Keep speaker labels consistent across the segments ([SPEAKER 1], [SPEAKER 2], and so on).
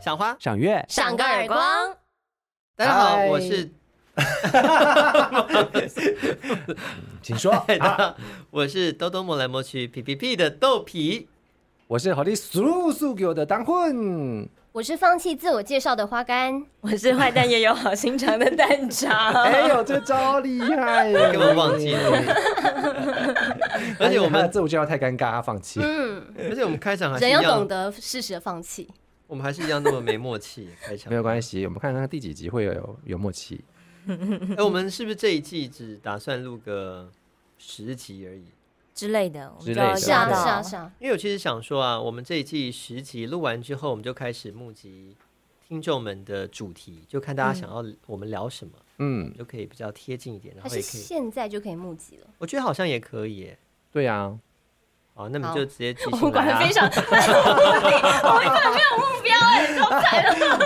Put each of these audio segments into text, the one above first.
[SPEAKER 1] 赏花。
[SPEAKER 2] 赏月，
[SPEAKER 3] 赏个耳光。
[SPEAKER 1] 大家好，
[SPEAKER 2] 嗨
[SPEAKER 1] 我是
[SPEAKER 2] 请说。啊、
[SPEAKER 1] 我是兜兜摸来摸去皮皮皮的豆皮。
[SPEAKER 2] 我是好的速速给我的当 混。
[SPEAKER 3] 我是放弃自我介绍的花干，我是坏蛋也有好心肠的蛋长。
[SPEAKER 2] 哎呦，这招厉害啊耶！
[SPEAKER 1] 给我忘记 了而且我
[SPEAKER 2] 哎呀
[SPEAKER 1] 们，
[SPEAKER 2] 自我介绍太尴尬，放弃。
[SPEAKER 3] 嗯，
[SPEAKER 1] 而且我们开场啊还是
[SPEAKER 3] 人
[SPEAKER 1] 一
[SPEAKER 3] 要懂
[SPEAKER 1] 样，
[SPEAKER 3] 得适时的放弃。
[SPEAKER 1] 我们还是一样那么没默契。 开场
[SPEAKER 2] 没有关系，我们看看第几集会有有默契。
[SPEAKER 1] 哎、我们是不是这一季只打算录个十集而已？
[SPEAKER 4] 之类的，我
[SPEAKER 2] 之
[SPEAKER 4] 们
[SPEAKER 2] 类
[SPEAKER 4] 就
[SPEAKER 2] 的
[SPEAKER 4] 要
[SPEAKER 3] 是啊，
[SPEAKER 4] 知道
[SPEAKER 3] 是啊，是啊。
[SPEAKER 1] 因为我其实想说啊，我们这一季十集录完之后，我们就开始募集听众们的主题，就看大家想要我们聊什么，
[SPEAKER 2] 嗯，
[SPEAKER 1] 就可以比较贴近一点，然
[SPEAKER 3] 还
[SPEAKER 1] 后
[SPEAKER 3] 是
[SPEAKER 1] 也可以，
[SPEAKER 3] 现在就可以募集了，
[SPEAKER 1] 我觉得好像也可以耶。
[SPEAKER 2] 对 啊，
[SPEAKER 1] 好，那么
[SPEAKER 3] 好
[SPEAKER 1] 就直接举
[SPEAKER 3] 我
[SPEAKER 1] 行
[SPEAKER 3] 们管
[SPEAKER 1] 来
[SPEAKER 3] 得
[SPEAKER 1] 啊
[SPEAKER 3] 非！常，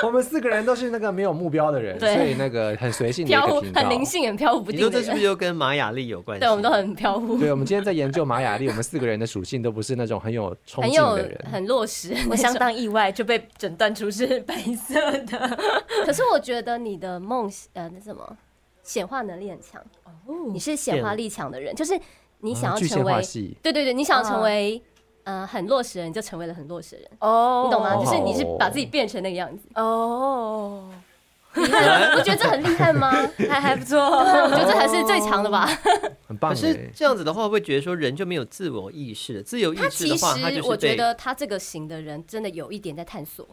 [SPEAKER 2] 我们四个人都是那个没有目标的人，
[SPEAKER 3] 对
[SPEAKER 2] 所以那个很随性的一
[SPEAKER 3] 飘忽
[SPEAKER 2] 个频，道
[SPEAKER 3] 很。灵性，很飘忽不
[SPEAKER 1] 你
[SPEAKER 3] 定
[SPEAKER 1] 说
[SPEAKER 3] 的
[SPEAKER 1] 这是不是
[SPEAKER 3] 人。
[SPEAKER 1] 又跟玛雅历有关系？
[SPEAKER 3] 对，我们都很飘忽，
[SPEAKER 2] 对，我们今天在研究玛雅历，我们四个人的属性都不是那种很有冲
[SPEAKER 3] 很
[SPEAKER 2] 劲
[SPEAKER 3] 有
[SPEAKER 2] 的人。
[SPEAKER 3] 很落实。
[SPEAKER 4] 我相， 当意外就被诊断出是白色的。
[SPEAKER 3] 可是我觉得你的梦呃那什么显化能力很强，
[SPEAKER 1] 嗯
[SPEAKER 4] 哦
[SPEAKER 3] 你是显化力强的人，就是你想
[SPEAKER 2] 啊
[SPEAKER 3] 要
[SPEAKER 2] 具
[SPEAKER 3] 成
[SPEAKER 2] 现化
[SPEAKER 3] 为，
[SPEAKER 2] 系，
[SPEAKER 3] 对对对，你想要成
[SPEAKER 4] 啊
[SPEAKER 3] 为呃很落实的人，你就成为了很落实的人。
[SPEAKER 4] 哦
[SPEAKER 3] 你懂吗？
[SPEAKER 2] 哦
[SPEAKER 3] 就是你是把自己变成那个 样子，
[SPEAKER 4] 哦，
[SPEAKER 3] 我觉得这很厉 害吗？
[SPEAKER 4] 还还不 错。
[SPEAKER 3] 我觉得这才是最强的吧。
[SPEAKER 1] 哦
[SPEAKER 2] 很棒
[SPEAKER 1] 可是
[SPEAKER 2] 欸。
[SPEAKER 1] 这样子的话，会不会觉得说人就没有自我意识了？自由意
[SPEAKER 3] 他
[SPEAKER 1] 识
[SPEAKER 3] 其
[SPEAKER 1] 的
[SPEAKER 3] 实
[SPEAKER 1] 话，他就是
[SPEAKER 3] 我觉
[SPEAKER 1] 被
[SPEAKER 3] 得他这个型的人真的有一点在探索，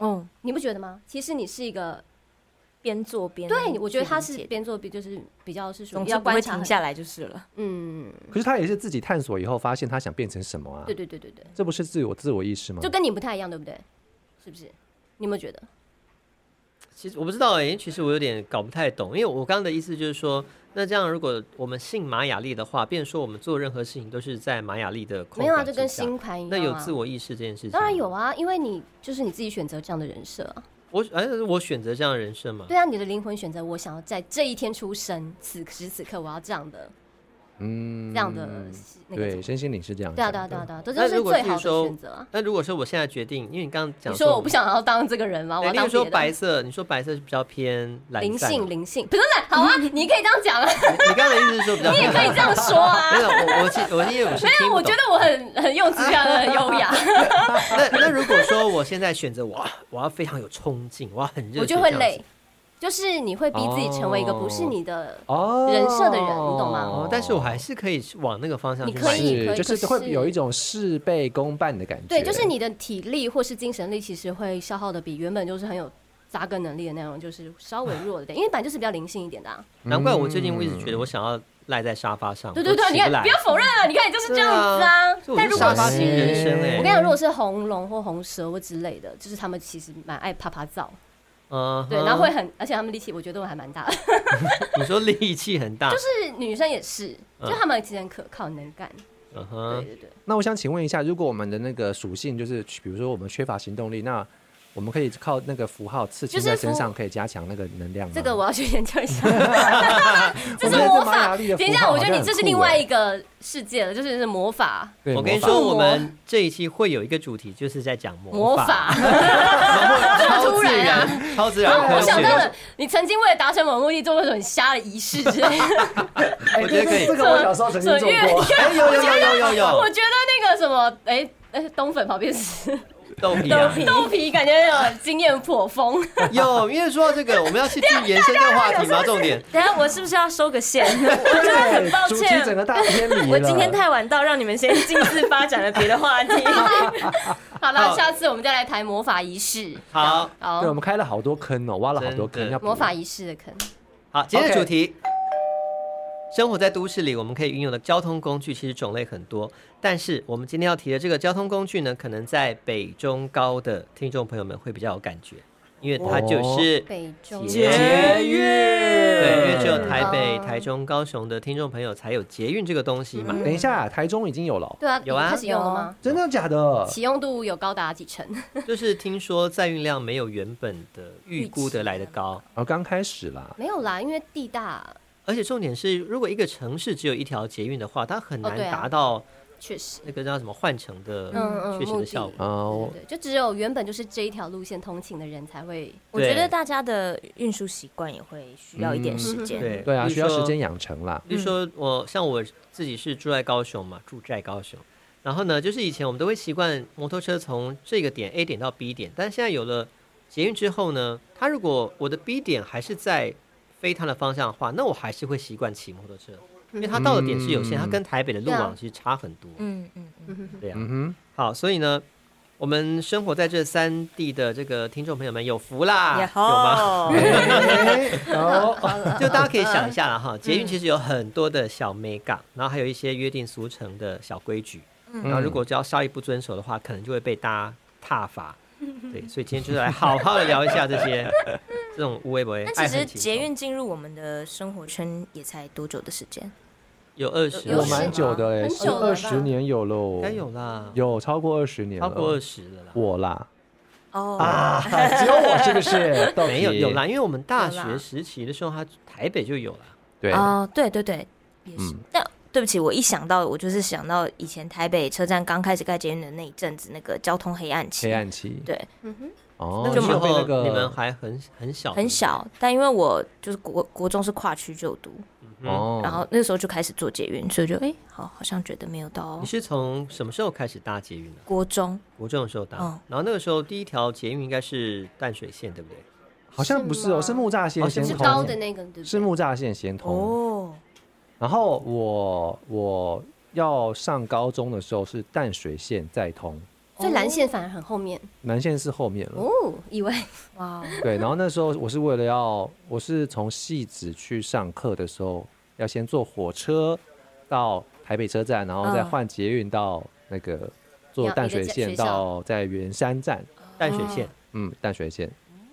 [SPEAKER 4] 嗯，
[SPEAKER 3] 你不觉得吗？其实你是一个，
[SPEAKER 4] 边做边
[SPEAKER 3] 对我觉得他
[SPEAKER 4] 去理
[SPEAKER 3] 是
[SPEAKER 4] 解，
[SPEAKER 3] 边做边就是比较是属
[SPEAKER 4] 总
[SPEAKER 3] 于
[SPEAKER 4] 之
[SPEAKER 3] 要
[SPEAKER 4] 不
[SPEAKER 3] 观
[SPEAKER 4] 会
[SPEAKER 3] 察
[SPEAKER 4] 停
[SPEAKER 3] 很，
[SPEAKER 4] 下来就是了。
[SPEAKER 3] 嗯，
[SPEAKER 2] 可是他也是自己探索以后发现他想变成什么啊
[SPEAKER 3] 对？对对对对，
[SPEAKER 2] 这不是自我自我意识吗
[SPEAKER 3] 就？跟你不太一样，对不对？是不是？你有没有觉得？
[SPEAKER 1] 其实我不知道哎、其实我有点搞不太懂，因为我刚刚的意思就是说，那这样如果我们信玛雅历的话，便说我们做任何事情都是在玛雅历的控
[SPEAKER 3] 没有啊，
[SPEAKER 1] 管
[SPEAKER 3] 就
[SPEAKER 1] 之
[SPEAKER 3] 跟
[SPEAKER 1] 下
[SPEAKER 3] 星盘一
[SPEAKER 1] 那
[SPEAKER 3] 样
[SPEAKER 1] 有
[SPEAKER 3] 啊
[SPEAKER 1] 自。我意识这件事情，
[SPEAKER 3] 当然有。啊，因为你就是你自己选择这样的人设啊。
[SPEAKER 1] 我哎，我选择这样的人设嘛，
[SPEAKER 3] 对啊，你的灵魂选择，我想要在这一天出生，此时此刻我要这样的
[SPEAKER 2] 嗯，
[SPEAKER 3] 这样的那个
[SPEAKER 2] 对，身心灵是这样。
[SPEAKER 3] 对啊，对啊，对啊，。对啊，这
[SPEAKER 1] 那
[SPEAKER 3] 就是
[SPEAKER 1] 如果
[SPEAKER 3] 最
[SPEAKER 1] 譬如
[SPEAKER 3] 好的
[SPEAKER 1] 说
[SPEAKER 3] 选择啊。
[SPEAKER 1] 那如果说我现在决定，因为你刚刚讲
[SPEAKER 3] 你说我
[SPEAKER 1] 们
[SPEAKER 3] 不，想要当这个人吗？
[SPEAKER 1] 对，
[SPEAKER 3] 我要
[SPEAKER 1] 例如
[SPEAKER 3] 当
[SPEAKER 1] 说
[SPEAKER 3] 别
[SPEAKER 1] 白
[SPEAKER 3] 的。
[SPEAKER 1] 色，你说白色是比较偏懒
[SPEAKER 3] 灵
[SPEAKER 1] 散
[SPEAKER 3] 性，
[SPEAKER 1] 嘛
[SPEAKER 3] 灵性，不是不是 好啊，你可以这样讲啊，
[SPEAKER 1] 你你刚才的意思是说比较
[SPEAKER 3] 你也
[SPEAKER 1] 偏
[SPEAKER 3] 可以
[SPEAKER 1] 懒
[SPEAKER 3] 这
[SPEAKER 1] 散。
[SPEAKER 3] 样说啊
[SPEAKER 1] 没。有，我我其我因为我是
[SPEAKER 3] 没
[SPEAKER 1] 听
[SPEAKER 3] 有，
[SPEAKER 1] 不
[SPEAKER 3] 我觉
[SPEAKER 1] 懂。
[SPEAKER 3] 得我很很用词非常的很优 雅，
[SPEAKER 1] 那那如果说我现在选择我，我要非常有冲劲，我要很热，
[SPEAKER 3] 我就会累。，就是你会逼自己成为一个不是你的，
[SPEAKER 2] 哦，
[SPEAKER 3] 人设的人你懂吗
[SPEAKER 1] 哦，但是我还是可以往那个方向去
[SPEAKER 3] 你
[SPEAKER 1] 迈
[SPEAKER 3] 可以
[SPEAKER 1] 进。
[SPEAKER 2] 是
[SPEAKER 3] 可以
[SPEAKER 2] 就是
[SPEAKER 3] 可是
[SPEAKER 2] 会有一种事倍功半的感觉。
[SPEAKER 3] 对，就是你的体力或是精神力其实会消耗的比原本就是很有扎根能力的那种，就是稍微弱一点，因为本来就是比较灵性一点的啊。
[SPEAKER 1] 难怪我最近我一直觉得我想要赖在沙发上，
[SPEAKER 3] 对对
[SPEAKER 1] 我
[SPEAKER 3] 对，
[SPEAKER 1] 起
[SPEAKER 3] 你
[SPEAKER 1] 不
[SPEAKER 3] 看
[SPEAKER 1] 来
[SPEAKER 3] 不要否认啊，你看你就是这样子啊
[SPEAKER 1] 所以。我
[SPEAKER 3] 但
[SPEAKER 1] 是
[SPEAKER 3] 如
[SPEAKER 1] 沙
[SPEAKER 3] 果
[SPEAKER 1] 发
[SPEAKER 2] 是
[SPEAKER 1] 型人生哎、
[SPEAKER 3] 我跟你讲，如果是红龙或红蛇或之类的，就是他们其实蛮爱啪啪照，
[SPEAKER 1] 嗯哼
[SPEAKER 3] 对，然后会很，而且他们力气我觉得我还蛮大的，
[SPEAKER 1] 你说力气很
[SPEAKER 2] 啊
[SPEAKER 1] 大，
[SPEAKER 3] 就是女生也是，
[SPEAKER 1] 嗯
[SPEAKER 3] 就他们其实很可靠能干，
[SPEAKER 1] 嗯
[SPEAKER 3] 对
[SPEAKER 1] 哼，
[SPEAKER 3] 对对，
[SPEAKER 2] 那我想请问一下，如果我们的那个属性就是，比如说我们缺乏行动力，那我们可以靠那个符号刺青
[SPEAKER 3] 就是
[SPEAKER 2] 在
[SPEAKER 3] 符
[SPEAKER 2] 身上，可以加强那个能量吗？
[SPEAKER 3] 这个我要去研究一下， 这
[SPEAKER 2] 嗯
[SPEAKER 3] 是
[SPEAKER 2] 我觉得
[SPEAKER 3] 魔
[SPEAKER 2] 玛
[SPEAKER 3] 法。
[SPEAKER 2] 雅历的
[SPEAKER 3] 等一
[SPEAKER 2] 符
[SPEAKER 3] 下，
[SPEAKER 2] 号
[SPEAKER 3] 我觉得
[SPEAKER 2] 好
[SPEAKER 3] 你
[SPEAKER 2] 像
[SPEAKER 3] 这是
[SPEAKER 2] 很酷
[SPEAKER 3] 另外
[SPEAKER 2] 欸
[SPEAKER 3] 一个世界了，就是魔法
[SPEAKER 2] 对
[SPEAKER 1] 我跟你
[SPEAKER 2] 魔法
[SPEAKER 1] 说，
[SPEAKER 3] 魔法
[SPEAKER 1] 我们这一期会有一个主题，就是在讲
[SPEAKER 3] 魔
[SPEAKER 1] 魔
[SPEAKER 3] 法。
[SPEAKER 1] 然后超
[SPEAKER 3] 突
[SPEAKER 1] 自
[SPEAKER 3] 然啊
[SPEAKER 1] 然，超自然
[SPEAKER 3] 然后
[SPEAKER 1] 科
[SPEAKER 3] 我
[SPEAKER 1] 学。
[SPEAKER 3] 想到了，你曾经为了达成某个目的做过很瞎的仪式之类的，
[SPEAKER 2] 哎
[SPEAKER 1] 我觉得可以
[SPEAKER 2] 这个我小时候曾经做
[SPEAKER 3] 什 么
[SPEAKER 2] 过。
[SPEAKER 1] 哎有有有有有
[SPEAKER 3] 我
[SPEAKER 1] 有
[SPEAKER 3] 觉得那个什么，哎哎，东粉旁边是。
[SPEAKER 1] 豆皮啊，
[SPEAKER 3] 豆皮感觉有经验 颇丰，
[SPEAKER 1] 有，因为说到这个，我们要去去延伸这个话题嘛，重点。
[SPEAKER 4] 等下我是不是要收个线？我真的很抱
[SPEAKER 2] 对，主题
[SPEAKER 4] 歉，
[SPEAKER 2] 整个大偏离了。
[SPEAKER 4] 我今天太晚到，让你们先径自发展了别的话题。
[SPEAKER 3] 好了，
[SPEAKER 1] 好
[SPEAKER 3] 下次我们再来谈魔法仪式。
[SPEAKER 1] 好
[SPEAKER 2] 对，我
[SPEAKER 3] 好，
[SPEAKER 2] 们开了好多坑哦，挖了好多
[SPEAKER 1] 真
[SPEAKER 2] 坑，
[SPEAKER 1] 的
[SPEAKER 2] 要补
[SPEAKER 3] 魔法仪式的坑，
[SPEAKER 1] 好，今天的
[SPEAKER 2] OK
[SPEAKER 1] 主题。生活在都市里，我们可以运用的交通工具其实种类很多，但是我们今天要提的这个交通工具呢，可能在北中高的听众朋友们会比较有感觉，因为它就是
[SPEAKER 3] 北中
[SPEAKER 1] 捷
[SPEAKER 2] 运
[SPEAKER 1] 对，因为只有台北、
[SPEAKER 3] 哦
[SPEAKER 1] 台中、高雄的听众朋友才有捷运这个东西嘛。
[SPEAKER 3] 嗯
[SPEAKER 2] 等一下，台中已经有了哦，
[SPEAKER 3] 对啊，
[SPEAKER 1] 有啊
[SPEAKER 3] 开始用了吗？
[SPEAKER 2] 真的假的？
[SPEAKER 3] 启用度有高达几成？
[SPEAKER 1] 就是听说载运量没有原本的预估的来的高，
[SPEAKER 2] 哦，刚开始啦。
[SPEAKER 3] 没有啦，因为地大
[SPEAKER 1] 而且重点是，如果一个城市只有一条捷运的话，它很
[SPEAKER 3] 哦
[SPEAKER 1] 难
[SPEAKER 3] 对啊
[SPEAKER 1] 达到
[SPEAKER 3] 确实，
[SPEAKER 1] 那个叫什么换乘的
[SPEAKER 3] 嗯嗯，
[SPEAKER 1] 确实
[SPEAKER 3] 目
[SPEAKER 1] 的
[SPEAKER 3] 的
[SPEAKER 1] 效果。
[SPEAKER 2] 啊，
[SPEAKER 3] 对
[SPEAKER 2] 我
[SPEAKER 3] 对对，就只有原本就是这一条路线通勤的人才会，
[SPEAKER 4] 我觉
[SPEAKER 1] 对
[SPEAKER 4] 得大家的运输习惯也会需要一点时间。
[SPEAKER 1] 对
[SPEAKER 2] 对啊，
[SPEAKER 1] 比如
[SPEAKER 2] 需要时
[SPEAKER 1] 说
[SPEAKER 2] 间养成啦。
[SPEAKER 1] 就说我像我自己是住在高雄嘛，住在高雄。然后呢，就是以前我们都会习惯摩托车从这个点 A 点到 B 点，但是现在有了捷运之后呢，它如果我的 B 点还是在飞它的方向的话，那我还是会习惯骑摩托车，因为它到的点是有限，
[SPEAKER 2] 嗯
[SPEAKER 1] 它跟台北的路
[SPEAKER 3] 对啊
[SPEAKER 1] 网其实差很多。
[SPEAKER 4] 嗯嗯嗯，
[SPEAKER 1] 对啊，
[SPEAKER 2] 嗯
[SPEAKER 1] 好，所以呢，我们生活在这三地的这个听众朋友们有福
[SPEAKER 4] 啊
[SPEAKER 1] 啦，有吗？
[SPEAKER 2] 哎
[SPEAKER 1] 哎
[SPEAKER 2] 哼， 哦，
[SPEAKER 4] 嗯
[SPEAKER 1] 就大家可以想一下了哈，捷运其实有很多的小 mega，、然后还有一些约定俗成的小规矩，
[SPEAKER 3] 嗯
[SPEAKER 4] 嗯
[SPEAKER 2] 嗯
[SPEAKER 1] 然后如果只要稍一不遵守的话，可能就会被大家挞 伐。对，所以今天就是来好好的聊一下这些这种无微不微。
[SPEAKER 4] 那
[SPEAKER 1] 爱
[SPEAKER 4] 其
[SPEAKER 1] 恨
[SPEAKER 4] 实
[SPEAKER 1] 情仇
[SPEAKER 4] 捷运进入我们的生活圈也才多久的时间？
[SPEAKER 1] 有二十，
[SPEAKER 3] 有
[SPEAKER 2] 有
[SPEAKER 3] 时
[SPEAKER 2] 蛮久的哎，
[SPEAKER 3] 很
[SPEAKER 2] 是
[SPEAKER 3] 久了吧
[SPEAKER 2] 二十年有喽
[SPEAKER 1] 应，该有啦，
[SPEAKER 2] 有超过二十年
[SPEAKER 1] 超
[SPEAKER 2] 了，
[SPEAKER 1] 过二十了啦。
[SPEAKER 2] 我啦，
[SPEAKER 4] 哦，
[SPEAKER 2] 只有我是不 是？豆
[SPEAKER 1] 没有
[SPEAKER 2] 皮
[SPEAKER 1] 有啦，，因为我们大
[SPEAKER 4] 有
[SPEAKER 1] 学
[SPEAKER 4] 啦
[SPEAKER 1] 时期的时候，它台北就有啦。
[SPEAKER 2] 对，
[SPEAKER 4] 哦，对对对，也是
[SPEAKER 2] 嗯。
[SPEAKER 4] 但对不起，我一想到我就是想到以前台北车站刚开始盖捷运的那一阵子，那个交通黑暗期。
[SPEAKER 2] 黑暗期，
[SPEAKER 4] 对，
[SPEAKER 3] 嗯
[SPEAKER 2] 哦，
[SPEAKER 1] 那个
[SPEAKER 2] 就
[SPEAKER 1] 时
[SPEAKER 2] 被
[SPEAKER 1] 候
[SPEAKER 2] 那个哦
[SPEAKER 1] 你们还很很小，
[SPEAKER 4] 很小，但因为我就是国国中是跨区就读，
[SPEAKER 1] 嗯
[SPEAKER 2] 哦，
[SPEAKER 4] 然后那时候就开始做捷运，所以就哎、好，好像觉得没有到
[SPEAKER 1] 你是从什么时候开始搭捷运的？
[SPEAKER 4] 国中，
[SPEAKER 1] 国中的时候搭，
[SPEAKER 4] 嗯
[SPEAKER 1] 然后那个时候第一条捷运应该是淡水线，对不对？
[SPEAKER 2] 好像不是哦，
[SPEAKER 3] 是
[SPEAKER 2] 是
[SPEAKER 3] 吗
[SPEAKER 2] 木栅
[SPEAKER 1] 哦
[SPEAKER 2] 线
[SPEAKER 1] 是
[SPEAKER 2] 先
[SPEAKER 1] 木
[SPEAKER 3] 是
[SPEAKER 1] 先
[SPEAKER 2] 通，
[SPEAKER 1] 通
[SPEAKER 3] 高的那个，对不
[SPEAKER 2] 是
[SPEAKER 3] 对？
[SPEAKER 2] 木栅线先通。
[SPEAKER 4] 哦，
[SPEAKER 2] 然后我我要上高中的时候是淡水线再通，
[SPEAKER 3] 所以蓝线反而很后面
[SPEAKER 2] 南线是后面了。
[SPEAKER 3] 哦，以为
[SPEAKER 4] 哇哦，
[SPEAKER 2] 对，然后那时候我是为了要，我是从戏子去上课的时候，要先坐火车到台北车站，然后再
[SPEAKER 4] 嗯
[SPEAKER 2] 换捷运到那个
[SPEAKER 3] 要
[SPEAKER 2] 坐
[SPEAKER 3] 一
[SPEAKER 2] 淡
[SPEAKER 3] 个
[SPEAKER 2] 水
[SPEAKER 3] 在学
[SPEAKER 2] 线
[SPEAKER 3] 校
[SPEAKER 2] 到在圆山站，
[SPEAKER 1] 淡水线
[SPEAKER 2] 嗯，淡水线。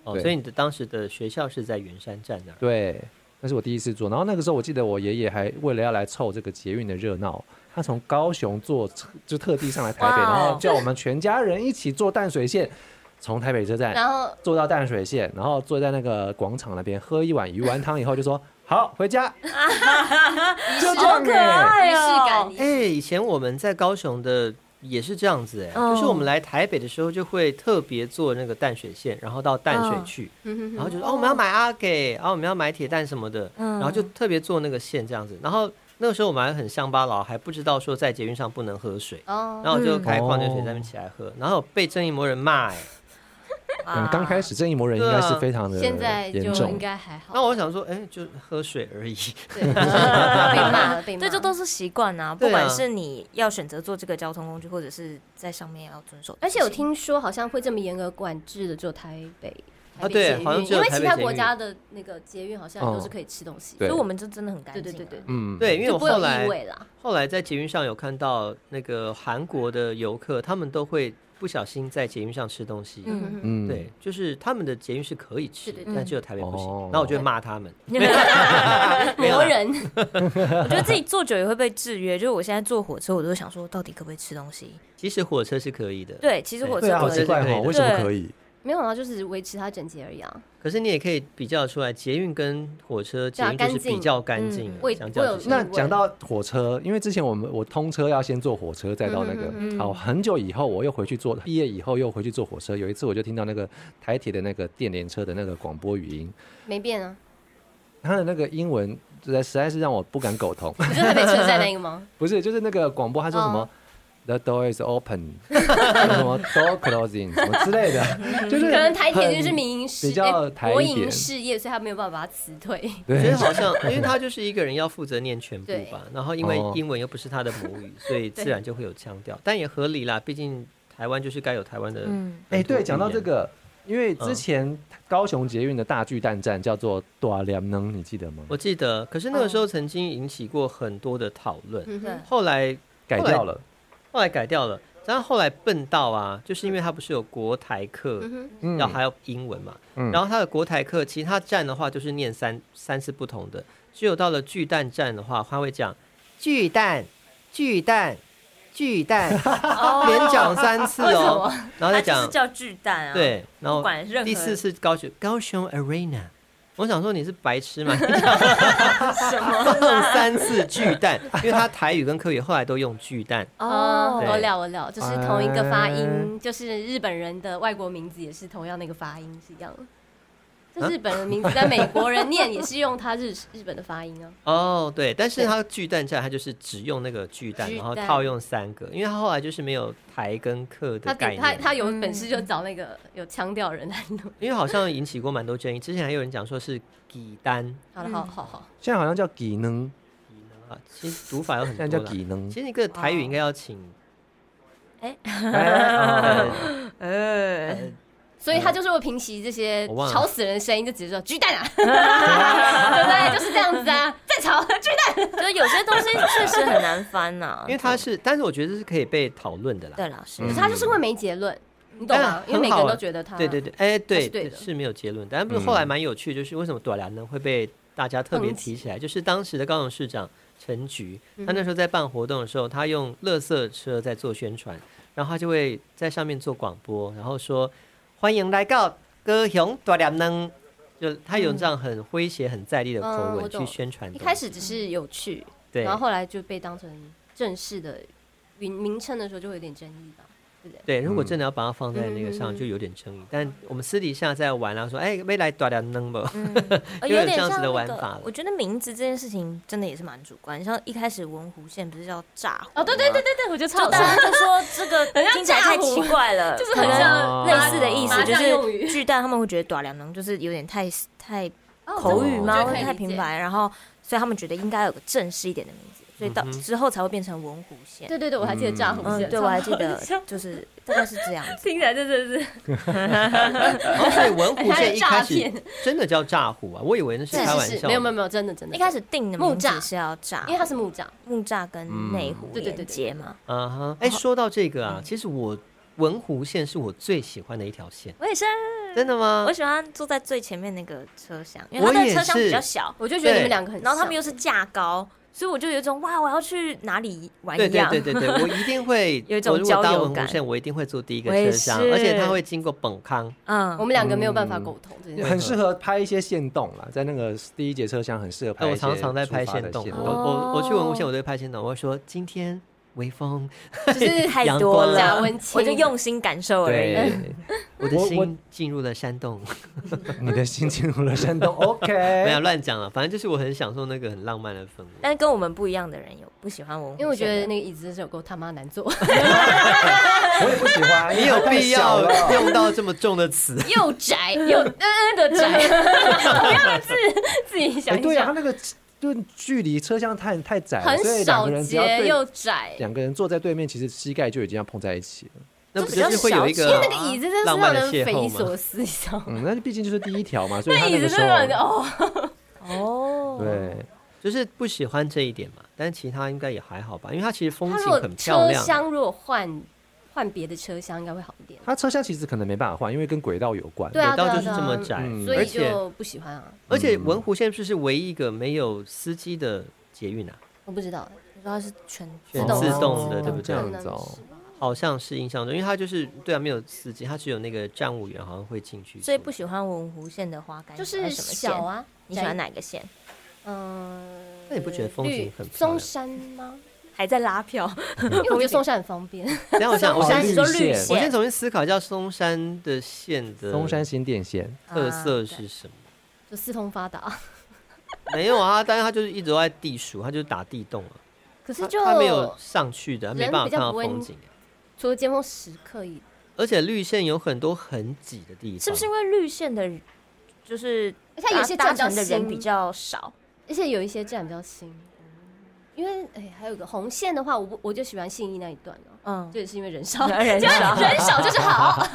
[SPEAKER 1] 哦，
[SPEAKER 2] 对
[SPEAKER 1] 所以你的当时的学校是在圆山站那儿。
[SPEAKER 2] 对，那是我第一次坐。然后那个时候我记得我爷爷还为了要来凑这个捷运的热闹，他从高雄坐车就特地上来台北，
[SPEAKER 4] 哇
[SPEAKER 2] 然
[SPEAKER 4] 哦
[SPEAKER 2] 后叫我们全家人一起坐淡水线，从台北车
[SPEAKER 1] 哎
[SPEAKER 2] 站
[SPEAKER 3] 然后
[SPEAKER 2] 坐到淡水线，然后坐在那个广场那边喝一碗鱼丸汤以后就说好回家，就这样
[SPEAKER 4] 可
[SPEAKER 2] 哎、
[SPEAKER 4] 爱
[SPEAKER 3] 仪式感
[SPEAKER 4] 哦，
[SPEAKER 1] 哎、以前我们在高雄的也是这样子哎、
[SPEAKER 4] 哦
[SPEAKER 1] 就是我们来台北的时候就会特别坐那个淡水线，然后到淡水去，
[SPEAKER 3] 嗯
[SPEAKER 1] 然后就说哦我们要买阿给，哦然后我们要买铁蛋什么的，
[SPEAKER 4] 嗯
[SPEAKER 1] 然后就特别坐那个线这样子。然后那个时候我们还很乡巴佬，还不知道说在捷运上不能喝水，
[SPEAKER 3] 哦，
[SPEAKER 1] 然后我就
[SPEAKER 4] 嗯
[SPEAKER 1] 开矿泉水在那边起来喝，然后被正义魔人骂哎、
[SPEAKER 4] 啊
[SPEAKER 2] 嗯，刚开始正义魔人应该是非常的
[SPEAKER 3] 现在就
[SPEAKER 2] 严重
[SPEAKER 3] 应，该还好。
[SPEAKER 1] 那我想说，哎、就喝水而 已。
[SPEAKER 3] 对， 被骂了，被骂了。
[SPEAKER 4] 对，这都是习惯啊，
[SPEAKER 1] 对
[SPEAKER 4] 不
[SPEAKER 1] 啊
[SPEAKER 4] 管是你要选择做这个交通工具，或者是在上面要遵守，
[SPEAKER 3] 而且我听说好像会这么严格管制的，只有台北。
[SPEAKER 1] 啊对
[SPEAKER 3] 台北捷运
[SPEAKER 1] 好像只有
[SPEAKER 3] 因为
[SPEAKER 1] 台
[SPEAKER 3] 其
[SPEAKER 1] 北
[SPEAKER 3] 他
[SPEAKER 1] 捷
[SPEAKER 3] 国
[SPEAKER 1] 运
[SPEAKER 3] 家的那个捷运好像
[SPEAKER 2] 哦
[SPEAKER 3] 都是可以吃东西，
[SPEAKER 2] 对
[SPEAKER 4] 所以我们就真的很干净、啊
[SPEAKER 3] 对对对对
[SPEAKER 2] 嗯，
[SPEAKER 1] 对，因为
[SPEAKER 3] 就
[SPEAKER 1] 我
[SPEAKER 3] 不会有
[SPEAKER 1] 后来
[SPEAKER 3] 异味啦。
[SPEAKER 1] 后来在捷运上有看到那个韩国的游客，他们都会不小心在捷运上吃东西。
[SPEAKER 4] 嗯
[SPEAKER 3] 嗯，
[SPEAKER 2] 嗯，
[SPEAKER 1] 对，就是他们的捷运是可以吃，
[SPEAKER 3] 对对
[SPEAKER 1] 但只有台北不行。
[SPEAKER 2] 哦
[SPEAKER 1] 然后我就会骂他们，没有啦
[SPEAKER 3] 磨人，
[SPEAKER 4] 我觉得自己坐久也会被制约，就是我现在坐火车，我都想说到底可不可以吃东西？
[SPEAKER 1] 其实火车是可以的。，
[SPEAKER 4] 对，其实火
[SPEAKER 2] 对啊，
[SPEAKER 4] 车
[SPEAKER 2] 好
[SPEAKER 4] 可
[SPEAKER 2] 奇
[SPEAKER 4] 以，
[SPEAKER 2] 怪
[SPEAKER 1] 对
[SPEAKER 2] 哈，
[SPEAKER 1] 对
[SPEAKER 2] 为什么
[SPEAKER 4] 对
[SPEAKER 2] 可以？
[SPEAKER 3] 没有啊，就是维持它整洁而已啊，
[SPEAKER 1] 可是你也可以比较出来，捷运跟火车捷
[SPEAKER 3] 对啊
[SPEAKER 1] 运就是
[SPEAKER 3] 干净
[SPEAKER 1] 比较干净
[SPEAKER 4] 嗯。
[SPEAKER 3] 味
[SPEAKER 1] 相较
[SPEAKER 3] 味
[SPEAKER 1] 之
[SPEAKER 3] 有
[SPEAKER 1] 下
[SPEAKER 2] 那
[SPEAKER 3] 疑问
[SPEAKER 2] 讲到火车，因为之前我们我通车要先坐火车，再到那个，
[SPEAKER 3] 嗯
[SPEAKER 2] 好很久以后我又回去坐，毕业以后又回去坐火车。有一次我就听到那个台铁的那个电联车的那个广播语音，
[SPEAKER 3] 没变啊。
[SPEAKER 2] 它的那个英文实在实在是让我不敢苟同，
[SPEAKER 3] 你说台北车站那个吗？
[SPEAKER 2] 不是就是那个广播他说什么、
[SPEAKER 3] 哦
[SPEAKER 2] The door is open，什么 door closing 什么之类的，就是
[SPEAKER 3] 嗯可能台铁就是
[SPEAKER 2] 很
[SPEAKER 3] 民营事，
[SPEAKER 2] 比较
[SPEAKER 3] 哎
[SPEAKER 2] 台一
[SPEAKER 3] 国
[SPEAKER 2] 点
[SPEAKER 3] 营事业，所以他没有办法把它辞退。
[SPEAKER 1] 我觉
[SPEAKER 2] 对
[SPEAKER 1] 得好像， 因为他就是一个人要负责念全部
[SPEAKER 3] 对
[SPEAKER 1] 吧，然后因为
[SPEAKER 2] 哦
[SPEAKER 1] 英文又不是他的母语， 所以自然就会有腔调，但也合理啦，毕竟台湾就是该有台湾的
[SPEAKER 4] 嗯，
[SPEAKER 2] 哎、对，讲到这个，因为
[SPEAKER 1] 嗯
[SPEAKER 2] 之前高雄捷运的大巨蛋站叫做大良能，你记得吗？
[SPEAKER 1] 我记得，可是那个时候曾经引起过很多的讨论，
[SPEAKER 3] 嗯哼，
[SPEAKER 1] 后来
[SPEAKER 2] 改
[SPEAKER 1] 后来
[SPEAKER 2] 掉了。
[SPEAKER 1] 后来改掉了。然后后来笨到啊，就是因为它不是有国台课，
[SPEAKER 3] 嗯
[SPEAKER 2] 嗯
[SPEAKER 1] 然后还有英文嘛。
[SPEAKER 2] 嗯
[SPEAKER 1] 然后它的国台课，其他站的话就是念三三次不同的，只有到了巨蛋站的话，它会讲巨蛋、巨蛋、巨蛋，连讲三次
[SPEAKER 3] 为什
[SPEAKER 1] 哦
[SPEAKER 3] 么，
[SPEAKER 1] 然后再
[SPEAKER 4] 它就是
[SPEAKER 1] 讲
[SPEAKER 4] 叫巨蛋啊，，
[SPEAKER 1] 对，然
[SPEAKER 4] 不
[SPEAKER 1] 后
[SPEAKER 4] 管任何
[SPEAKER 1] 第四次高雄高雄 Arena，我想说你是白痴 吗？放三次巨蛋，因为他台语跟客语后来都用巨蛋。
[SPEAKER 3] 哦，
[SPEAKER 1] 对哎
[SPEAKER 3] 我了我了，就是同一个发音，就是日本人的外国名字也是同样那个发音是一样的。这
[SPEAKER 1] 啊
[SPEAKER 3] 日本人名字在美国人念也是用他日日本的发音 啊，
[SPEAKER 1] 哦，对，但是他巨蛋站，他就是只用那个巨蛋，
[SPEAKER 3] 巨
[SPEAKER 1] 然后
[SPEAKER 3] 蛋
[SPEAKER 1] 套用三个，因为他后来就是没有台跟客的
[SPEAKER 3] 他
[SPEAKER 1] 概
[SPEAKER 3] 只他
[SPEAKER 1] 念，
[SPEAKER 3] 他有本事就找那个有腔调人来弄。
[SPEAKER 1] 因为好像引起过蛮多争议。之前还有人讲说是几单
[SPEAKER 3] 好了，好好好，
[SPEAKER 2] 现在好像叫技能，
[SPEAKER 1] 啊，其 实读法有很
[SPEAKER 2] 现在
[SPEAKER 1] 多
[SPEAKER 2] 叫
[SPEAKER 1] 啦。
[SPEAKER 2] 技能
[SPEAKER 1] 其。实一个台语应该要请，
[SPEAKER 2] 哎哦
[SPEAKER 4] 呃，
[SPEAKER 3] 所以他就是会平息这些
[SPEAKER 1] 我忘了
[SPEAKER 3] 吵死人的声音，就直接说巨蛋啊， 对不对？就是这样子 啊，再吵巨蛋。
[SPEAKER 4] 就是有些东西确实很难翻呐、
[SPEAKER 1] 因为嗯他是，但是我觉得这是可以被讨论的啦。
[SPEAKER 4] 对老师
[SPEAKER 3] 可是他就是会没结论，你懂
[SPEAKER 1] 但
[SPEAKER 3] 吗？
[SPEAKER 1] 很
[SPEAKER 3] 因为每个人
[SPEAKER 1] 好
[SPEAKER 3] 都
[SPEAKER 1] 啊
[SPEAKER 3] 觉得他
[SPEAKER 1] 对对对，哎，
[SPEAKER 3] 是
[SPEAKER 1] 对
[SPEAKER 3] 对的
[SPEAKER 1] 是没有结论，但不是后来蛮有趣，就是为什么朵兰呢会被大家特别提起来，就是当时的高雄市长陈菊，他
[SPEAKER 3] 嗯
[SPEAKER 1] 那时候在办活动的时候，他用垃圾车在做宣传，然后他就会在上面做广播，然后说欢迎来到高雄朵兰呢。就他有这样很诙谐、很在地的口
[SPEAKER 3] 嗯我
[SPEAKER 1] 吻去
[SPEAKER 3] 懂
[SPEAKER 1] 宣传东
[SPEAKER 3] 一
[SPEAKER 1] 西。
[SPEAKER 3] 开始只是有趣，
[SPEAKER 1] 对
[SPEAKER 3] 然后后来就被当成正式的名名称的时候，就会有点争议吧。
[SPEAKER 1] 对，如果
[SPEAKER 2] 嗯
[SPEAKER 1] 真的要把它放在那个上，
[SPEAKER 3] 嗯
[SPEAKER 1] 就有点争议。但我们私底下在玩啊，说哎，未来朵兰能不？
[SPEAKER 4] 呃
[SPEAKER 1] 有点
[SPEAKER 4] 点
[SPEAKER 1] 这样子
[SPEAKER 4] 像
[SPEAKER 1] 的
[SPEAKER 4] 那
[SPEAKER 1] 玩
[SPEAKER 4] 个
[SPEAKER 1] 法了
[SPEAKER 4] 我觉得名字这件事情真的也是蛮主观，像一开始文湖线不是叫炸湖
[SPEAKER 3] 哦，对对对对对，我觉得超
[SPEAKER 4] 就大家就说这个
[SPEAKER 3] 很像
[SPEAKER 4] 听起来太奇怪 了，
[SPEAKER 3] 就是
[SPEAKER 4] 可
[SPEAKER 3] 很
[SPEAKER 4] 能
[SPEAKER 1] 啊
[SPEAKER 3] 像
[SPEAKER 4] 类似的意思，
[SPEAKER 3] 麻
[SPEAKER 4] 就
[SPEAKER 3] 将哦用
[SPEAKER 4] 是
[SPEAKER 3] 语哦
[SPEAKER 4] 巨蛋他们会觉得短良能就是有点 太太口
[SPEAKER 2] 口
[SPEAKER 4] 语
[SPEAKER 2] 语
[SPEAKER 4] 吗？
[SPEAKER 2] 吗
[SPEAKER 4] 或者太平。白，然后所以他们觉得应该有个正式一点的名字，所以到
[SPEAKER 1] 嗯哼
[SPEAKER 4] 之后才会变成文湖线。
[SPEAKER 3] 对对对，我还记得炸红
[SPEAKER 4] 嗯，
[SPEAKER 3] 线，
[SPEAKER 4] 对我还记得
[SPEAKER 3] 超像
[SPEAKER 4] 就是大概是这样 子。
[SPEAKER 3] 听起来真的是
[SPEAKER 1] 哦，所以文湖
[SPEAKER 3] 还
[SPEAKER 1] 线
[SPEAKER 3] 有
[SPEAKER 1] 一
[SPEAKER 3] 诈
[SPEAKER 1] 开始
[SPEAKER 3] 骗
[SPEAKER 1] 真的叫炸虎啊，我以为那是
[SPEAKER 3] 是
[SPEAKER 1] 开玩
[SPEAKER 3] 是
[SPEAKER 1] 笑
[SPEAKER 3] 是，
[SPEAKER 1] 的。
[SPEAKER 3] 没有没有没有，真的真的。
[SPEAKER 4] 一开始定的
[SPEAKER 3] 木
[SPEAKER 4] 名字
[SPEAKER 3] 栅
[SPEAKER 4] 是要炸，
[SPEAKER 3] 因为他是木栅，
[SPEAKER 4] 木栅跟内湖
[SPEAKER 2] 嗯
[SPEAKER 3] 对对对
[SPEAKER 4] 连
[SPEAKER 3] 对
[SPEAKER 4] 接嘛。
[SPEAKER 1] 啊哈，哎，说到这个啊，其实我文湖线是我最喜欢的一条线，
[SPEAKER 4] 我也
[SPEAKER 3] 啊
[SPEAKER 4] 是，
[SPEAKER 1] 真的吗
[SPEAKER 4] 嗯我？喜欢坐在最前面那个车厢，因为它
[SPEAKER 1] 我
[SPEAKER 4] 的
[SPEAKER 1] 也
[SPEAKER 4] 车厢比
[SPEAKER 1] 是
[SPEAKER 4] 较小，
[SPEAKER 3] 我就觉得你
[SPEAKER 1] 对
[SPEAKER 3] 们两个很像，
[SPEAKER 4] 然后他们又是架高，所以我就有一种哇，我要去哪里玩
[SPEAKER 1] 对
[SPEAKER 4] 一
[SPEAKER 1] 对
[SPEAKER 4] 样。
[SPEAKER 1] 对对对，我一定会
[SPEAKER 4] 有一种
[SPEAKER 1] 我如果
[SPEAKER 4] 交
[SPEAKER 1] 搭
[SPEAKER 4] 友
[SPEAKER 1] 文湖
[SPEAKER 4] 感
[SPEAKER 1] 线，我一定会坐第一个
[SPEAKER 4] 我也
[SPEAKER 1] 车厢，
[SPEAKER 4] 是
[SPEAKER 1] 而且它会经过本康。
[SPEAKER 4] 嗯，
[SPEAKER 3] 我们两个没有办法沟通这件事。
[SPEAKER 2] 很适合拍一些线动啦，在那个第一节车厢很适合
[SPEAKER 1] 哎，
[SPEAKER 2] 拍一
[SPEAKER 1] 我
[SPEAKER 2] 些
[SPEAKER 1] 常常在拍
[SPEAKER 2] 出发的
[SPEAKER 1] 线动，我
[SPEAKER 2] 线
[SPEAKER 3] 哦
[SPEAKER 1] 我我去文湖线，我都会拍线动，我会说今天微风，
[SPEAKER 3] 就是
[SPEAKER 4] 太
[SPEAKER 1] 阳
[SPEAKER 4] 多
[SPEAKER 1] 光
[SPEAKER 4] 了，
[SPEAKER 3] 贾文清
[SPEAKER 4] 我就用心感受而已。
[SPEAKER 2] 对，
[SPEAKER 1] 我的
[SPEAKER 2] 我我
[SPEAKER 1] 心进入了山洞。
[SPEAKER 2] 你的心进入了山洞
[SPEAKER 1] 没有
[SPEAKER 2] ，OK。
[SPEAKER 1] 乱讲了，反正就是我很享受那个很浪漫的氛围。
[SPEAKER 4] 但跟我们不一样的人有不喜欢文，
[SPEAKER 3] 因为我觉得那个椅子是有够他妈难坐，
[SPEAKER 2] 我也不喜欢，
[SPEAKER 1] 你有
[SPEAKER 2] 因为它太
[SPEAKER 1] 必要
[SPEAKER 2] 小了
[SPEAKER 1] 用到这么重的 词？
[SPEAKER 3] 又窄又嗯嗯的窄， 不要自自己想
[SPEAKER 2] 哎，
[SPEAKER 3] 一
[SPEAKER 2] 对啊，
[SPEAKER 3] 想
[SPEAKER 2] 它，那个就距离车厢太太窄了，所
[SPEAKER 3] 很
[SPEAKER 2] 以两
[SPEAKER 3] 少
[SPEAKER 2] 个人只要
[SPEAKER 3] 节
[SPEAKER 2] 对
[SPEAKER 3] 又窄，
[SPEAKER 2] 两个人坐在对面，其实膝盖就已经要碰在一起 了。
[SPEAKER 1] 那
[SPEAKER 4] 就
[SPEAKER 1] 不
[SPEAKER 4] 比较
[SPEAKER 1] 就是会有一
[SPEAKER 4] 小巧
[SPEAKER 1] 个
[SPEAKER 4] 啊
[SPEAKER 3] 那个椅子真的是让人匪夷所思，你知道吗？
[SPEAKER 2] 嗯，那毕竟就是第一条嘛，所以
[SPEAKER 3] 那
[SPEAKER 2] 他那
[SPEAKER 3] 椅子
[SPEAKER 2] 个
[SPEAKER 3] 真
[SPEAKER 2] 时
[SPEAKER 3] 的让人
[SPEAKER 2] 候
[SPEAKER 3] 哦，
[SPEAKER 4] 哦，
[SPEAKER 2] 对，
[SPEAKER 1] 就是不喜欢这一点嘛，但其他应该也还好吧，因为它其实风
[SPEAKER 3] 他
[SPEAKER 1] 景
[SPEAKER 3] 如果
[SPEAKER 1] 很漂
[SPEAKER 3] 车
[SPEAKER 1] 亮。
[SPEAKER 3] 厢如果换换别的车厢，应该会好一点。
[SPEAKER 2] 它车厢其实可能没办法换，因为跟轨道有关。
[SPEAKER 3] 对啊
[SPEAKER 1] 道就是这么窄，
[SPEAKER 2] 嗯
[SPEAKER 3] 所
[SPEAKER 1] 而
[SPEAKER 3] 以
[SPEAKER 1] 且
[SPEAKER 3] 就不喜欢啊，
[SPEAKER 1] 而且文湖线是不是唯一一个没有司机的捷运啊？
[SPEAKER 3] 我不知道，
[SPEAKER 4] 不知道是全
[SPEAKER 1] 全
[SPEAKER 3] 动
[SPEAKER 1] 自
[SPEAKER 3] 的
[SPEAKER 1] 动的，对不
[SPEAKER 2] 这
[SPEAKER 1] 对？
[SPEAKER 2] 样
[SPEAKER 3] 可能
[SPEAKER 2] 子哦
[SPEAKER 3] 是吧
[SPEAKER 1] 好像是印象中，因为它就是对啊，没有司机，它只有那个站务员好像会进去。
[SPEAKER 4] 所以不喜欢文湖线的花干，
[SPEAKER 3] 就
[SPEAKER 4] 你
[SPEAKER 3] 是
[SPEAKER 4] 喜欢什么
[SPEAKER 3] 小
[SPEAKER 4] 线？
[SPEAKER 3] 啊，
[SPEAKER 4] 你喜欢
[SPEAKER 3] 哪？
[SPEAKER 4] 哪个线？
[SPEAKER 3] 嗯，
[SPEAKER 1] 那你不觉得风景很漂亮
[SPEAKER 3] 松山吗？
[SPEAKER 4] 还在拉票，
[SPEAKER 3] 因为我觉得松山很方便，
[SPEAKER 1] 等一下我想，我
[SPEAKER 2] 好
[SPEAKER 1] 先
[SPEAKER 2] 绿
[SPEAKER 4] 说
[SPEAKER 2] 线
[SPEAKER 4] 绿
[SPEAKER 1] 我先
[SPEAKER 4] 线，
[SPEAKER 1] 重新思考一下松山的线的
[SPEAKER 3] 啊
[SPEAKER 2] 松山新店线，
[SPEAKER 1] 特色是什么？
[SPEAKER 3] 就四通发达。
[SPEAKER 1] 没有啊，但是它就是一直都在地鼠，它就是打地洞啊。
[SPEAKER 3] 可是
[SPEAKER 1] 它
[SPEAKER 3] 就
[SPEAKER 1] 它没有上去的，它没
[SPEAKER 3] 人
[SPEAKER 1] 办法
[SPEAKER 3] 比
[SPEAKER 1] 看
[SPEAKER 3] 较
[SPEAKER 1] 到
[SPEAKER 3] 不会
[SPEAKER 1] 风景。
[SPEAKER 3] 除了尖峰时刻以，
[SPEAKER 1] 而且绿线有很多很挤的地方，
[SPEAKER 4] 是不是因为绿线的，就是
[SPEAKER 3] 而且有些
[SPEAKER 4] 搭
[SPEAKER 3] 站
[SPEAKER 4] 搭乘的人比
[SPEAKER 3] 新
[SPEAKER 4] 较少？
[SPEAKER 3] 而且有一些站比较新，因为哎、还有一个红线的话，我不我就喜欢信义那一段哦、
[SPEAKER 4] 嗯，
[SPEAKER 3] 这也是因为人少，
[SPEAKER 4] 人少
[SPEAKER 3] 人少就是好。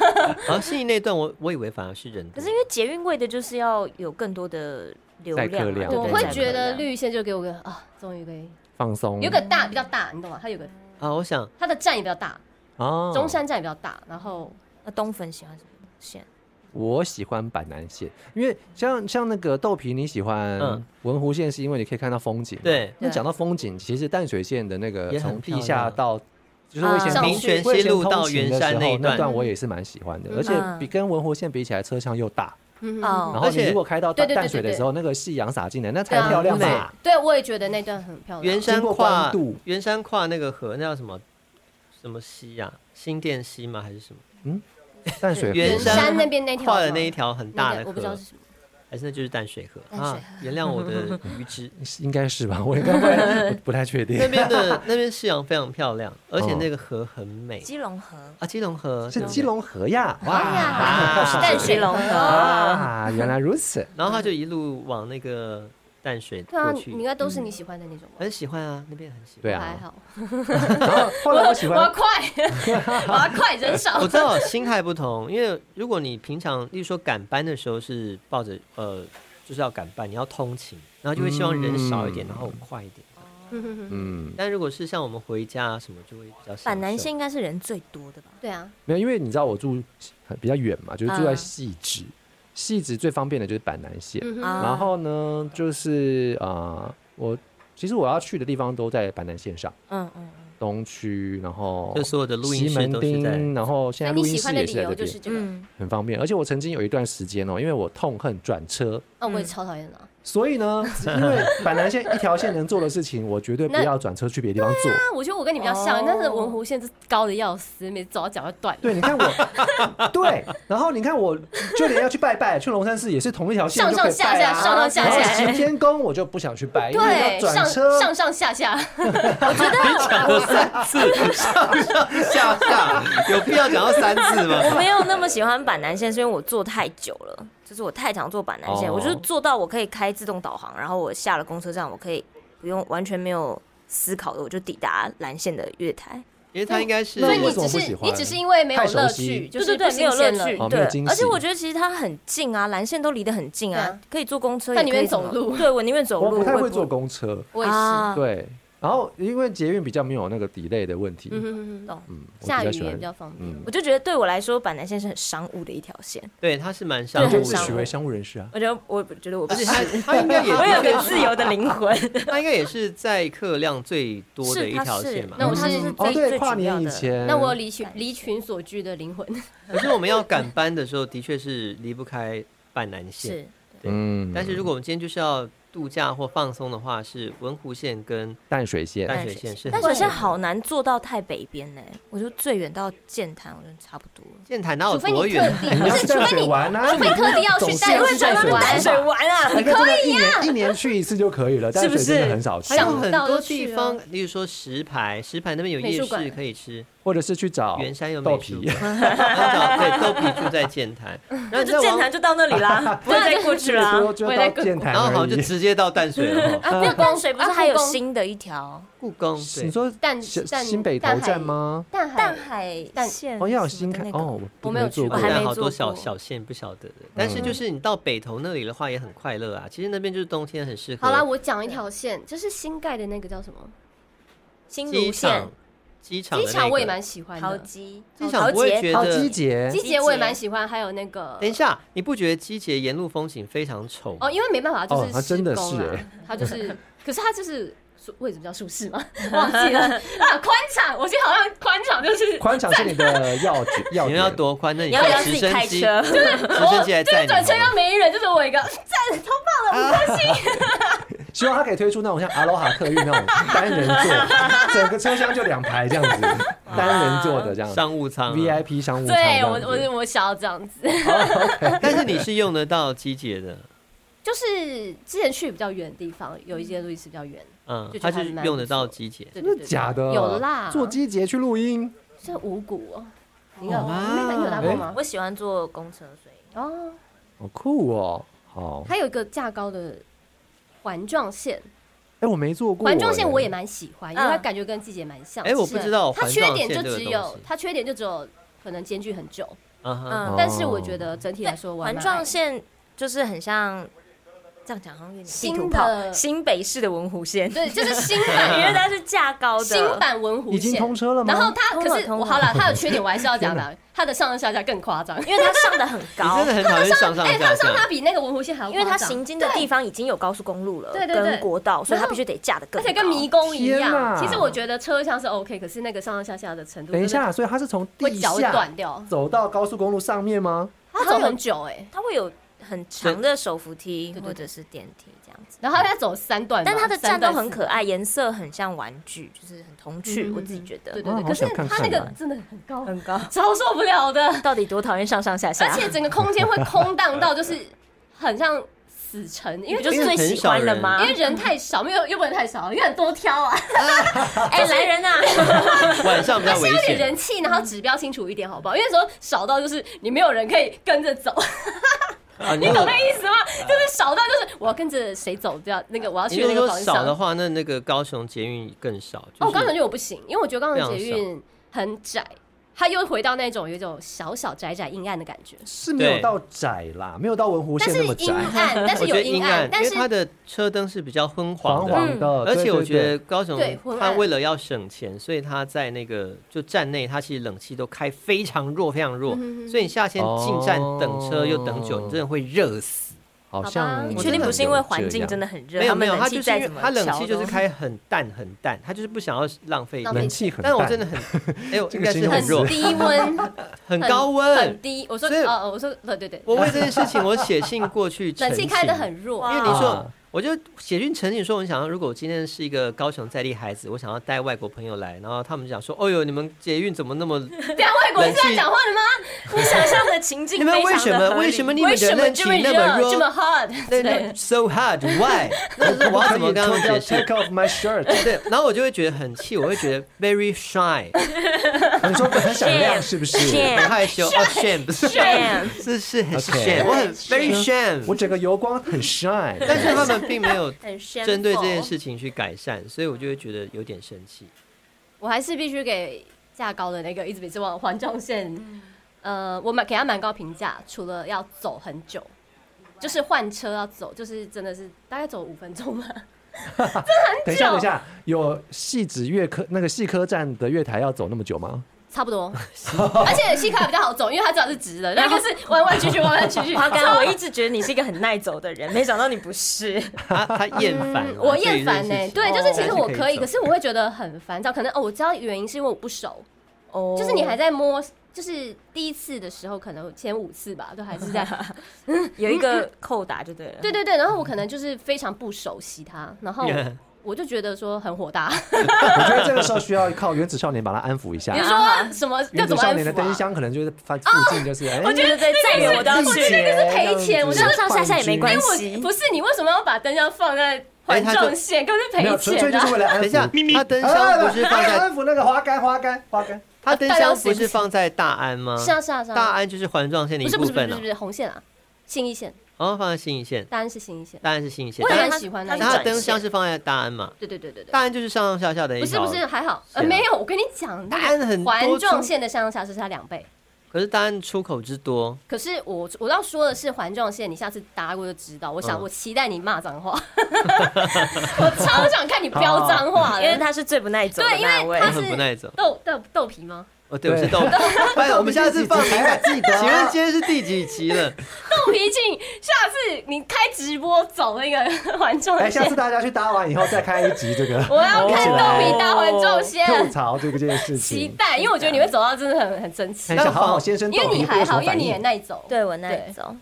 [SPEAKER 1] 啊，信义那段我我以为反而是人多，
[SPEAKER 4] 可是因为捷运位的就是要有更多的流量
[SPEAKER 2] 载客
[SPEAKER 4] 嘛，
[SPEAKER 2] 量
[SPEAKER 4] 对
[SPEAKER 3] 我
[SPEAKER 4] 不对
[SPEAKER 3] 会
[SPEAKER 4] 载客
[SPEAKER 3] 觉得
[SPEAKER 4] 量
[SPEAKER 3] 绿线就给我个啊，终于可以
[SPEAKER 2] 放松。
[SPEAKER 3] 有个大比较大，你懂吗？它有个
[SPEAKER 1] 啊，我想
[SPEAKER 3] 它的站也比较大，
[SPEAKER 4] 嗯
[SPEAKER 2] 哦
[SPEAKER 3] 中，山站也比较大，然后
[SPEAKER 4] 那东粉喜欢什么线？
[SPEAKER 2] 我喜欢板南线，因为像像那个豆皮，你喜欢
[SPEAKER 1] 嗯
[SPEAKER 2] 文湖线，是因为你可以看到风景。，
[SPEAKER 1] 对，
[SPEAKER 2] 那讲到风景，其实淡水线的那个
[SPEAKER 1] 也很
[SPEAKER 2] 从
[SPEAKER 1] 漂
[SPEAKER 2] 地下
[SPEAKER 1] 亮
[SPEAKER 2] 到。就是我以前
[SPEAKER 3] 啊
[SPEAKER 2] 通
[SPEAKER 3] 民
[SPEAKER 1] 权
[SPEAKER 2] 我以
[SPEAKER 1] 西
[SPEAKER 2] 前
[SPEAKER 1] 路
[SPEAKER 2] 通
[SPEAKER 1] 到
[SPEAKER 2] 勤
[SPEAKER 1] 圆
[SPEAKER 2] 的
[SPEAKER 1] 山
[SPEAKER 2] 时
[SPEAKER 1] 那
[SPEAKER 2] 候
[SPEAKER 1] 一段
[SPEAKER 2] 那段我也是蛮喜欢的，而且比跟文湖线比起来，车厢又大，
[SPEAKER 3] 嗯
[SPEAKER 4] 哦
[SPEAKER 2] 然后
[SPEAKER 1] 而
[SPEAKER 2] 你
[SPEAKER 1] 且
[SPEAKER 2] 如果开到淡
[SPEAKER 3] 对对对
[SPEAKER 2] 淡水的
[SPEAKER 3] 对对
[SPEAKER 2] 时候，那个夕阳洒进来，那
[SPEAKER 3] 对
[SPEAKER 2] 才
[SPEAKER 3] 啊
[SPEAKER 2] 漂亮吧
[SPEAKER 1] 美？
[SPEAKER 4] 嗯
[SPEAKER 3] 对，我也觉得那段很漂亮
[SPEAKER 1] 圆。山
[SPEAKER 2] 经过
[SPEAKER 1] 跨
[SPEAKER 2] 关渡
[SPEAKER 1] 圆山跨那个河，那叫什么什么溪呀、新店溪吗？还是什么？
[SPEAKER 2] 淡水
[SPEAKER 1] 原
[SPEAKER 2] 河
[SPEAKER 1] 山
[SPEAKER 3] 山那边那条
[SPEAKER 1] 跨了
[SPEAKER 3] 吗
[SPEAKER 1] 那一条很
[SPEAKER 3] 那
[SPEAKER 1] 大
[SPEAKER 3] 个
[SPEAKER 1] 的
[SPEAKER 3] 我不知道
[SPEAKER 1] 河
[SPEAKER 3] 是，什么。
[SPEAKER 1] 还是那就是淡水河
[SPEAKER 4] 淡水河
[SPEAKER 1] 啊？原谅我 的愚痴。
[SPEAKER 2] 应该是吧？我也刚才不太确定
[SPEAKER 1] 那，边的那边夕阳非常漂亮，而且那个河很美
[SPEAKER 4] 基隆河，
[SPEAKER 1] 啊。基隆河
[SPEAKER 2] 哦是
[SPEAKER 1] 对
[SPEAKER 2] 基隆河呀！哇
[SPEAKER 1] 啊，
[SPEAKER 4] 淡水龙河，
[SPEAKER 2] 啊，原来如此。
[SPEAKER 1] 然后他就一路往那个淡水
[SPEAKER 3] 对啊，
[SPEAKER 1] 过
[SPEAKER 3] 你应
[SPEAKER 1] 去，
[SPEAKER 3] 该都是你喜欢的那种吧？
[SPEAKER 1] 很喜欢啊，那边很喜欢。
[SPEAKER 2] 对
[SPEAKER 3] 还
[SPEAKER 2] 啊，
[SPEAKER 3] 好，
[SPEAKER 2] 后来我喜
[SPEAKER 3] 我要
[SPEAKER 2] 欢，
[SPEAKER 3] 快，我要快，人 少
[SPEAKER 1] 我。知道心态不同，因为如果你平常，例如说赶班的时候是抱着呃，就是要赶班，你要通勤，然后就会希望人少一点，
[SPEAKER 2] 嗯
[SPEAKER 1] 然后快一点。
[SPEAKER 3] 嗯哼哼
[SPEAKER 2] 嗯，
[SPEAKER 1] 但如果是像我们回家什么，就会比较享受
[SPEAKER 4] 板南线应该是人最多的吧？
[SPEAKER 3] 对啊，
[SPEAKER 2] 没有，因为你知道我住很比较远嘛，就是住在
[SPEAKER 4] 嗯
[SPEAKER 2] 汐止，汐止最方便的就是板南线。
[SPEAKER 3] 嗯
[SPEAKER 4] 啊
[SPEAKER 3] 哼，
[SPEAKER 2] 然后呢，就是呃，我其实我要去的地方都在板南线上，
[SPEAKER 4] 嗯嗯嗯
[SPEAKER 2] 东区，然后
[SPEAKER 1] 就所有的录音
[SPEAKER 2] 西
[SPEAKER 1] 室
[SPEAKER 2] 门
[SPEAKER 1] 都是在
[SPEAKER 2] 町， 然后现在啊
[SPEAKER 3] 所以
[SPEAKER 2] 录
[SPEAKER 3] 你
[SPEAKER 2] 音
[SPEAKER 3] 喜
[SPEAKER 2] 室
[SPEAKER 3] 欢的
[SPEAKER 2] 也是
[SPEAKER 3] 理
[SPEAKER 2] 在
[SPEAKER 3] 由
[SPEAKER 2] 这
[SPEAKER 3] 就
[SPEAKER 2] 边，
[SPEAKER 3] 是这个。
[SPEAKER 4] 嗯，
[SPEAKER 2] 很方便。而且我曾经有一段时间哦，因为我痛恨转车，
[SPEAKER 3] 哦，
[SPEAKER 4] 嗯
[SPEAKER 3] 我也超讨厌的啊。
[SPEAKER 2] 所以呢，因为板南线一条线能做的事情，我绝对不
[SPEAKER 3] 那
[SPEAKER 2] 要转车去别的地方做。
[SPEAKER 3] 啊，我觉得我跟你比较像
[SPEAKER 4] 哦，
[SPEAKER 3] 但是文湖线是高的要死，每次走到脚要断。
[SPEAKER 2] 对，你看我， 对，然后你看我，就连要去拜拜，去龙山寺也是同一条线
[SPEAKER 3] 上
[SPEAKER 2] 就可以
[SPEAKER 3] 上下
[SPEAKER 2] 拜
[SPEAKER 3] 下，
[SPEAKER 2] 啊。
[SPEAKER 3] 上上下
[SPEAKER 2] 然后
[SPEAKER 3] 下，
[SPEAKER 2] 行天宫我就不想去拜，因为
[SPEAKER 3] 对，
[SPEAKER 2] 要转
[SPEAKER 3] 上
[SPEAKER 2] 车。
[SPEAKER 3] 上上下下，
[SPEAKER 1] 讲了三次，上上下下，有必要讲到三次
[SPEAKER 4] 我
[SPEAKER 1] 吗？
[SPEAKER 4] 没有那么喜欢板南线，是因为我坐太久了，就是我太常坐板南线，
[SPEAKER 2] 哦
[SPEAKER 4] 我就是坐到我可以开自动导航，然后我下了公车站，我可以不用完全没有思考的，我就抵达蓝线的月台。
[SPEAKER 1] 因为他应该是
[SPEAKER 3] 所以
[SPEAKER 2] 为
[SPEAKER 3] 你
[SPEAKER 2] 什么
[SPEAKER 3] 只
[SPEAKER 2] 不
[SPEAKER 3] 是
[SPEAKER 2] 喜欢
[SPEAKER 3] 你只是因为没有
[SPEAKER 2] 太熟
[SPEAKER 3] 乐
[SPEAKER 2] 悉
[SPEAKER 3] 趣，就
[SPEAKER 4] 对
[SPEAKER 3] 是
[SPEAKER 4] 对
[SPEAKER 3] 不
[SPEAKER 4] 对，没有
[SPEAKER 3] 新
[SPEAKER 4] 乐
[SPEAKER 3] 鲜了
[SPEAKER 4] 趣，
[SPEAKER 2] 哦没
[SPEAKER 4] 对
[SPEAKER 2] 有惊，喜
[SPEAKER 4] 而且我觉得其实它很近啊，蓝线都离得很近
[SPEAKER 3] 对
[SPEAKER 4] 啊
[SPEAKER 3] 啊，
[SPEAKER 4] 可以坐公车也
[SPEAKER 3] 但
[SPEAKER 4] 可以
[SPEAKER 3] 宁
[SPEAKER 4] 什么，
[SPEAKER 3] 愿走路
[SPEAKER 4] 对我宁愿走
[SPEAKER 2] 我
[SPEAKER 4] 路，
[SPEAKER 2] 不太
[SPEAKER 4] 我也
[SPEAKER 2] 会坐公车，
[SPEAKER 3] 我也是。
[SPEAKER 4] 啊
[SPEAKER 2] 对。然后因为捷运比较没有那个 delay 的问题，
[SPEAKER 3] 嗯哼哼哼，
[SPEAKER 4] 懂。
[SPEAKER 2] 嗯，我
[SPEAKER 3] 下
[SPEAKER 2] 比较
[SPEAKER 3] 雨
[SPEAKER 2] 喜
[SPEAKER 3] 也
[SPEAKER 2] 欢
[SPEAKER 3] 比，较方便。
[SPEAKER 2] 嗯，
[SPEAKER 4] 我就觉得对我来说，板南线是很商务的一条线。
[SPEAKER 1] 对，他是蛮
[SPEAKER 4] 对
[SPEAKER 1] 商
[SPEAKER 2] 我
[SPEAKER 1] 务
[SPEAKER 2] 就
[SPEAKER 4] 很
[SPEAKER 2] 是
[SPEAKER 4] 商
[SPEAKER 2] 许
[SPEAKER 4] 务
[SPEAKER 1] 的，
[SPEAKER 2] 为商务人士啊。
[SPEAKER 4] 我觉得我觉得我不
[SPEAKER 1] 而且
[SPEAKER 4] 是，
[SPEAKER 1] 他他应该也
[SPEAKER 4] 我 有个自由的灵魂。
[SPEAKER 1] 他应该也是载客量最多的
[SPEAKER 4] 是
[SPEAKER 1] 一
[SPEAKER 4] 它
[SPEAKER 1] 条
[SPEAKER 4] 是
[SPEAKER 1] 线嘛。
[SPEAKER 3] 那我
[SPEAKER 4] 它
[SPEAKER 3] 是
[SPEAKER 4] 是
[SPEAKER 2] 哦，
[SPEAKER 4] 最
[SPEAKER 2] 对，
[SPEAKER 4] 最
[SPEAKER 2] 跨
[SPEAKER 4] 主要
[SPEAKER 2] 年以
[SPEAKER 4] 的
[SPEAKER 2] 前，
[SPEAKER 3] 那我有离群
[SPEAKER 4] 感觉
[SPEAKER 3] 离群所居的灵魂，
[SPEAKER 1] 可是我们要赶班的时候，的确是离不开板南线。
[SPEAKER 4] 是
[SPEAKER 2] 嗯
[SPEAKER 1] 但是如果我们今天就是要度假或放松的话，是文湖线跟
[SPEAKER 2] 淡水线，
[SPEAKER 1] 淡水线是
[SPEAKER 4] 但
[SPEAKER 1] 很
[SPEAKER 4] 是现在好难坐到太北边呢、我就最远到剑潭，我觉得差不多了。
[SPEAKER 1] 剑潭哪有
[SPEAKER 3] 除非你
[SPEAKER 1] 多
[SPEAKER 3] 特
[SPEAKER 1] 远？
[SPEAKER 3] 地，
[SPEAKER 2] 哦你
[SPEAKER 3] 不
[SPEAKER 2] 要
[SPEAKER 3] 是
[SPEAKER 2] 去
[SPEAKER 3] 除
[SPEAKER 2] 淡
[SPEAKER 3] 非
[SPEAKER 2] 水
[SPEAKER 3] 你
[SPEAKER 2] 玩啊，
[SPEAKER 3] 除非特地 要去
[SPEAKER 4] 哎
[SPEAKER 3] 淡水
[SPEAKER 2] 淡
[SPEAKER 3] 淡水玩
[SPEAKER 4] 淡水玩啊！
[SPEAKER 2] 你看这个一年一年去一次就可以了，淡
[SPEAKER 4] 是不
[SPEAKER 2] 水真
[SPEAKER 4] 是
[SPEAKER 2] 的很少去
[SPEAKER 1] 还，有
[SPEAKER 3] 想
[SPEAKER 1] 很
[SPEAKER 3] 到
[SPEAKER 1] 多
[SPEAKER 3] 就去哦
[SPEAKER 1] 地方，例如说石牌，石牌那边有
[SPEAKER 3] 美
[SPEAKER 1] 夜
[SPEAKER 3] 术
[SPEAKER 1] 市
[SPEAKER 3] 馆
[SPEAKER 1] 可以吃，
[SPEAKER 2] 或者是去找
[SPEAKER 1] 圆山有
[SPEAKER 2] 豆
[SPEAKER 1] 美术
[SPEAKER 2] 皮，
[SPEAKER 1] 馆，然后对，豆皮住在剑 潭，然后
[SPEAKER 4] 那
[SPEAKER 1] 你再
[SPEAKER 4] 就啊剑
[SPEAKER 1] 往，
[SPEAKER 4] 潭就到那里啦， 不会再过去啦。
[SPEAKER 2] 就就
[SPEAKER 3] 我也在
[SPEAKER 2] 到
[SPEAKER 3] 跟
[SPEAKER 2] 剑潭
[SPEAKER 1] 然后哦好
[SPEAKER 2] 而
[SPEAKER 1] 像就
[SPEAKER 2] 已。
[SPEAKER 1] 直接到淡水了 哈。
[SPEAKER 4] 那淡水不是还有
[SPEAKER 3] 啊故宫
[SPEAKER 4] 新的一条
[SPEAKER 1] 故宫
[SPEAKER 2] 你
[SPEAKER 1] 对，
[SPEAKER 2] 说
[SPEAKER 3] 淡
[SPEAKER 2] 新
[SPEAKER 3] 淡
[SPEAKER 2] 新北投
[SPEAKER 3] 淡海
[SPEAKER 2] 站吗？
[SPEAKER 3] 淡
[SPEAKER 4] 淡
[SPEAKER 3] 海
[SPEAKER 4] 海
[SPEAKER 3] 淡
[SPEAKER 4] 线？
[SPEAKER 2] 哦，要有新开
[SPEAKER 4] 那个
[SPEAKER 2] 哦，
[SPEAKER 3] 我
[SPEAKER 2] 并
[SPEAKER 3] 没有去
[SPEAKER 2] 做
[SPEAKER 4] 我
[SPEAKER 2] 过
[SPEAKER 4] 还
[SPEAKER 1] 对啊
[SPEAKER 4] 没
[SPEAKER 1] 好多
[SPEAKER 4] 做
[SPEAKER 1] 小
[SPEAKER 4] 过
[SPEAKER 1] 小县不晓得的，但
[SPEAKER 2] 嗯
[SPEAKER 1] 是就是你到北投那里的话也很快乐啊。其实那边就是冬天很适合。
[SPEAKER 3] 好啦，我讲一条线，就是新盖的那个叫什么
[SPEAKER 4] 新
[SPEAKER 1] 机
[SPEAKER 4] 芦
[SPEAKER 1] 场
[SPEAKER 4] 线、，
[SPEAKER 1] 机场的
[SPEAKER 3] 机
[SPEAKER 1] 那
[SPEAKER 3] 场，我也
[SPEAKER 1] 个
[SPEAKER 3] 蛮喜欢
[SPEAKER 4] 桃
[SPEAKER 3] 的。
[SPEAKER 4] 机、
[SPEAKER 1] 机
[SPEAKER 4] 桃
[SPEAKER 1] 场不会
[SPEAKER 4] 捷
[SPEAKER 1] 觉
[SPEAKER 2] 好
[SPEAKER 1] 得
[SPEAKER 2] 机节，
[SPEAKER 3] 机姐我也蛮喜欢，还有那个
[SPEAKER 1] 等一下，你不觉得机捷沿路风景非常丑吗？
[SPEAKER 3] 哦，因为没办法，就是
[SPEAKER 2] 哦它真的
[SPEAKER 3] 施工啊
[SPEAKER 2] 是欸
[SPEAKER 3] 它就是， 可是它就是术为什么叫术士吗？ 忘记了啊，宽敞，我记得好像宽敞就是
[SPEAKER 2] 宽敞是你的 要诀，要
[SPEAKER 1] 你
[SPEAKER 2] 点
[SPEAKER 1] 们要多宽？那你
[SPEAKER 4] 你要不要
[SPEAKER 1] 坐
[SPEAKER 4] 自
[SPEAKER 1] 直
[SPEAKER 4] 己
[SPEAKER 1] 升
[SPEAKER 4] 开
[SPEAKER 1] 机，
[SPEAKER 4] 车？啊
[SPEAKER 1] 直升机来载
[SPEAKER 3] 对
[SPEAKER 1] 你好
[SPEAKER 3] 转
[SPEAKER 1] 吗。
[SPEAKER 3] 车又没人，就是 我一个
[SPEAKER 2] 希望他可以推出那种像阿罗哈客运那种单人 座，整个车厢就两排这样子，单人座的这样
[SPEAKER 1] 商务舱啊、
[SPEAKER 2] ，VIP 商务舱这
[SPEAKER 3] 嗯对
[SPEAKER 2] 样
[SPEAKER 3] 我
[SPEAKER 2] 子。
[SPEAKER 3] 我我想要这样子，
[SPEAKER 1] 但是你是用得到机捷的，
[SPEAKER 3] 就是之前去比较远的地方，有一些路易斯比较远，
[SPEAKER 1] 嗯
[SPEAKER 3] 就，觉
[SPEAKER 1] 它
[SPEAKER 3] 得
[SPEAKER 1] 就
[SPEAKER 3] 还
[SPEAKER 1] 是
[SPEAKER 3] 蛮
[SPEAKER 1] 用得
[SPEAKER 3] 不错
[SPEAKER 1] 到机捷。
[SPEAKER 3] 对
[SPEAKER 2] 真
[SPEAKER 3] 对对
[SPEAKER 2] 的
[SPEAKER 3] 对
[SPEAKER 2] 假的？
[SPEAKER 3] 有啦，
[SPEAKER 2] 坐机节去录音，
[SPEAKER 3] 是五谷哦，你有
[SPEAKER 1] 哇
[SPEAKER 3] 那个你有搭过吗？
[SPEAKER 4] 我喜欢坐公车，所以
[SPEAKER 3] 哦，
[SPEAKER 2] 好酷哦！好，
[SPEAKER 3] 它有一个架高的环状线，
[SPEAKER 2] 哎，我没坐过。
[SPEAKER 3] 环状线我也蛮喜欢，因为它
[SPEAKER 4] 嗯
[SPEAKER 3] 感觉跟季节蛮像。
[SPEAKER 1] 哎，我
[SPEAKER 3] 只
[SPEAKER 1] 不
[SPEAKER 3] 是
[SPEAKER 1] 知道
[SPEAKER 3] 它
[SPEAKER 1] 环
[SPEAKER 3] 缺
[SPEAKER 1] 状
[SPEAKER 3] 点
[SPEAKER 1] 线
[SPEAKER 3] 就
[SPEAKER 1] 这个
[SPEAKER 3] 只
[SPEAKER 1] 东
[SPEAKER 3] 有
[SPEAKER 1] 西。
[SPEAKER 3] 它缺点就只有可能间距很久，
[SPEAKER 1] 啊哈，
[SPEAKER 4] 嗯哦
[SPEAKER 3] 但是我觉得整体来说我还
[SPEAKER 4] 环
[SPEAKER 3] 蛮
[SPEAKER 4] 状线就是很像，这样讲好像有点地
[SPEAKER 3] 新
[SPEAKER 4] 图
[SPEAKER 3] 的
[SPEAKER 4] 炮。新北市的啊文湖线，
[SPEAKER 3] 对，就是 新
[SPEAKER 4] 因为
[SPEAKER 3] 版
[SPEAKER 4] 它是架高的。
[SPEAKER 3] 新版文湖
[SPEAKER 2] 已经
[SPEAKER 3] 线。
[SPEAKER 2] 通车了吗？
[SPEAKER 3] 然后它
[SPEAKER 4] 通
[SPEAKER 3] 可
[SPEAKER 4] 了
[SPEAKER 3] 是
[SPEAKER 4] 通
[SPEAKER 3] 我
[SPEAKER 4] 了
[SPEAKER 3] 好了，它有 缺点我还是要讲的，它的上上下下更夸张。
[SPEAKER 4] 因为它上的很
[SPEAKER 1] 你
[SPEAKER 4] 高
[SPEAKER 1] 真的，很讨厌上上
[SPEAKER 3] 哎，
[SPEAKER 1] 下
[SPEAKER 3] 它上它
[SPEAKER 1] 下。
[SPEAKER 3] 比那个文湖线还要
[SPEAKER 4] 因
[SPEAKER 3] 夸张，
[SPEAKER 4] 为它行经的地方已经有高速公路了，
[SPEAKER 3] 对对对
[SPEAKER 4] 跟国道，所以
[SPEAKER 3] 然
[SPEAKER 4] 它
[SPEAKER 3] 后
[SPEAKER 4] 必须得架的
[SPEAKER 3] 而
[SPEAKER 4] 更高。
[SPEAKER 3] 且跟迷宫一
[SPEAKER 2] 天
[SPEAKER 3] 样。
[SPEAKER 2] 哪
[SPEAKER 3] 其实我觉得车厢是 OK，可是那个上上下下的程度，
[SPEAKER 2] 等一，下，所以他是从
[SPEAKER 3] 会
[SPEAKER 2] 地
[SPEAKER 3] 脚会
[SPEAKER 2] 下
[SPEAKER 3] 断掉。
[SPEAKER 2] 走到高速公路上面吗？
[SPEAKER 3] 它走很久哎、
[SPEAKER 4] 它会有很长的手扶梯
[SPEAKER 3] 对对对
[SPEAKER 4] 或者是电梯这样子。
[SPEAKER 3] 然后他走三段嘛，
[SPEAKER 4] 但它的
[SPEAKER 3] 三
[SPEAKER 4] 站
[SPEAKER 3] 段
[SPEAKER 4] 都很
[SPEAKER 3] 四
[SPEAKER 4] 可爱，颜色很像玩具，就是很童趣。
[SPEAKER 3] 嗯嗯
[SPEAKER 4] 我自己
[SPEAKER 3] 嗯
[SPEAKER 4] 觉得，
[SPEAKER 3] 对对
[SPEAKER 2] 哇
[SPEAKER 3] 对，
[SPEAKER 2] 好
[SPEAKER 3] 可是
[SPEAKER 2] 想看
[SPEAKER 3] 他那
[SPEAKER 2] 看
[SPEAKER 3] 个
[SPEAKER 2] 啊
[SPEAKER 3] 真的很高，
[SPEAKER 4] 很高。
[SPEAKER 3] 超受不了的，
[SPEAKER 4] 到底多讨厌上上下下？
[SPEAKER 3] 而且整个空间会空荡到，就是很像死城，因为
[SPEAKER 4] 你
[SPEAKER 3] 就
[SPEAKER 4] 就
[SPEAKER 3] 是是。
[SPEAKER 4] 最喜欢了
[SPEAKER 3] 因
[SPEAKER 4] 吗？
[SPEAKER 3] 为人太少，没有又不能太少，因为很多挑啊，
[SPEAKER 4] 哎，来人啊！
[SPEAKER 1] 晚上比较危
[SPEAKER 3] 有点人
[SPEAKER 1] 险。
[SPEAKER 3] 气，然后指标清楚一点，好不好？因为有时候少到就是你没有人可以跟着走，
[SPEAKER 1] 啊，你
[SPEAKER 3] 你
[SPEAKER 1] 如
[SPEAKER 3] 懂
[SPEAKER 1] 果
[SPEAKER 3] 那意思吗？就是少到就是我要跟着谁走，这样那个我要
[SPEAKER 1] 你
[SPEAKER 3] 去
[SPEAKER 1] 如
[SPEAKER 3] 那
[SPEAKER 1] 果
[SPEAKER 3] 个
[SPEAKER 1] 说
[SPEAKER 3] 房
[SPEAKER 1] 少的
[SPEAKER 3] 上。
[SPEAKER 1] 话，那那个高雄捷运更少。就是
[SPEAKER 3] 哦，高雄就我不行，因为我觉得高雄捷
[SPEAKER 1] 非
[SPEAKER 3] 运很窄，它又回到那种有一种小小窄窄阴暗的感觉，
[SPEAKER 2] 是没有
[SPEAKER 1] 对
[SPEAKER 2] 到窄啦，没有到文湖
[SPEAKER 3] 但
[SPEAKER 2] 线那
[SPEAKER 3] 是
[SPEAKER 2] 么
[SPEAKER 3] 阴
[SPEAKER 2] 窄，
[SPEAKER 3] 暗，但
[SPEAKER 1] 我
[SPEAKER 3] 是
[SPEAKER 1] 觉
[SPEAKER 3] 有
[SPEAKER 1] 得
[SPEAKER 3] 阴
[SPEAKER 1] 阴
[SPEAKER 3] 暗
[SPEAKER 1] 暗，，
[SPEAKER 3] 但
[SPEAKER 1] 因
[SPEAKER 3] 是
[SPEAKER 1] 为它的车灯是比较昏
[SPEAKER 2] 黄
[SPEAKER 1] 黄的。
[SPEAKER 2] 黄的。嗯
[SPEAKER 1] 而且
[SPEAKER 2] 哦对
[SPEAKER 1] 我
[SPEAKER 2] 对
[SPEAKER 1] 觉
[SPEAKER 2] 对
[SPEAKER 1] 得高雄
[SPEAKER 3] 对昏
[SPEAKER 1] 它
[SPEAKER 3] 暗
[SPEAKER 1] 为了要省钱，所以它在那个就站内，它其实冷气都开非常弱，非常弱。所以你夏天进站等车又等久，
[SPEAKER 2] 哦
[SPEAKER 1] 你真的会热死。
[SPEAKER 2] 好
[SPEAKER 3] 吧
[SPEAKER 2] 像
[SPEAKER 3] 你
[SPEAKER 4] 你
[SPEAKER 2] 我
[SPEAKER 4] 确定
[SPEAKER 2] 真的
[SPEAKER 4] 不是因
[SPEAKER 2] 有
[SPEAKER 4] 为
[SPEAKER 2] 这
[SPEAKER 4] 环境
[SPEAKER 2] 样
[SPEAKER 4] 真的很热？
[SPEAKER 1] 没有
[SPEAKER 4] 他
[SPEAKER 1] 没
[SPEAKER 4] 们
[SPEAKER 1] 有，它
[SPEAKER 4] 冷
[SPEAKER 1] 就
[SPEAKER 4] 气
[SPEAKER 1] 是因
[SPEAKER 4] 再
[SPEAKER 1] 为
[SPEAKER 4] 怎么
[SPEAKER 1] 它冷气
[SPEAKER 4] 调
[SPEAKER 1] 就是
[SPEAKER 4] 都
[SPEAKER 1] 开很淡很淡，它就是不想要浪费
[SPEAKER 3] 浪 费
[SPEAKER 2] 冷气很
[SPEAKER 1] 但
[SPEAKER 2] 淡？
[SPEAKER 1] 是我真的很， 哎呦，
[SPEAKER 2] 这
[SPEAKER 1] 应
[SPEAKER 2] 个
[SPEAKER 1] 该
[SPEAKER 2] 形
[SPEAKER 1] 是
[SPEAKER 2] 容
[SPEAKER 1] 很
[SPEAKER 2] 词
[SPEAKER 1] 弱，
[SPEAKER 3] 低温、
[SPEAKER 1] 很高
[SPEAKER 3] 很
[SPEAKER 1] 温。
[SPEAKER 3] 低。我说
[SPEAKER 1] 所以
[SPEAKER 3] 哦，哦我说对对对，
[SPEAKER 1] 我为这件事情我写信过去澄
[SPEAKER 3] 冷
[SPEAKER 1] 清，
[SPEAKER 3] 气开的很弱，
[SPEAKER 1] 因为你
[SPEAKER 4] 哇
[SPEAKER 1] 说
[SPEAKER 2] 啊，
[SPEAKER 1] 我就写信陈景说，我想要，如果我今天是一个高雄在地孩子，我想要带外国朋友来，然后他们就讲说，哦呦，你们捷运怎么那 么，
[SPEAKER 3] 对啊，外国人是在讲话的吗？
[SPEAKER 4] 你想象的情境
[SPEAKER 1] 你们
[SPEAKER 4] 非
[SPEAKER 1] 为
[SPEAKER 4] 常
[SPEAKER 1] 什么
[SPEAKER 4] 的合
[SPEAKER 1] 为
[SPEAKER 4] 理
[SPEAKER 1] 什么你
[SPEAKER 3] 为
[SPEAKER 1] 们的
[SPEAKER 3] 什么
[SPEAKER 1] 冷
[SPEAKER 3] 这
[SPEAKER 1] 气
[SPEAKER 3] 么
[SPEAKER 1] 那么
[SPEAKER 3] 热，这么
[SPEAKER 1] 热，
[SPEAKER 3] hot？
[SPEAKER 1] 那
[SPEAKER 3] 对
[SPEAKER 1] 那 so hard why？那是我要怎么跟他们解释？
[SPEAKER 2] ？Take off my shirt，
[SPEAKER 1] 对，然后我就会觉得很气，我会觉得 very shy，
[SPEAKER 2] 你说很闪亮是不是？
[SPEAKER 4] Shame
[SPEAKER 1] 很害羞，哦 shame 不是
[SPEAKER 4] Shame
[SPEAKER 1] 是是很
[SPEAKER 2] Okay
[SPEAKER 1] shame，我很 very
[SPEAKER 2] 我
[SPEAKER 1] shame，
[SPEAKER 2] 整个油光很 shine，
[SPEAKER 1] 但是他们并没 有
[SPEAKER 4] 很
[SPEAKER 1] 针对这件，事情去改善，所以我就会觉得有点生气。
[SPEAKER 3] 我还是必须给价高的那个一直比之王环状线，
[SPEAKER 1] 嗯
[SPEAKER 3] 呃，我蛮给他蛮高评价，除了要走很久，就是换车要走，就是真的是大概走五分 钟吧。
[SPEAKER 2] 等一下，等一下，有戏子月科那个戏科站的月台要走那么久吗？
[SPEAKER 3] 差 不多，而且西卡比较好走，因为它只要是直的，那个是弯弯曲曲，弯弯曲曲。
[SPEAKER 4] 花干，我一直觉得你是一个很耐走的人，没想到你不是。
[SPEAKER 1] 他他厌烦了，
[SPEAKER 3] 嗯我
[SPEAKER 1] 嗯对于
[SPEAKER 3] 厌烦
[SPEAKER 1] 这
[SPEAKER 3] 呢、
[SPEAKER 1] 件事情哦
[SPEAKER 3] 对，就是其实
[SPEAKER 1] 但
[SPEAKER 3] 我可以，
[SPEAKER 1] 走
[SPEAKER 3] 可是我会觉得很烦躁。可能哦，我知道原因是因为我不熟，
[SPEAKER 4] 哦
[SPEAKER 3] 就是你还在摸，就是第一次的时候，可能前五次吧，都还是在。
[SPEAKER 4] 有一个扣打就对了。
[SPEAKER 3] 对对对，然后我可能就是非常不熟悉它，然后我就觉得说很火大。
[SPEAKER 2] 我觉得这个时候需要靠原子少年把他安抚一下
[SPEAKER 3] 你。说什么要
[SPEAKER 2] 原
[SPEAKER 3] 怎
[SPEAKER 2] 子
[SPEAKER 3] 么
[SPEAKER 2] 少
[SPEAKER 3] 安
[SPEAKER 2] 年的
[SPEAKER 3] 抚
[SPEAKER 2] 灯
[SPEAKER 3] 啊？哦
[SPEAKER 2] 箱可能就是它附近就是，哎，
[SPEAKER 4] 对对对，再远我都要去。
[SPEAKER 3] 是赔钱我
[SPEAKER 4] 上上下下也没关
[SPEAKER 3] 因
[SPEAKER 4] 系
[SPEAKER 3] 为我不是你为什么要把灯箱放在环状线，根本
[SPEAKER 2] 没有，
[SPEAKER 3] 是
[SPEAKER 2] 纯粹
[SPEAKER 3] 赔钱的
[SPEAKER 2] 就
[SPEAKER 3] 啊、
[SPEAKER 2] 是为了安
[SPEAKER 1] 等一下
[SPEAKER 2] 抚。，
[SPEAKER 1] 他灯箱
[SPEAKER 2] 啊
[SPEAKER 1] 不是放在
[SPEAKER 2] 哎安抚那个花干，花干，花 干。
[SPEAKER 1] 他灯箱不是放在大安吗？
[SPEAKER 3] 是啊是啊是啊，
[SPEAKER 1] 大安就是环状线的
[SPEAKER 3] 不
[SPEAKER 1] 一
[SPEAKER 3] 是
[SPEAKER 1] 部
[SPEAKER 3] 不是不是
[SPEAKER 1] 分
[SPEAKER 3] 不
[SPEAKER 1] 了
[SPEAKER 3] 是不，是红线啊，新一线，
[SPEAKER 1] 然后放在新一线，
[SPEAKER 3] 当然是新一线。
[SPEAKER 1] 大安是新一线，
[SPEAKER 3] 我也
[SPEAKER 1] 但
[SPEAKER 3] 很喜欢那
[SPEAKER 1] 但
[SPEAKER 3] 一
[SPEAKER 4] 它
[SPEAKER 1] 他
[SPEAKER 3] 种
[SPEAKER 4] 它。
[SPEAKER 1] 灯箱是放在大安嘛？
[SPEAKER 3] 对对对对对
[SPEAKER 1] 大。安就是上上下下的一
[SPEAKER 3] 不是
[SPEAKER 1] 条，
[SPEAKER 3] 不是，还好，呃，
[SPEAKER 1] 线啊
[SPEAKER 3] 没有。我跟你讲，
[SPEAKER 1] 大
[SPEAKER 3] 那
[SPEAKER 1] 安
[SPEAKER 3] 个
[SPEAKER 1] 很多
[SPEAKER 3] 环
[SPEAKER 1] 出，
[SPEAKER 3] 状线的上上下下是它两倍，
[SPEAKER 1] 可是大安出口之多，
[SPEAKER 3] 可是我我要说的是环状线，你下次搭过就知道。我想，
[SPEAKER 1] 嗯
[SPEAKER 3] 我期待你骂脏话， 我超想看你飙脏话的，
[SPEAKER 4] 因为他是最不耐走的那位
[SPEAKER 3] 对因为。它
[SPEAKER 1] 我
[SPEAKER 3] 是
[SPEAKER 1] 哎很不耐走。
[SPEAKER 3] 豆豆豆皮吗？
[SPEAKER 1] 哦，对，我是豆腐。哎，我们下次放
[SPEAKER 2] 还要记得啊
[SPEAKER 1] 请问今天是第几集 了？
[SPEAKER 3] 豆皮庆，下次你开直播走那个 环状
[SPEAKER 2] 哎，下次
[SPEAKER 3] 线，
[SPEAKER 2] 大家去搭完以后再开一集这个
[SPEAKER 3] 我要看豆皮搭环状
[SPEAKER 2] 吐
[SPEAKER 3] 线，
[SPEAKER 2] 槽这个件事
[SPEAKER 3] 期
[SPEAKER 2] 情。
[SPEAKER 3] 待，因为我觉得你会走到真的很很神奇
[SPEAKER 2] 看一，下好好哎先生
[SPEAKER 3] 因为
[SPEAKER 2] 豆皮
[SPEAKER 3] 你
[SPEAKER 2] 会有
[SPEAKER 3] 还
[SPEAKER 2] 什么
[SPEAKER 3] 好，因为
[SPEAKER 2] 反
[SPEAKER 3] 你也
[SPEAKER 2] 应？
[SPEAKER 3] 耐走，
[SPEAKER 4] 对我耐走，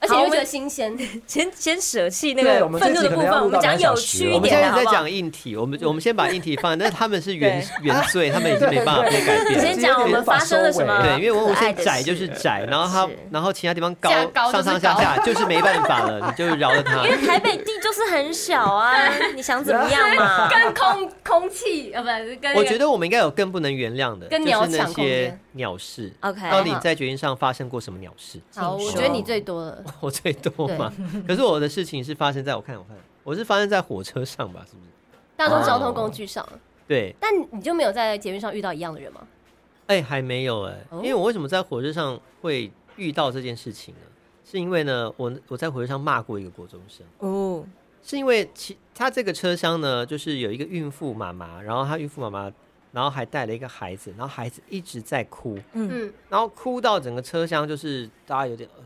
[SPEAKER 3] 而且
[SPEAKER 4] 好
[SPEAKER 3] 你
[SPEAKER 4] 我
[SPEAKER 3] 会觉
[SPEAKER 4] 们
[SPEAKER 3] 得新鲜。
[SPEAKER 4] 先先舍弃那
[SPEAKER 2] 对
[SPEAKER 4] 个
[SPEAKER 2] 我们这
[SPEAKER 4] 愤怒
[SPEAKER 2] 集
[SPEAKER 4] 的
[SPEAKER 2] 可
[SPEAKER 4] 部
[SPEAKER 2] 能要
[SPEAKER 4] 分，
[SPEAKER 2] 录
[SPEAKER 4] 我们
[SPEAKER 2] 到
[SPEAKER 4] 讲
[SPEAKER 2] 两小
[SPEAKER 4] 有
[SPEAKER 2] 时
[SPEAKER 4] 趣
[SPEAKER 2] 哦
[SPEAKER 1] 我
[SPEAKER 4] 一
[SPEAKER 1] 们现
[SPEAKER 4] 点
[SPEAKER 1] 在
[SPEAKER 4] 好
[SPEAKER 1] 在
[SPEAKER 4] 不好？
[SPEAKER 1] 讲硬体，我们我们先把硬体放，但是他们是原
[SPEAKER 4] 对
[SPEAKER 1] 原罪，他们已经没办法被改变。
[SPEAKER 4] 先讲我们发生了什么
[SPEAKER 1] 对，因为文
[SPEAKER 4] 啊可
[SPEAKER 1] 武
[SPEAKER 4] 爱
[SPEAKER 1] 线
[SPEAKER 4] 的
[SPEAKER 1] 窄就
[SPEAKER 4] 事
[SPEAKER 1] 是窄，然后它
[SPEAKER 4] 是，
[SPEAKER 1] 然后其他地方
[SPEAKER 3] 架高
[SPEAKER 1] 高，
[SPEAKER 3] 就是
[SPEAKER 1] 上上下
[SPEAKER 3] 高
[SPEAKER 1] 下就是没办法了，你就饶了它
[SPEAKER 4] 因。为台北地就是很小啊，你想怎么样 嘛？
[SPEAKER 3] 跟空空气呃，不是跟那个
[SPEAKER 1] 我觉得我们应该有更不能原谅的，
[SPEAKER 3] 跟
[SPEAKER 1] 就
[SPEAKER 3] 鸟
[SPEAKER 1] 是那
[SPEAKER 3] 抢空
[SPEAKER 1] 些
[SPEAKER 3] 间
[SPEAKER 1] 鸟事。
[SPEAKER 4] OK
[SPEAKER 1] 到底在决定上发生过什么鸟事？
[SPEAKER 3] 好，我
[SPEAKER 4] 请
[SPEAKER 3] 觉得
[SPEAKER 2] 说
[SPEAKER 3] 你最多了。
[SPEAKER 1] 我最多嘛，可是我的事情是发生在我看我看，我是发生在火车上吧？是不是？
[SPEAKER 3] 大众
[SPEAKER 2] 哦
[SPEAKER 3] 交通工具上，
[SPEAKER 1] 对，
[SPEAKER 3] 但你就没有在捷运上遇到一样的人吗？
[SPEAKER 1] 哎、还没有哎、
[SPEAKER 3] 哦
[SPEAKER 1] 因为我为什么在火车上会遇到这件事情呢？是因为呢，我我在火车上骂过一个国中生。
[SPEAKER 4] 哦，
[SPEAKER 1] 是因为其他这个车厢呢，就是有一个孕妇妈妈，然后她孕妇妈妈，然后还带了一个孩子，然后孩子一直在哭，
[SPEAKER 4] 嗯，
[SPEAKER 3] 嗯，
[SPEAKER 1] 然后哭到整个车厢就是大家有点、呃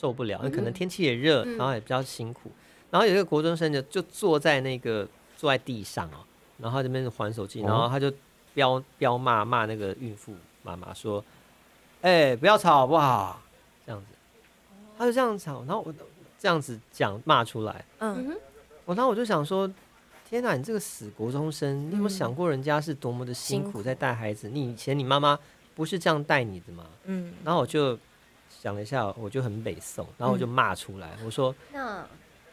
[SPEAKER 1] 受不了，可能天气也热，
[SPEAKER 3] 嗯
[SPEAKER 1] 然后也比较辛苦，然后有一个国中生就就坐在那个坐在地上哦，然后他这边还手机，
[SPEAKER 2] 哦
[SPEAKER 1] 然后他就彪彪骂骂那个孕妇妈妈说：“哎、不要吵好不好？”这样子。他就这样吵，然后我这样子讲骂出来，
[SPEAKER 4] 嗯，
[SPEAKER 1] 我哦然后我就想说，天哪，你这个死国中生，你有没有想过人家是多么的辛
[SPEAKER 4] 嗯辛
[SPEAKER 1] 苦
[SPEAKER 4] 苦
[SPEAKER 1] 在带孩子？你以前你妈妈不是这样带你的吗？
[SPEAKER 4] 嗯，
[SPEAKER 1] 然后我就想了一下，我就很北宋，然
[SPEAKER 4] 嗯
[SPEAKER 1] 后我就骂出来，我说，
[SPEAKER 3] 那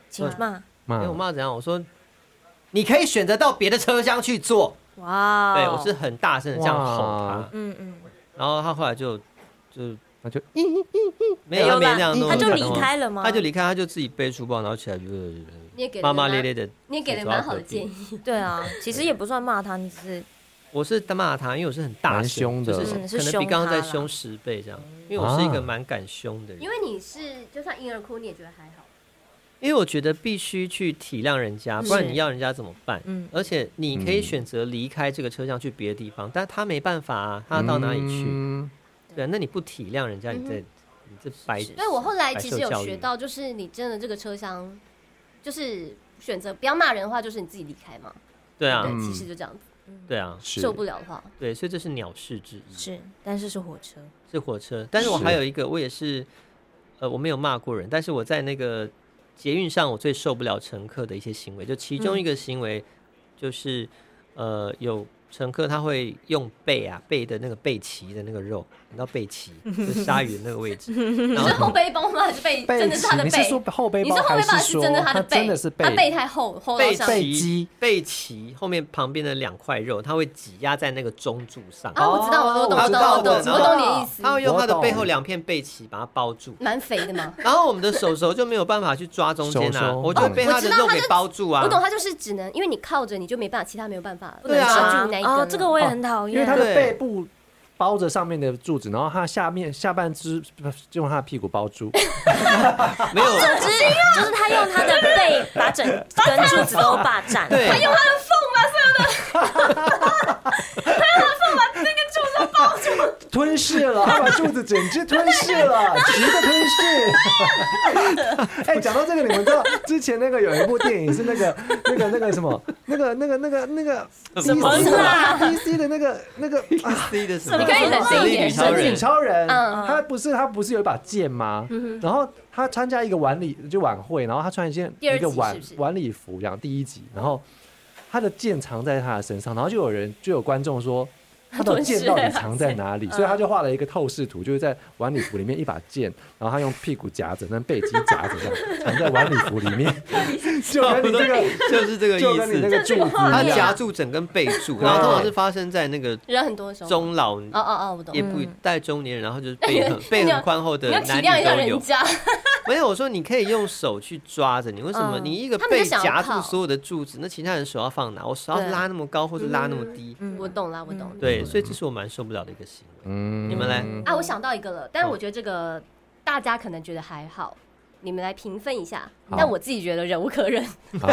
[SPEAKER 4] 请骂，
[SPEAKER 1] 哎、
[SPEAKER 2] 骂
[SPEAKER 1] 我骂怎样？我说，你可以选择到别的车厢去坐。
[SPEAKER 4] 哇哦，
[SPEAKER 1] 对我是很大声的这样吼
[SPEAKER 2] 哇
[SPEAKER 1] 他，
[SPEAKER 4] 嗯嗯，
[SPEAKER 1] 然后他后来就就
[SPEAKER 2] 那就
[SPEAKER 1] 没有他没
[SPEAKER 4] 啦
[SPEAKER 1] 那样弄，
[SPEAKER 4] 他就
[SPEAKER 1] 可
[SPEAKER 4] 离
[SPEAKER 1] 能
[SPEAKER 4] 开了吗？
[SPEAKER 1] 他就离开，他就自己背书包，然后起来就
[SPEAKER 3] 你也给了
[SPEAKER 1] 骂骂咧
[SPEAKER 3] 蛮
[SPEAKER 1] 咧的。
[SPEAKER 3] 你也给了蛮好的建议，
[SPEAKER 4] 对啊，其实也不算骂他，你只是
[SPEAKER 1] 我是骂他，因为我是很大
[SPEAKER 2] 蛮凶的
[SPEAKER 1] 就是
[SPEAKER 4] 嗯是
[SPEAKER 1] 可能比
[SPEAKER 4] 凶
[SPEAKER 1] 刚刚再
[SPEAKER 4] 他啦
[SPEAKER 1] 凶十倍这样。因为我是一个蛮敢凶的人，
[SPEAKER 3] 因
[SPEAKER 4] 啊
[SPEAKER 3] 为你是就算婴儿哭你也觉得还好，
[SPEAKER 1] 因为我觉得必须去体谅人家，
[SPEAKER 4] 是
[SPEAKER 1] 不然你要人家怎么办？
[SPEAKER 4] 嗯
[SPEAKER 1] 而且你可以选择离开这个车厢去别的地方，但他没办法啊，他要到哪里去？
[SPEAKER 2] 嗯
[SPEAKER 1] 对啊，那你不体谅人家，你这、
[SPEAKER 4] 嗯
[SPEAKER 1] 你这白
[SPEAKER 4] 是
[SPEAKER 3] 所以我后来其实
[SPEAKER 1] 白
[SPEAKER 3] 有
[SPEAKER 1] 受教育
[SPEAKER 3] 学到，就是你真的这个车厢，就是选择不要骂人的话，就是你自己离开嘛。
[SPEAKER 1] 对啊
[SPEAKER 3] 对，
[SPEAKER 2] 嗯
[SPEAKER 3] 其实就这样子，
[SPEAKER 1] 对啊
[SPEAKER 2] 是
[SPEAKER 3] 受不了的话，
[SPEAKER 1] 对，所以这是鸟事之一，
[SPEAKER 4] 是，但是是火车，
[SPEAKER 1] 是火车。但是我
[SPEAKER 2] 是
[SPEAKER 1] 还有一个，我也是，呃，我没有骂过人，但是我在那个捷运上，我最受不了乘客的一些行为，就其
[SPEAKER 2] 嗯
[SPEAKER 1] 中一个行为就是，呃，有乘客他会用背啊背的那个背鳍的那个肉，你知道背鳍就是鲨鱼的那个位置，然
[SPEAKER 3] 你是
[SPEAKER 1] 后
[SPEAKER 3] 后背包吗？还是 背？
[SPEAKER 2] 背
[SPEAKER 3] 真的是他的
[SPEAKER 2] 你
[SPEAKER 3] 背？
[SPEAKER 2] 是说后背
[SPEAKER 3] 你
[SPEAKER 2] 包，
[SPEAKER 3] 是后
[SPEAKER 2] 还
[SPEAKER 3] 背包还
[SPEAKER 2] 说
[SPEAKER 3] 真的他的背？
[SPEAKER 2] 真的是
[SPEAKER 3] 他背
[SPEAKER 2] 背
[SPEAKER 3] 太厚，厚到
[SPEAKER 1] 背
[SPEAKER 3] 像。
[SPEAKER 2] 背肌
[SPEAKER 1] 鳍背鳍后面旁边的两块肉，它会挤压在那个中柱上，
[SPEAKER 3] 啊，我知道，我懂，我懂，
[SPEAKER 1] 哦
[SPEAKER 3] 我懂，
[SPEAKER 1] 我知道
[SPEAKER 3] 我懂你的意思。
[SPEAKER 1] 它会用它的
[SPEAKER 2] 我
[SPEAKER 1] 背
[SPEAKER 2] 懂
[SPEAKER 1] 后两片背鳍把它包住。
[SPEAKER 3] 蛮肥的嘛，
[SPEAKER 1] 然后我们的手手就没有办法去抓中间
[SPEAKER 2] 手
[SPEAKER 1] 啊，
[SPEAKER 2] 手
[SPEAKER 1] 我就会被他的肉给包住啊。
[SPEAKER 3] 我懂，他就是只能，因为你靠着你就没办法，其他没有办法，不能
[SPEAKER 1] 对啊
[SPEAKER 3] 抓住那一根了。
[SPEAKER 4] 哦，这个我也很讨厌，
[SPEAKER 2] 因为他的
[SPEAKER 1] 对
[SPEAKER 2] 背部包着上面的柱子，然后他下面下半肢不是就用他的屁股包住，
[SPEAKER 1] 没有，
[SPEAKER 3] 哦
[SPEAKER 4] 只是就是他用他的背把整根柱子都霸占，
[SPEAKER 1] 对，
[SPEAKER 2] 吞噬了， 他把柱子简直吞噬 了，直的吞噬。 哎，讲到这个，你们知道之前那个有一部电影是那个 那个那个什么，那个那个那个那个
[SPEAKER 1] 什么啊
[SPEAKER 2] DC
[SPEAKER 4] 啦
[SPEAKER 2] DC 的那个那个啊
[SPEAKER 1] 低的什么？
[SPEAKER 3] 你可以冷静一点
[SPEAKER 1] 神力女超
[SPEAKER 2] 神力
[SPEAKER 1] 人
[SPEAKER 2] 女，超人，
[SPEAKER 3] 嗯
[SPEAKER 2] 他不是他不是有一把剑吗？然后他参加一个晚礼就晚会，然后他穿一件
[SPEAKER 3] 第二
[SPEAKER 2] 一
[SPEAKER 3] 集
[SPEAKER 2] 个晚
[SPEAKER 3] 是不是
[SPEAKER 2] 晚礼服，然后第一集，然后他的剑藏在他的身上，然后就有人就有观众说。他的剑到底藏在哪里？所以他就画了一个透视图，就是在晚礼服里面一把剑，然后他用屁股夹着，跟背肌夹着这样，藏在晚礼服里面，就跟你这个，
[SPEAKER 1] 就是这个
[SPEAKER 2] 就跟你那
[SPEAKER 1] 意
[SPEAKER 2] 个
[SPEAKER 1] 思。
[SPEAKER 2] 柱子
[SPEAKER 1] 他
[SPEAKER 2] 一
[SPEAKER 1] 夹
[SPEAKER 2] 样，
[SPEAKER 1] 住整根 背柱，
[SPEAKER 2] 对
[SPEAKER 1] 然后通常是发生在那个
[SPEAKER 3] 人很多的时候。
[SPEAKER 1] 中老，
[SPEAKER 3] 哦哦哦，我懂
[SPEAKER 1] 也。不带中年人，然后就是 背很
[SPEAKER 3] 嗯
[SPEAKER 1] 背很宽厚的
[SPEAKER 3] 你要体
[SPEAKER 1] 男
[SPEAKER 3] 谅一
[SPEAKER 1] 女
[SPEAKER 3] 下
[SPEAKER 1] 都
[SPEAKER 3] 人
[SPEAKER 1] 有。
[SPEAKER 3] 家，
[SPEAKER 1] 没有，我说你可以用手去抓着你，为什么
[SPEAKER 4] 嗯
[SPEAKER 1] 你一个
[SPEAKER 3] 他们
[SPEAKER 1] 背
[SPEAKER 3] 就想要
[SPEAKER 1] 夹住
[SPEAKER 3] 靠
[SPEAKER 1] 所有的柱子？那其他人手要放哪？我手要
[SPEAKER 4] 对
[SPEAKER 1] 拉那么高，或者拉那么低？
[SPEAKER 4] 嗯
[SPEAKER 3] 我懂啦，我懂。
[SPEAKER 1] 对，所以这是我蛮受不了的一个行为。
[SPEAKER 2] 嗯
[SPEAKER 1] 你们来
[SPEAKER 3] 啊，我想到一个了，但是我觉得这个大家可能觉得还好，你们来评分一下。
[SPEAKER 2] 好
[SPEAKER 3] 但我自己觉得忍无可忍，
[SPEAKER 2] 好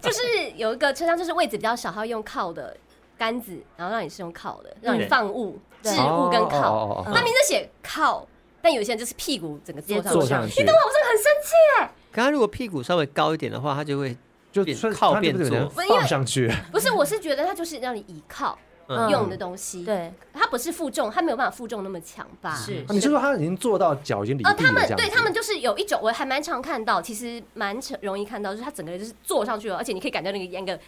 [SPEAKER 3] 就是有一个车厢，就是位置比较小，它会用靠的杆子，然后让你是用靠的，让你
[SPEAKER 1] 对
[SPEAKER 3] 放物、置
[SPEAKER 4] 对
[SPEAKER 3] 物跟靠。
[SPEAKER 2] 哦哦哦
[SPEAKER 1] 嗯
[SPEAKER 2] 哦
[SPEAKER 3] 它名字写靠，但有些人就是屁股整个坐上
[SPEAKER 2] 坐
[SPEAKER 3] 去。
[SPEAKER 2] 上去，
[SPEAKER 3] 我真的 很生气，
[SPEAKER 1] 可他如果屁股稍微高一点的话，他就会
[SPEAKER 2] 就
[SPEAKER 1] 变
[SPEAKER 2] 穿
[SPEAKER 1] 靠
[SPEAKER 2] 穿
[SPEAKER 1] 变
[SPEAKER 2] 那个
[SPEAKER 1] 坐
[SPEAKER 2] 人
[SPEAKER 3] 不是因为
[SPEAKER 2] 放 上去，啊
[SPEAKER 3] 不是，我是觉得它就是让你倚靠
[SPEAKER 1] 嗯
[SPEAKER 3] 用的东西，，
[SPEAKER 4] 对，
[SPEAKER 3] 它不是负重，它没有办法负重那么强吧？
[SPEAKER 4] 是
[SPEAKER 2] 啊你是说他已经做到脚已经离地
[SPEAKER 3] 呃，
[SPEAKER 2] 了
[SPEAKER 3] 他们
[SPEAKER 2] 这样
[SPEAKER 3] 对
[SPEAKER 2] 子
[SPEAKER 3] 他们就是有一种，我还蛮常看到，其实蛮常容易看到，就是他整个人就是坐上去了，而且你可以感觉那个那个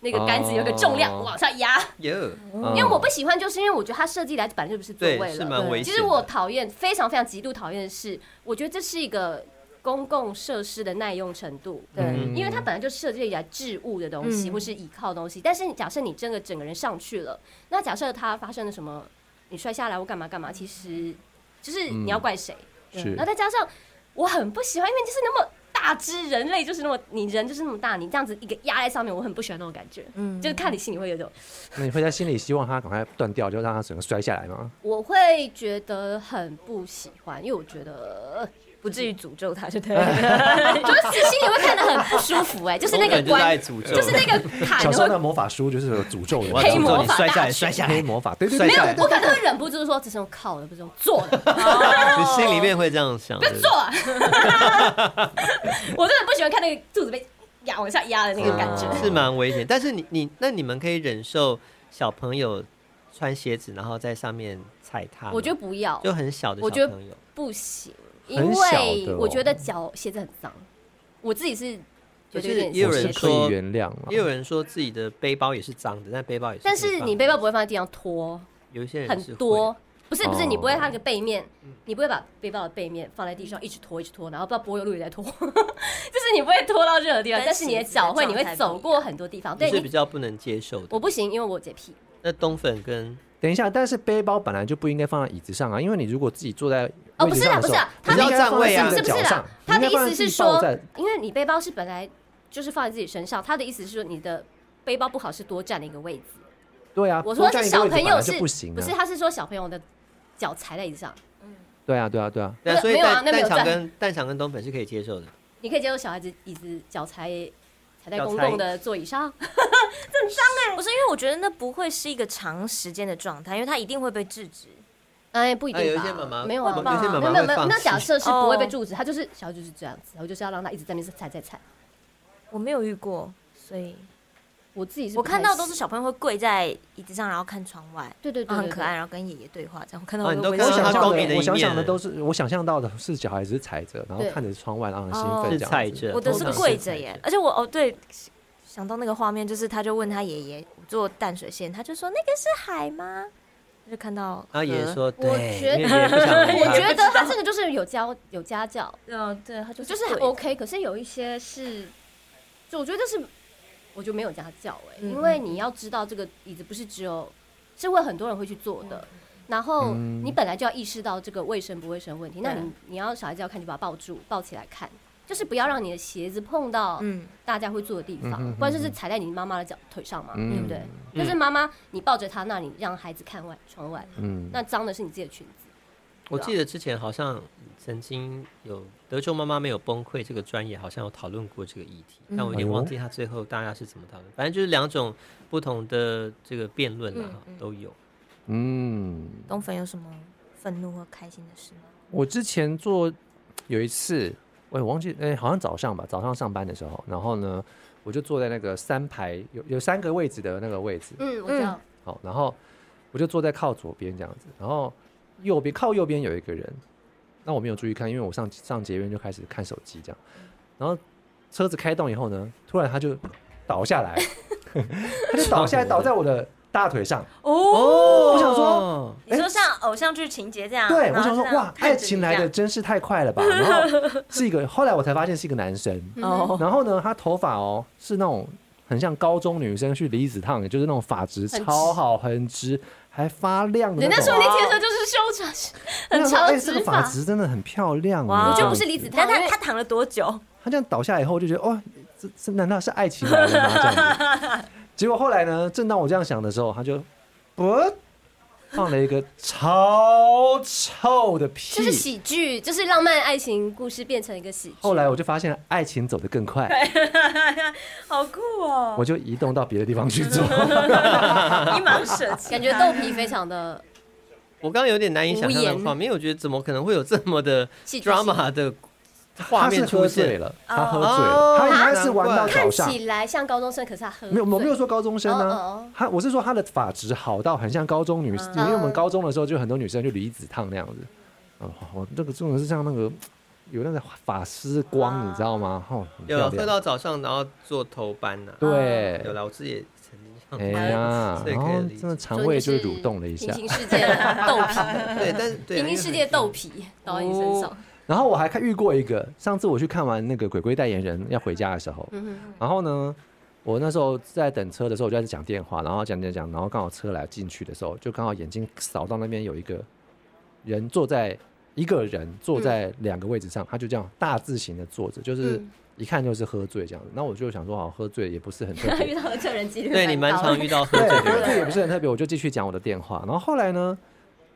[SPEAKER 3] 那个杆子有一个重量
[SPEAKER 2] 哦
[SPEAKER 3] 往上压。
[SPEAKER 1] 耶，
[SPEAKER 2] 嗯
[SPEAKER 3] 因为我不喜欢，就是因为我觉得它设计来本来就不是座
[SPEAKER 1] 对
[SPEAKER 3] 位，了。
[SPEAKER 1] 是蛮危
[SPEAKER 3] 其
[SPEAKER 1] 险的。
[SPEAKER 3] 实我讨厌，非常非常极度讨厌的是，我觉得这是一个公共设施的耐用程度。
[SPEAKER 4] 对
[SPEAKER 2] 嗯
[SPEAKER 3] 因为它本来就设计来置物的东西，
[SPEAKER 4] 嗯
[SPEAKER 3] 或是倚靠的东西。但是假设你真的整个人上去了，那假设它发生了什么，你摔下来或干嘛干嘛，其实就是你要怪谁？
[SPEAKER 2] 嗯是
[SPEAKER 3] 然后再加上我很不喜欢，因为就是那么大只，人类就是那么你人就是那么大，你这样子一个压在上面，我很不喜欢那种感觉。
[SPEAKER 4] 嗯，
[SPEAKER 3] 就是看你心里会有一种，
[SPEAKER 2] 那你会在心里希望他赶快断掉，就让他整个摔下来吗？
[SPEAKER 3] 我会觉得很不喜欢，因为我觉得
[SPEAKER 4] 不至于诅咒他就 对了，
[SPEAKER 3] 就是心里会看得很不舒服、哎，就是那
[SPEAKER 1] 我
[SPEAKER 3] 个
[SPEAKER 1] 感觉就是爱
[SPEAKER 3] 关，
[SPEAKER 1] 诅咒，
[SPEAKER 3] 就是那个坎
[SPEAKER 2] 小时候
[SPEAKER 3] 会
[SPEAKER 2] 的魔法书就是有诅咒的
[SPEAKER 1] 我
[SPEAKER 3] 哎黑
[SPEAKER 1] 要诅咒
[SPEAKER 3] 魔
[SPEAKER 1] 你
[SPEAKER 3] 法
[SPEAKER 1] 摔
[SPEAKER 3] 大
[SPEAKER 1] 下来，摔
[SPEAKER 3] 全
[SPEAKER 1] 下
[SPEAKER 2] 黑
[SPEAKER 1] 来，
[SPEAKER 2] 魔法，对对
[SPEAKER 1] 摔
[SPEAKER 2] 对
[SPEAKER 1] 下
[SPEAKER 2] 对
[SPEAKER 1] 来
[SPEAKER 2] 对，
[SPEAKER 3] 我可能会忍不住说，这是用靠的，不是用坐 的。
[SPEAKER 1] 你心里面会这样想。对不对
[SPEAKER 3] 坐啊！ 我真的不喜欢看那个肚子被压往下压的那个感觉。
[SPEAKER 4] 嗯
[SPEAKER 1] 哦是蛮危险，但是你你那你们可以忍受小朋友穿鞋子然后在上面踩踏吗，
[SPEAKER 3] 我觉得不要，
[SPEAKER 1] 就很小的
[SPEAKER 3] 我
[SPEAKER 1] 小
[SPEAKER 3] 觉得
[SPEAKER 1] 朋友，
[SPEAKER 3] 不行。因
[SPEAKER 2] 很小
[SPEAKER 3] 为
[SPEAKER 2] 的哦
[SPEAKER 3] 我觉得脚鞋子很脏，我自己是
[SPEAKER 1] 可
[SPEAKER 3] 觉得
[SPEAKER 1] 是
[SPEAKER 3] 有点
[SPEAKER 1] 也有
[SPEAKER 3] 嫌
[SPEAKER 1] 人
[SPEAKER 2] 我
[SPEAKER 3] 弃
[SPEAKER 2] 是
[SPEAKER 1] 说
[SPEAKER 2] 可以原谅啊
[SPEAKER 1] 也。有人说自己的背包也是脏的，但背包也是可以
[SPEAKER 3] 但
[SPEAKER 1] 放的。
[SPEAKER 3] 是你背包不会放在地上拖，
[SPEAKER 1] 有一些人是
[SPEAKER 3] 很
[SPEAKER 1] 会
[SPEAKER 3] 多，不是不是，
[SPEAKER 2] 哦
[SPEAKER 3] 你不会它那个背面，你不会把背包的背面放在地上一直拖一直拖，然后不知道柏油路也在拖， 就是你不会拖到任何地方，
[SPEAKER 4] 跟
[SPEAKER 3] 但是你的
[SPEAKER 4] 鞋子的
[SPEAKER 3] 脚会，你
[SPEAKER 4] 状
[SPEAKER 3] 会
[SPEAKER 4] 态不
[SPEAKER 3] 走
[SPEAKER 4] 一
[SPEAKER 3] 过
[SPEAKER 4] 样
[SPEAKER 3] 很多地方。
[SPEAKER 1] 你
[SPEAKER 3] 对
[SPEAKER 1] 是比
[SPEAKER 3] 你，
[SPEAKER 1] 较不能接受的。
[SPEAKER 3] 我不行，因为我有洁癖。
[SPEAKER 1] 那冬粉跟
[SPEAKER 2] 等一下，但是背包本来就不应该放在椅子上啊，因为你如果自己坐在
[SPEAKER 3] 哦
[SPEAKER 2] 位
[SPEAKER 3] 不
[SPEAKER 2] 置
[SPEAKER 3] 是啦
[SPEAKER 2] 上的时候
[SPEAKER 1] 不是啦
[SPEAKER 2] 你应该
[SPEAKER 1] 他
[SPEAKER 2] 放在
[SPEAKER 1] 站位啊
[SPEAKER 2] 自己的
[SPEAKER 3] 不是
[SPEAKER 2] 脚
[SPEAKER 3] 不是啦
[SPEAKER 2] 上，
[SPEAKER 3] 他的
[SPEAKER 2] 你应该放
[SPEAKER 3] 意
[SPEAKER 2] 在
[SPEAKER 3] 思
[SPEAKER 2] 自己
[SPEAKER 3] 是
[SPEAKER 2] 抱
[SPEAKER 3] 说
[SPEAKER 2] 在
[SPEAKER 3] 因为你背包是本来就是放在自己身上，他的意思是说你的背包不好是多占了一个位置。
[SPEAKER 2] 对啊，
[SPEAKER 3] 我说
[SPEAKER 2] 多占
[SPEAKER 3] 是
[SPEAKER 2] 一个
[SPEAKER 3] 小
[SPEAKER 2] 位置
[SPEAKER 3] 朋
[SPEAKER 2] 本来
[SPEAKER 3] 友
[SPEAKER 2] 就是不行、啊，
[SPEAKER 3] 是，他是说小朋友的脚踩在椅子上，
[SPEAKER 2] 对啊，对啊，对啊，
[SPEAKER 1] 那
[SPEAKER 3] 那
[SPEAKER 1] 所以
[SPEAKER 3] 没有啊
[SPEAKER 1] 蛋
[SPEAKER 3] 那没有
[SPEAKER 1] 蛋场
[SPEAKER 3] 站
[SPEAKER 1] 跟蛋场跟冬粉是可以接受的。
[SPEAKER 3] 你可以接受小孩子椅子脚踩踩在
[SPEAKER 1] 脚
[SPEAKER 3] 公
[SPEAKER 1] 踩
[SPEAKER 3] 共的座椅上，
[SPEAKER 4] 不是因为我觉得那不会是一个长时间的状态，因为它一定会被制止。
[SPEAKER 3] 哎，不一
[SPEAKER 1] 那有
[SPEAKER 3] 定
[SPEAKER 1] 一
[SPEAKER 3] 吧？
[SPEAKER 1] 些妈妈
[SPEAKER 3] 没有
[SPEAKER 1] 有
[SPEAKER 3] 啊，
[SPEAKER 4] 吧
[SPEAKER 1] 有些妈
[SPEAKER 3] 没
[SPEAKER 1] 妈
[SPEAKER 3] 有没有
[SPEAKER 1] 会
[SPEAKER 3] 没有，
[SPEAKER 1] 放
[SPEAKER 3] 那假
[SPEAKER 1] 弃。
[SPEAKER 3] 设是不会被
[SPEAKER 4] 哦
[SPEAKER 3] 制止，他就是小孩就是这样子，我就是要让他一直在那边踩踩踩。
[SPEAKER 4] 我没有遇过，所以
[SPEAKER 3] 我自己是
[SPEAKER 4] 我
[SPEAKER 3] 不太
[SPEAKER 4] 看到都是小朋友会跪在椅子上，然后看窗外，
[SPEAKER 3] 对对
[SPEAKER 4] 然
[SPEAKER 3] 对，
[SPEAKER 4] 后
[SPEAKER 3] 对
[SPEAKER 4] 很可爱，。然后跟爷爷对话，这样我看到
[SPEAKER 1] 哦
[SPEAKER 4] 我
[SPEAKER 1] 你
[SPEAKER 4] 都
[SPEAKER 1] 都
[SPEAKER 4] 不
[SPEAKER 1] 看
[SPEAKER 4] 会
[SPEAKER 1] 到
[SPEAKER 2] 我
[SPEAKER 4] 想
[SPEAKER 1] 他
[SPEAKER 2] 想
[SPEAKER 4] 象
[SPEAKER 2] 象
[SPEAKER 1] 光
[SPEAKER 4] 的
[SPEAKER 1] 明的
[SPEAKER 2] 的，
[SPEAKER 1] 一
[SPEAKER 2] 我想
[SPEAKER 1] 面
[SPEAKER 2] 想的
[SPEAKER 1] 欸
[SPEAKER 2] 都是我想象到的是小孩子踩着，然后
[SPEAKER 3] 对
[SPEAKER 2] 看着窗外，然后很兴
[SPEAKER 4] 哦
[SPEAKER 2] 奋
[SPEAKER 1] 是
[SPEAKER 2] 这样子。
[SPEAKER 1] 踩着，
[SPEAKER 4] 我的是
[SPEAKER 1] 通常
[SPEAKER 4] 跪着
[SPEAKER 1] 踩
[SPEAKER 4] 耶，而且我哦对，想到那个画面，就是他就问他爷爷我坐淡水线，他就说那个是海吗？就看到
[SPEAKER 1] 然后
[SPEAKER 4] 呃
[SPEAKER 1] 爷爷
[SPEAKER 2] 嗯
[SPEAKER 4] 河，
[SPEAKER 1] 说，对，
[SPEAKER 3] 觉
[SPEAKER 1] 因为爷爷 不想啊理
[SPEAKER 3] 我
[SPEAKER 1] 他
[SPEAKER 3] 觉得 他这个就是有家有家教，
[SPEAKER 4] 嗯，对，他
[SPEAKER 3] 就是 OK，可是有一些是，就我觉得是，我就没有家教哎、
[SPEAKER 4] 嗯
[SPEAKER 3] 因为你要知道这个椅子不是只有，是会很多人会去做的。然后
[SPEAKER 2] 嗯
[SPEAKER 3] 你本来就要意识到这个卫生不卫生问题，那
[SPEAKER 4] 对
[SPEAKER 3] 你你要小孩子要看就把它抱住，抱起来看，就是不要让你的鞋子碰到
[SPEAKER 4] 嗯，
[SPEAKER 3] 大家会坐的地
[SPEAKER 2] 嗯
[SPEAKER 3] 方，
[SPEAKER 2] 哼哼
[SPEAKER 3] 不然就是踩在你妈妈的脚腿上嘛，
[SPEAKER 2] 嗯
[SPEAKER 3] 对不对？但是妈妈你抱着她，那你让孩子看外窗外，
[SPEAKER 2] 嗯，
[SPEAKER 3] 那脏的是你自己的裙子。
[SPEAKER 1] 我记得之前好像曾经有德州妈妈没有崩溃这个专业，好像有讨论过这个议题，但我
[SPEAKER 2] 嗯
[SPEAKER 1] 有点忘记它最后大家是怎么讨论。反正就是两种不同的这个辩论啊
[SPEAKER 4] 嗯嗯
[SPEAKER 1] 都有。
[SPEAKER 2] 嗯，
[SPEAKER 4] 东粉有什么愤怒或开心的事吗？
[SPEAKER 2] 我之前做有一次，我也忘记，哎、好像早上吧，早上上班的时候，然后呢，我就坐在那个三排有有三个位置的那个位置，
[SPEAKER 3] 嗯，我知道，
[SPEAKER 2] 好，然后我就坐在靠左边这样子，然后右边靠右边有一个人，那我没有注意看，因为我上上捷运就开始看手机这样，然后车子开动以后呢，突然他就倒下来， 他就倒下来倒在我的大腿上，
[SPEAKER 4] 哦，
[SPEAKER 1] 哦
[SPEAKER 2] 我想说，
[SPEAKER 4] 你说像偶像剧情节这样，
[SPEAKER 2] 对
[SPEAKER 4] 啊然
[SPEAKER 2] 我
[SPEAKER 4] 后
[SPEAKER 2] 想说
[SPEAKER 4] 这样
[SPEAKER 2] 哇，
[SPEAKER 4] 看着
[SPEAKER 2] 爱
[SPEAKER 4] 你
[SPEAKER 2] 情
[SPEAKER 4] 这
[SPEAKER 2] 来的
[SPEAKER 4] 样
[SPEAKER 2] 真是太快了吧，然后是一个，后来我才发现是一个男生，
[SPEAKER 4] 哦，
[SPEAKER 2] 然后呢，他头发哦是那种很像高中女生去离子烫，就是那种发质
[SPEAKER 3] 很直
[SPEAKER 2] 超好、很直，还发亮的那
[SPEAKER 3] 人
[SPEAKER 2] 种。
[SPEAKER 3] 家说你天生就是啊修长，
[SPEAKER 2] 我
[SPEAKER 3] 很
[SPEAKER 2] 想说
[SPEAKER 3] 长
[SPEAKER 2] 哎
[SPEAKER 3] 的
[SPEAKER 2] 这个
[SPEAKER 3] 直
[SPEAKER 2] 发
[SPEAKER 3] 发。
[SPEAKER 2] 质真的很漂亮
[SPEAKER 4] 哇
[SPEAKER 2] 啊。
[SPEAKER 4] 我觉得
[SPEAKER 3] 不是离子烫
[SPEAKER 4] 但
[SPEAKER 3] 因
[SPEAKER 4] 他
[SPEAKER 3] 为
[SPEAKER 4] 他躺了多久？
[SPEAKER 2] 他这样倒下来以后，我就觉得哇，这这难道是爱情 来了吗？这样子。结果后来呢，正当我这样想的时候，他就不放了一个超臭的屁。
[SPEAKER 3] 就是喜剧，就是浪漫爱情故事变成一个喜剧。
[SPEAKER 2] 后来我就发现爱情走得更快，
[SPEAKER 4] 好酷哦！
[SPEAKER 2] 我就移动到别的地方去 做。
[SPEAKER 4] 你蛮舍弃，
[SPEAKER 3] 感觉豆皮非常的
[SPEAKER 1] 我刚刚有点难以想象
[SPEAKER 3] 无
[SPEAKER 1] 的
[SPEAKER 3] 言
[SPEAKER 1] 画面，因为我觉得怎么可能会有这么的
[SPEAKER 3] 戏剧性
[SPEAKER 1] drama 的画
[SPEAKER 2] 他
[SPEAKER 1] 面
[SPEAKER 2] 是喝
[SPEAKER 1] 出
[SPEAKER 2] 醉
[SPEAKER 1] 现？
[SPEAKER 2] 了，他喝醉
[SPEAKER 1] 哦
[SPEAKER 2] 了，他应该是玩到
[SPEAKER 3] 看
[SPEAKER 2] 早上。
[SPEAKER 3] 起来像高中生，可是他喝
[SPEAKER 2] 没有，我没有
[SPEAKER 3] 醉
[SPEAKER 2] 说高中生
[SPEAKER 3] 嗯哦哦
[SPEAKER 2] 啊
[SPEAKER 3] 哦，嗯
[SPEAKER 2] 他我是说他的发质好到很像高中女，因为我们高中的时候就很多女生就离子烫那样子，哦，我这个真的是像那个有那个发丝
[SPEAKER 3] 啊
[SPEAKER 2] 光，你知道吗？哦，很
[SPEAKER 1] 有
[SPEAKER 2] 漂
[SPEAKER 1] 喝
[SPEAKER 2] 亮
[SPEAKER 1] 到早上，然后做头班呐、
[SPEAKER 2] 对
[SPEAKER 1] 有，啦，我自己也曾经这样
[SPEAKER 2] 哎呀，
[SPEAKER 1] 所以
[SPEAKER 2] 然
[SPEAKER 1] 可以
[SPEAKER 2] 后
[SPEAKER 1] 理解
[SPEAKER 2] 真的肠胃就蠕动了一下
[SPEAKER 3] 平，行世界的豆 皮，
[SPEAKER 1] 对，但是对
[SPEAKER 3] 嗯
[SPEAKER 1] 啊
[SPEAKER 3] 平行世界豆皮倒在你身上。
[SPEAKER 2] 然后我还看遇过一个，上次我去看完那个鬼鬼代言人要回家的时候，
[SPEAKER 3] 嗯
[SPEAKER 2] 然后呢，我那时候在等车的时候，我就在讲电话，然后讲讲讲，然后刚好车来进去的时候，就刚好眼睛扫到那边有一个人坐在一个人坐在两个位置上，他就这样大字型的坐着，就是
[SPEAKER 3] 嗯
[SPEAKER 2] 一看就是喝醉这样子。那我就想说，好喝醉也不是 很特
[SPEAKER 3] 哼，
[SPEAKER 2] 别，
[SPEAKER 3] 遇到了这人几率
[SPEAKER 1] 对你蛮
[SPEAKER 3] 高的
[SPEAKER 1] 常遇到喝醉
[SPEAKER 2] 对，
[SPEAKER 1] 的
[SPEAKER 2] 喝
[SPEAKER 1] 人，
[SPEAKER 2] 醉也不是很特别，我就继续讲我的电话。然后后来呢，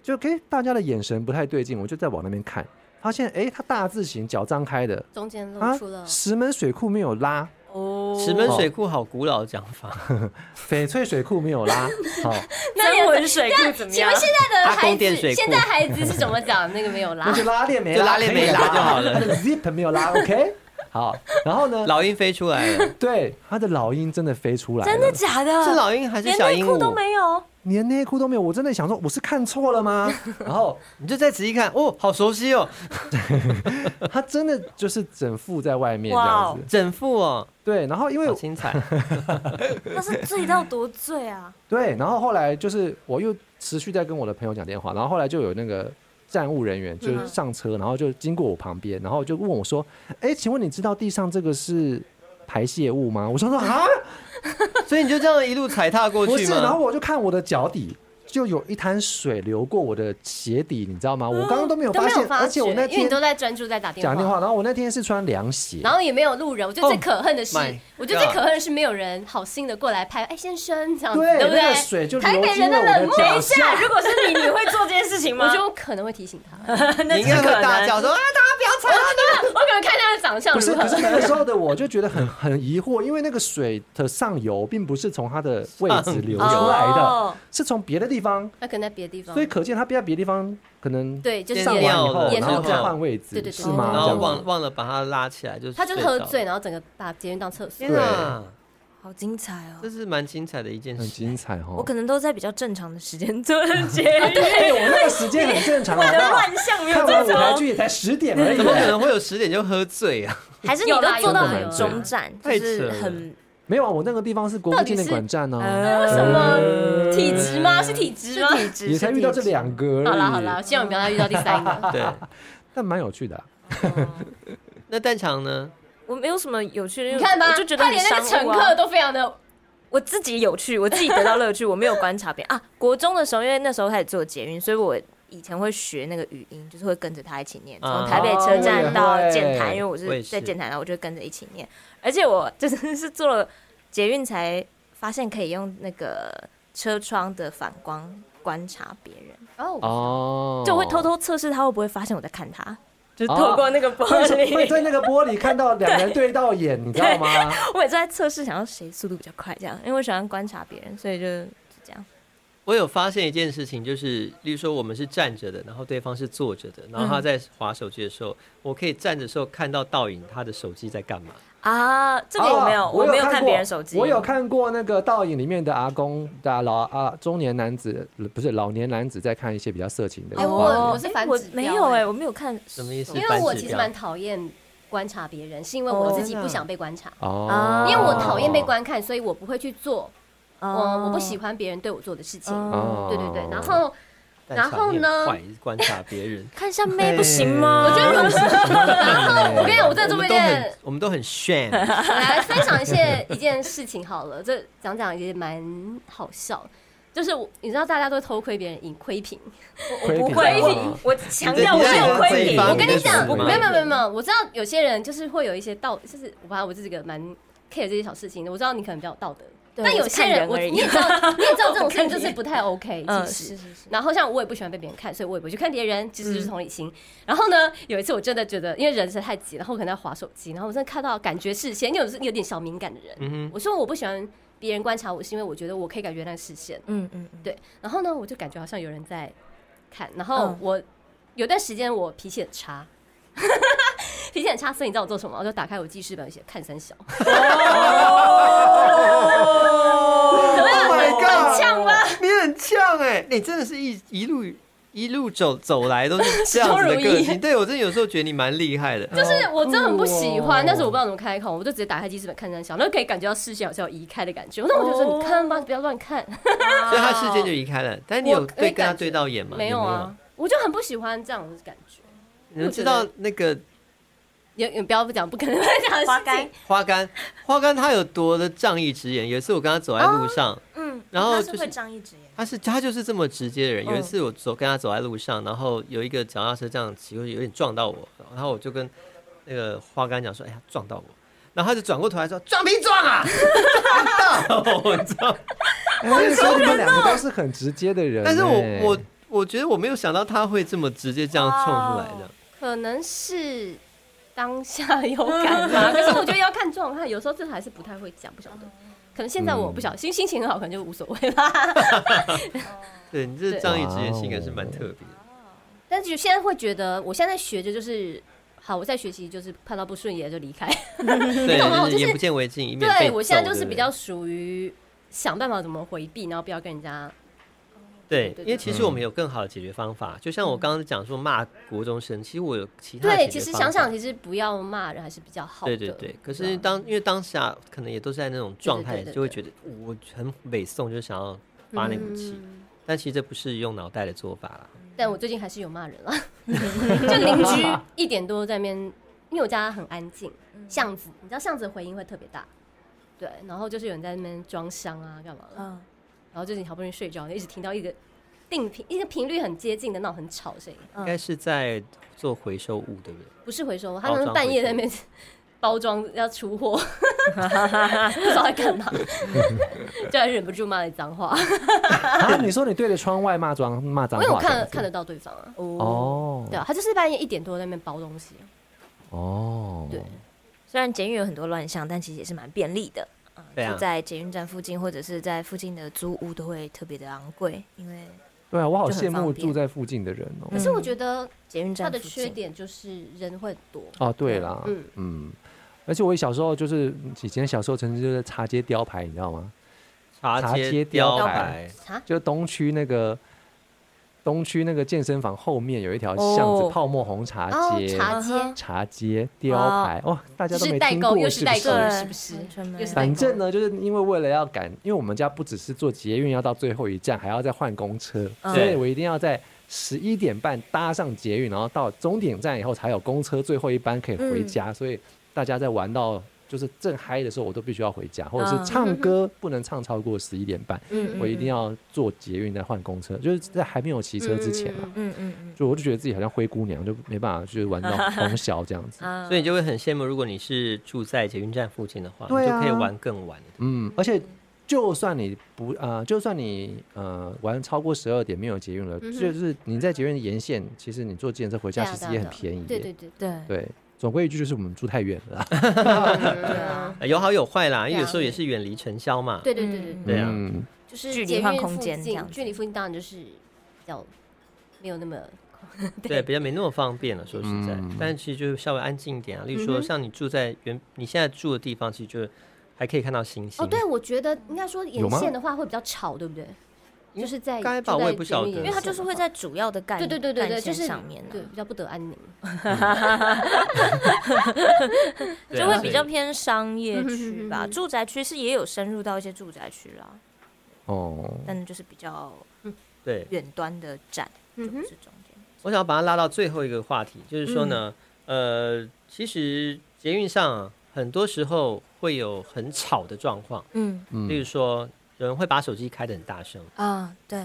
[SPEAKER 2] 就给大家的眼神不太对劲，我就再往那边看，发现哎，他大字型脚张开的
[SPEAKER 3] 中间露
[SPEAKER 2] 啊
[SPEAKER 3] 出， 了
[SPEAKER 2] 石门水库没有拉，
[SPEAKER 4] 哦
[SPEAKER 1] 石门水库好古老的讲法，
[SPEAKER 2] 翡翠水库没有 拉，好、
[SPEAKER 4] 增温水库怎么
[SPEAKER 3] 请
[SPEAKER 4] 样
[SPEAKER 3] 问？现在的
[SPEAKER 1] 阿公
[SPEAKER 3] 孩
[SPEAKER 1] 电水
[SPEAKER 3] 子，
[SPEAKER 1] 库
[SPEAKER 3] 现在孩子是怎么讲？那个没有拉
[SPEAKER 2] 那，就拉链没
[SPEAKER 1] 就
[SPEAKER 2] 拉，
[SPEAKER 1] 拉链没拉就好了
[SPEAKER 2] 那个 zip 没有拉，OK。好，然后呢，
[SPEAKER 1] 老鹰飞出来 了，
[SPEAKER 2] 对，它的老鹰真的飞出来了，
[SPEAKER 4] 真的假的？
[SPEAKER 1] 是老鹰还是
[SPEAKER 4] 连
[SPEAKER 1] 小
[SPEAKER 4] 内
[SPEAKER 1] 鹦
[SPEAKER 4] 裤都
[SPEAKER 1] 鹉？
[SPEAKER 4] 没有，
[SPEAKER 2] 连内裤都没有，我真的想说我是看错了吗？然后
[SPEAKER 1] 你就再仔细看，哦，好熟悉哦，
[SPEAKER 2] 它真的就是整副在外面这
[SPEAKER 4] 哇
[SPEAKER 2] 样
[SPEAKER 4] 哦
[SPEAKER 2] 子，
[SPEAKER 1] 整副哦，
[SPEAKER 2] 对，然后因为
[SPEAKER 1] 好精彩。
[SPEAKER 4] 那是醉到多醉啊！
[SPEAKER 2] 对，然后后来就是我又持续在跟我的朋友讲电话，然后后来就有那个站务人员就是上车，然后就经过我旁边，然后就问我说：“哎，请问你知道地上这个是排泄物吗？”我说说啊，
[SPEAKER 1] 所以你就这样一路踩踏过
[SPEAKER 2] 不
[SPEAKER 1] 去
[SPEAKER 2] 是，然
[SPEAKER 1] 吗？
[SPEAKER 2] 后我就看我的脚底。就有一滩水流过我的鞋底，你知道吗？我刚刚都没有
[SPEAKER 3] 嗯都
[SPEAKER 2] 发
[SPEAKER 3] 没
[SPEAKER 2] 现，
[SPEAKER 3] 有发
[SPEAKER 2] 而
[SPEAKER 3] 觉，
[SPEAKER 2] 且我那
[SPEAKER 3] 因为
[SPEAKER 2] 天
[SPEAKER 3] 你都在专注在打电
[SPEAKER 2] 讲电话，然后我那天是穿凉鞋，
[SPEAKER 3] 然后也没有路人，我觉得最可恨的是
[SPEAKER 1] Oh my，
[SPEAKER 3] 我觉得最可恨的是没有人好心的过来拍，哎，先生这样子，
[SPEAKER 2] 对，
[SPEAKER 3] 不
[SPEAKER 2] 那个
[SPEAKER 3] 对？
[SPEAKER 2] 水就
[SPEAKER 3] 台
[SPEAKER 2] 流
[SPEAKER 3] 北
[SPEAKER 2] 进
[SPEAKER 3] 人
[SPEAKER 2] 了
[SPEAKER 3] 的
[SPEAKER 2] 我
[SPEAKER 3] 冷
[SPEAKER 2] 的啊
[SPEAKER 3] 漠
[SPEAKER 2] 脚
[SPEAKER 3] 一
[SPEAKER 2] 下。
[SPEAKER 4] 下，如果哦是你，你会做这件事情吗？
[SPEAKER 3] 我觉得我可能会提醒 他，
[SPEAKER 1] 你应该会大叫说啊，大家不要踩啊！
[SPEAKER 3] 我可能看他的长相
[SPEAKER 2] 不是，
[SPEAKER 3] 如
[SPEAKER 2] 可
[SPEAKER 3] 何。
[SPEAKER 2] 是那个时候的我就觉得很很疑惑，因为那个水的上游并不是从它的位置 流出来的，
[SPEAKER 4] 哦
[SPEAKER 2] 是从别的地方，
[SPEAKER 3] 他可能在别的地方
[SPEAKER 2] 所以，可见它变在别的地方可能
[SPEAKER 3] 对，就是
[SPEAKER 2] 上完
[SPEAKER 1] 尿
[SPEAKER 2] 以后
[SPEAKER 1] 了，
[SPEAKER 3] 也
[SPEAKER 2] 然
[SPEAKER 3] 是
[SPEAKER 2] 后
[SPEAKER 1] 尿
[SPEAKER 2] 再
[SPEAKER 1] 尿
[SPEAKER 2] 换位
[SPEAKER 3] 对哦
[SPEAKER 2] 置，
[SPEAKER 3] 对对
[SPEAKER 2] 是
[SPEAKER 3] 对
[SPEAKER 2] 吗？
[SPEAKER 1] 然
[SPEAKER 2] 嗯这
[SPEAKER 1] 后
[SPEAKER 2] 样
[SPEAKER 1] 忘
[SPEAKER 2] 子。
[SPEAKER 1] 忘了把它拉起来，就
[SPEAKER 3] 他就是喝醉，
[SPEAKER 1] 了。
[SPEAKER 3] 然后整个把捷运当厕所
[SPEAKER 1] 天。哪，
[SPEAKER 4] 好精彩哦
[SPEAKER 1] 这！是蛮精彩的一件
[SPEAKER 2] 很
[SPEAKER 1] 事。
[SPEAKER 2] 精彩哦！
[SPEAKER 4] 我可能都在比较正常的时间做节日，
[SPEAKER 2] 对我那个时间很正常，
[SPEAKER 4] 我
[SPEAKER 2] 好
[SPEAKER 4] 啊的
[SPEAKER 2] 不好？
[SPEAKER 4] 乱象没有
[SPEAKER 2] 看完舞
[SPEAKER 4] 这
[SPEAKER 2] 台
[SPEAKER 4] 种，
[SPEAKER 2] 剧也才十点而已
[SPEAKER 1] 怎，么可能会有十点就喝醉啊？
[SPEAKER 4] 还是你都做到
[SPEAKER 2] 有
[SPEAKER 4] 很
[SPEAKER 2] 啦
[SPEAKER 4] 中站，就
[SPEAKER 1] 太扯
[SPEAKER 4] 是
[SPEAKER 1] 了
[SPEAKER 4] 很
[SPEAKER 2] 没有啊，我那个地方是国父纪念馆站哦，
[SPEAKER 4] 呃
[SPEAKER 3] 什
[SPEAKER 2] 呃
[SPEAKER 3] 么体质吗？是体质
[SPEAKER 4] 是
[SPEAKER 3] 吗？
[SPEAKER 4] 体质，
[SPEAKER 2] 也才遇到这两个而已，
[SPEAKER 3] 好啦好啦，希望你不要再遇到第三 个。
[SPEAKER 1] 对，
[SPEAKER 2] 但蛮有趣的啊。
[SPEAKER 1] 那蛋肠呢？
[SPEAKER 4] 我没有什么有趣的，因
[SPEAKER 3] 你
[SPEAKER 4] 为
[SPEAKER 3] 看吧，
[SPEAKER 4] 我就觉得
[SPEAKER 3] 他
[SPEAKER 4] 很
[SPEAKER 3] 连那个
[SPEAKER 4] 商
[SPEAKER 3] 乘
[SPEAKER 4] 务啊
[SPEAKER 3] 客都非常的
[SPEAKER 4] 我自己有趣，我自己得到乐趣， 我没有观察别人啊。国中的时候，因为那时候开始做捷运，所以我以前会学那个语音，就是会跟着他一起念，
[SPEAKER 1] 啊
[SPEAKER 4] 从台北车站到建
[SPEAKER 2] 我也
[SPEAKER 4] 潭，
[SPEAKER 2] 会
[SPEAKER 4] 因为我
[SPEAKER 1] 我
[SPEAKER 4] 是
[SPEAKER 1] 也是
[SPEAKER 4] 在建潭，然后我就跟着一起念。而且我真的是做了捷运才发现可以用那个车窗的反光观察别人，
[SPEAKER 3] 哦，
[SPEAKER 2] 哦，
[SPEAKER 4] 就我会偷偷测试他会不会发现我在 看他，就
[SPEAKER 2] 哦
[SPEAKER 4] 透过那个玻
[SPEAKER 2] 会会在
[SPEAKER 4] 璃，
[SPEAKER 2] 那个玻璃看到两人对到眼，你知道 吗？
[SPEAKER 4] 我也在测试，想要谁速度比较快这样，因为我喜欢观察别人，所以就就这样。
[SPEAKER 1] 我有发现一件事情，就是，例如说我们是站着的，然后对方是坐着的，然后
[SPEAKER 3] 嗯
[SPEAKER 1] 他在划手机的时候，我可以站着的时候看到倒影，他的手机在干嘛？
[SPEAKER 4] 啊，这个我没有，
[SPEAKER 2] 哦
[SPEAKER 4] 我没有
[SPEAKER 2] 看
[SPEAKER 4] 看
[SPEAKER 2] 过
[SPEAKER 4] 别人手机，
[SPEAKER 2] 我有看过那个倒影里面的阿公的老啊中年男子，不是老年男子在看一些比较色情的
[SPEAKER 3] 哎
[SPEAKER 2] 画
[SPEAKER 4] 哦。
[SPEAKER 2] 面。
[SPEAKER 3] 我我是
[SPEAKER 4] 哎
[SPEAKER 3] 反
[SPEAKER 4] 我
[SPEAKER 3] 指标
[SPEAKER 4] 没有
[SPEAKER 3] 哎
[SPEAKER 4] 哎，我没有看
[SPEAKER 1] 什么意思
[SPEAKER 4] 手
[SPEAKER 3] 因
[SPEAKER 4] 机
[SPEAKER 3] 为我其实蛮讨厌观察别人，是因为我自己
[SPEAKER 1] 哦
[SPEAKER 3] 不想被观察，
[SPEAKER 2] 哦
[SPEAKER 4] 啊，
[SPEAKER 3] 因为我讨厌被观看，所以我不会去做，我
[SPEAKER 4] 哦
[SPEAKER 3] 我不喜欢别人对我做的事情。
[SPEAKER 4] 哦。
[SPEAKER 3] 对对对，然后然后呢
[SPEAKER 1] 蛋啊肠你很坏观察别人
[SPEAKER 4] 看一下妹不行吗？我觉得
[SPEAKER 1] 我
[SPEAKER 3] 我跟你讲，我在这
[SPEAKER 1] 们
[SPEAKER 3] 边
[SPEAKER 1] 都
[SPEAKER 3] 点
[SPEAKER 1] 很，我们都很炫，
[SPEAKER 3] 来分享一些一件事情好了，这讲讲也蛮好笑。就是我，你知道大家都会偷窥别人，引窥屏。
[SPEAKER 2] 亏
[SPEAKER 4] 不
[SPEAKER 2] 屏
[SPEAKER 4] 会
[SPEAKER 2] 亏屏，
[SPEAKER 4] 我强调我没有
[SPEAKER 1] 你
[SPEAKER 4] 亏
[SPEAKER 1] 在你在
[SPEAKER 4] 屏，我
[SPEAKER 3] 我
[SPEAKER 4] 跟
[SPEAKER 3] 跟
[SPEAKER 1] 你
[SPEAKER 3] 你
[SPEAKER 1] 在
[SPEAKER 3] 讲，
[SPEAKER 1] 说吗
[SPEAKER 3] 没有没有没有没有，我知道有些人就是会有一些道，就是我反正我是这个蛮 care 这些小事情的。我知道你可能比较有道德，
[SPEAKER 4] 对
[SPEAKER 3] 但有些人
[SPEAKER 4] 我
[SPEAKER 3] 我
[SPEAKER 4] 是看人而已
[SPEAKER 3] 你也知道， 你也知道这种事情就是不太 OK，
[SPEAKER 4] 嗯
[SPEAKER 3] 其实
[SPEAKER 4] 是嗯是是。
[SPEAKER 3] 然后像我也不喜欢被别人看，所以我也不去看别人，其实就是同理心。然后呢，有一次我真的觉得，因为人实在太急，然后我可能在划手机，然后我真的看到感觉视线，因为我是有点小敏感的人，
[SPEAKER 1] 嗯
[SPEAKER 3] 我说我不喜欢别人观察我，是因为我觉得我可以感觉那个视线。
[SPEAKER 4] 嗯嗯嗯，
[SPEAKER 3] 对，然后呢，我就感觉好像有人在看，然后
[SPEAKER 4] 嗯
[SPEAKER 3] 我、有段时间我脾气很差。 脾气很差，所以你知道我做什么吗？我就打开我记事本，写看三小，
[SPEAKER 4] 哦
[SPEAKER 1] 哼
[SPEAKER 3] 么样
[SPEAKER 1] Oh my
[SPEAKER 3] 很
[SPEAKER 1] god！
[SPEAKER 3] 呛吧？
[SPEAKER 1] 你很呛哎、你真的是一一路一路走走来都是这样子的
[SPEAKER 3] 始终
[SPEAKER 1] 个
[SPEAKER 3] 如一
[SPEAKER 1] 性。对我真的有时候觉得你蛮厉害的，
[SPEAKER 3] 就是我真的很不喜欢，
[SPEAKER 2] 哦
[SPEAKER 3] 但是我不知道怎么开口，我就直接打开记事本看三小，那可以感觉到视线好像有移开的感觉。那我就说
[SPEAKER 4] 哦
[SPEAKER 3] 你看吧，不要乱 看，
[SPEAKER 1] 所以他事先就离开了。但你有
[SPEAKER 3] 我
[SPEAKER 1] 对
[SPEAKER 3] 没
[SPEAKER 1] 跟他
[SPEAKER 3] 感觉
[SPEAKER 1] 对到眼吗？
[SPEAKER 3] 没有啊，我就很不喜欢这样的感觉。
[SPEAKER 1] 你没有。你们知道那个
[SPEAKER 3] 也也不要不讲不可能讲的
[SPEAKER 4] 花
[SPEAKER 3] 事
[SPEAKER 4] 干
[SPEAKER 3] 情，
[SPEAKER 1] 花 干，花干他有多的仗义直言。有一次我跟他走在路上，
[SPEAKER 3] 哦
[SPEAKER 4] 嗯，
[SPEAKER 1] 然后
[SPEAKER 4] 他
[SPEAKER 1] 就是
[SPEAKER 4] 是会张一只眼，
[SPEAKER 1] 他是他就是这么直接的人。
[SPEAKER 3] 哦
[SPEAKER 4] 嗯
[SPEAKER 1] 有一次我走跟他走在路上，然后有一个脚踏车这样骑过去，有点撞到我，然后我就跟那个花干讲说：“哎呀，撞到我。”然后他就转过头来说：“撞没撞啊？撞 到我，你知道吗？”
[SPEAKER 2] 哎，所以你们两
[SPEAKER 3] 哦
[SPEAKER 2] 个都是很直接的人欸。
[SPEAKER 1] 但是我我我觉得我没有想到他会这么直接这样冲出来这样。
[SPEAKER 3] 可能是当下有感 吧。可是我觉得要看状态，有时候这还是不太会讲，不晓得。
[SPEAKER 1] 嗯
[SPEAKER 3] 可能现在我不小心，心情很好，可能就无所谓 啦。
[SPEAKER 1] 对你这
[SPEAKER 3] 对
[SPEAKER 1] 仗义直言性格是蛮特别的。
[SPEAKER 3] 但是现在会觉得，我现在学着就是好，我在学习就是看到不顺眼就离开。
[SPEAKER 1] 对，
[SPEAKER 3] 懂吗
[SPEAKER 1] 就
[SPEAKER 3] 我
[SPEAKER 1] 是
[SPEAKER 3] 就是
[SPEAKER 1] 眼不见为净，以免被
[SPEAKER 3] 对我现在
[SPEAKER 2] 揍
[SPEAKER 3] 就是
[SPEAKER 2] 对
[SPEAKER 3] 比较属于想办法怎么回避，然后不要跟人家
[SPEAKER 1] 对
[SPEAKER 3] 对，对嗯
[SPEAKER 1] 因为其实我们有更好的解决方法。就像我刚刚讲说骂国中生，其实我有其他的
[SPEAKER 3] 对。
[SPEAKER 1] 解
[SPEAKER 3] 其
[SPEAKER 1] 决
[SPEAKER 3] 实
[SPEAKER 1] 方
[SPEAKER 3] 想
[SPEAKER 1] 法
[SPEAKER 3] 想，其实不要骂人还是比较好的。
[SPEAKER 1] 对对对。可
[SPEAKER 3] 对
[SPEAKER 1] 是
[SPEAKER 3] 啊
[SPEAKER 1] 当因为当下可能也都是在那种状态，
[SPEAKER 3] 对对对
[SPEAKER 1] 就会觉得我很北宋，就想要发那股气。
[SPEAKER 3] 嗯
[SPEAKER 1] 但其实这不是用脑袋的做法啦。
[SPEAKER 3] 但我最近还是有骂 人了，就邻居一点多在那边，因为我家很安静，
[SPEAKER 4] 嗯
[SPEAKER 3] 巷子，你知道巷子的回音会特别大，对，然后就是有人在那边装箱啊，干嘛的，
[SPEAKER 4] 嗯，
[SPEAKER 3] 然后就是你好不容易睡着，你一直听到一个定频，一个频率很接近的那种很吵的声音，
[SPEAKER 1] 应该是在做回收物，对不对？
[SPEAKER 3] 不是回收，他
[SPEAKER 1] 包
[SPEAKER 3] 们
[SPEAKER 1] 装
[SPEAKER 3] 半
[SPEAKER 1] 回
[SPEAKER 3] 夜
[SPEAKER 1] 收
[SPEAKER 3] 在那边 包装要出货，
[SPEAKER 4] 嗯
[SPEAKER 3] 不知道在干嘛，就还忍不住骂了脏话，
[SPEAKER 2] 啊，你说你对着窗外骂脏骂
[SPEAKER 3] 因
[SPEAKER 2] 脏话
[SPEAKER 3] 为
[SPEAKER 2] 这样
[SPEAKER 3] 我
[SPEAKER 2] 子，
[SPEAKER 3] 看看得到对方啊，
[SPEAKER 4] 哦，
[SPEAKER 2] 哦，
[SPEAKER 3] 对啊，他就是半夜一点多在那边包东西，
[SPEAKER 2] 哦，
[SPEAKER 3] 对。
[SPEAKER 4] 虽然捷运有很多乱象，但其实也是蛮便利的。嗯
[SPEAKER 1] 对啊
[SPEAKER 4] 住在捷运站附近或者是在附近的租屋都会特别的昂贵，因为
[SPEAKER 2] 对啊，我好
[SPEAKER 4] 就很
[SPEAKER 2] 羡慕
[SPEAKER 4] 方便
[SPEAKER 2] 住在附近的人哦、
[SPEAKER 4] 嗯
[SPEAKER 3] 可是我觉得
[SPEAKER 4] 捷运
[SPEAKER 3] 它
[SPEAKER 4] 站
[SPEAKER 3] 的
[SPEAKER 4] 附
[SPEAKER 3] 缺
[SPEAKER 4] 近
[SPEAKER 3] 点就是人会多。
[SPEAKER 2] 哦，对啦，嗯
[SPEAKER 3] 嗯
[SPEAKER 2] 而且我小时候就是以前小时候曾经就在茶街雕牌，你知道吗？
[SPEAKER 1] 茶
[SPEAKER 2] 茶
[SPEAKER 1] 街
[SPEAKER 2] 街雕
[SPEAKER 1] 雕
[SPEAKER 2] 牌
[SPEAKER 1] 牌，
[SPEAKER 3] 啊，
[SPEAKER 2] 就东区那个东区那个健身房后面有一条巷子，
[SPEAKER 4] 哦
[SPEAKER 2] 泡沫红茶
[SPEAKER 3] 哦，
[SPEAKER 2] 街、
[SPEAKER 3] 茶街
[SPEAKER 4] 嗯
[SPEAKER 2] 茶街雕牌，哇、大家都
[SPEAKER 3] 是
[SPEAKER 2] 没
[SPEAKER 3] 代
[SPEAKER 2] 听
[SPEAKER 3] 购
[SPEAKER 2] 过，
[SPEAKER 3] 又
[SPEAKER 2] 是不
[SPEAKER 3] 代
[SPEAKER 2] 是？
[SPEAKER 3] 购，是不是
[SPEAKER 4] 完全？没嗯
[SPEAKER 3] 又是代购
[SPEAKER 2] 反正，呢，就是因为为了要赶，因为我们家不只是坐捷运要到最后一站，还要再换公车，
[SPEAKER 4] 嗯
[SPEAKER 2] 所以我一定要在十一点半搭上捷运，然后到终点站以后才有公车最后一班可以回
[SPEAKER 4] 嗯
[SPEAKER 2] 家。所以大家在玩到就是正嗨的时候，我都必须要回家，或者是
[SPEAKER 4] 嗯
[SPEAKER 2] 唱歌不能唱超过十一点半，
[SPEAKER 4] 嗯
[SPEAKER 2] 我一定要坐捷运再换公车，就是在还没有骑车之前啊。
[SPEAKER 4] 嗯嗯嗯
[SPEAKER 2] 就我就觉得自己好像灰姑娘，就没办法去玩到通宵这 样子。
[SPEAKER 4] 啊
[SPEAKER 3] 嗯
[SPEAKER 1] 所以你就会很羡慕，如果你是住在捷运站附近的话，
[SPEAKER 2] 对
[SPEAKER 1] 你就可以
[SPEAKER 2] 啊
[SPEAKER 1] 玩更晚。
[SPEAKER 2] 嗯，而且就算你不呃，就算你呃玩超过十二点没有捷运了，
[SPEAKER 3] 嗯哼
[SPEAKER 2] 就是你在捷运沿线，其实你坐计程车回家
[SPEAKER 3] 对啊
[SPEAKER 2] 其实也很
[SPEAKER 3] 对啊
[SPEAKER 2] 便宜耶。
[SPEAKER 3] 对对对
[SPEAKER 4] 对
[SPEAKER 2] 对总归一句就是我们住太远了啦。嗯
[SPEAKER 4] 对啊，
[SPEAKER 1] 呃有好有坏啦，因为
[SPEAKER 3] 对啊
[SPEAKER 1] 有时候也是远离尘嚣嘛。
[SPEAKER 3] 对对对对，
[SPEAKER 4] 嗯
[SPEAKER 1] 对啊
[SPEAKER 2] 嗯，
[SPEAKER 3] 就是
[SPEAKER 4] 距离
[SPEAKER 3] 捷运
[SPEAKER 4] 换空
[SPEAKER 3] 附
[SPEAKER 4] 间这
[SPEAKER 3] 近
[SPEAKER 4] 样子
[SPEAKER 3] 距离附近当然就是比较没有那么
[SPEAKER 1] 对，比较没那么方便了。说实在，
[SPEAKER 2] 嗯
[SPEAKER 1] 但其实就是稍微安静一点啊。例如
[SPEAKER 4] 嗯
[SPEAKER 1] 说，像你住在原你现在住的地方，其实就还可以看到星星。
[SPEAKER 3] 哦，对，我觉得应该说
[SPEAKER 2] 有
[SPEAKER 3] 沿
[SPEAKER 2] 吗
[SPEAKER 3] 线的话会比较吵，对不对？就是在
[SPEAKER 1] 应该吧
[SPEAKER 3] 就在
[SPEAKER 1] 我也不晓得
[SPEAKER 3] 捷运
[SPEAKER 1] 因
[SPEAKER 4] 因
[SPEAKER 3] 沿
[SPEAKER 4] 为它
[SPEAKER 3] 线
[SPEAKER 4] 就是会
[SPEAKER 3] 的话
[SPEAKER 4] 在主要的干
[SPEAKER 3] 对对对对
[SPEAKER 4] 干
[SPEAKER 3] 对，就
[SPEAKER 4] 线
[SPEAKER 3] 是
[SPEAKER 4] 上面啊
[SPEAKER 3] 对比较不得安宁，
[SPEAKER 1] 对啊，
[SPEAKER 4] 就会
[SPEAKER 1] 所以
[SPEAKER 4] 比较偏商业区吧，
[SPEAKER 3] 嗯哼哼哼
[SPEAKER 4] 住宅区是也有深入到一些住宅区啦，
[SPEAKER 2] 哦，
[SPEAKER 4] 但就是比较
[SPEAKER 1] 对。
[SPEAKER 4] 远端的站，就
[SPEAKER 3] 嗯
[SPEAKER 4] 不
[SPEAKER 3] 哼
[SPEAKER 4] 是中间。
[SPEAKER 1] 我想要把它拉到最后一个话题，就是说呢，
[SPEAKER 4] 嗯
[SPEAKER 1] 呃，其实捷运上啊很多时候会有很吵的状况，
[SPEAKER 4] 嗯
[SPEAKER 2] 嗯
[SPEAKER 1] 例如说有人会把手机开得很大声，
[SPEAKER 4] 啊，对，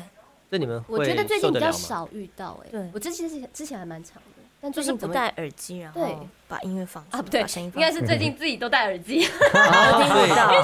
[SPEAKER 1] 这你们会
[SPEAKER 3] 我觉得最
[SPEAKER 1] 受
[SPEAKER 3] 近比
[SPEAKER 1] 得了
[SPEAKER 3] 较
[SPEAKER 1] 吗？
[SPEAKER 3] 少遇到哎、
[SPEAKER 4] 对
[SPEAKER 3] 我之前之前还蛮长的，但
[SPEAKER 4] 就
[SPEAKER 3] 最
[SPEAKER 4] 是
[SPEAKER 3] 近
[SPEAKER 4] 不
[SPEAKER 3] 怎么
[SPEAKER 4] 戴耳机，然
[SPEAKER 3] 对
[SPEAKER 4] 后把音乐放出
[SPEAKER 3] 啊？
[SPEAKER 4] 来，
[SPEAKER 3] 不对
[SPEAKER 4] 把声音，
[SPEAKER 3] 应
[SPEAKER 4] 放
[SPEAKER 3] 该
[SPEAKER 4] 出
[SPEAKER 3] 是最近自己都戴耳机，
[SPEAKER 1] 啊
[SPEAKER 4] 来听不到
[SPEAKER 1] 对。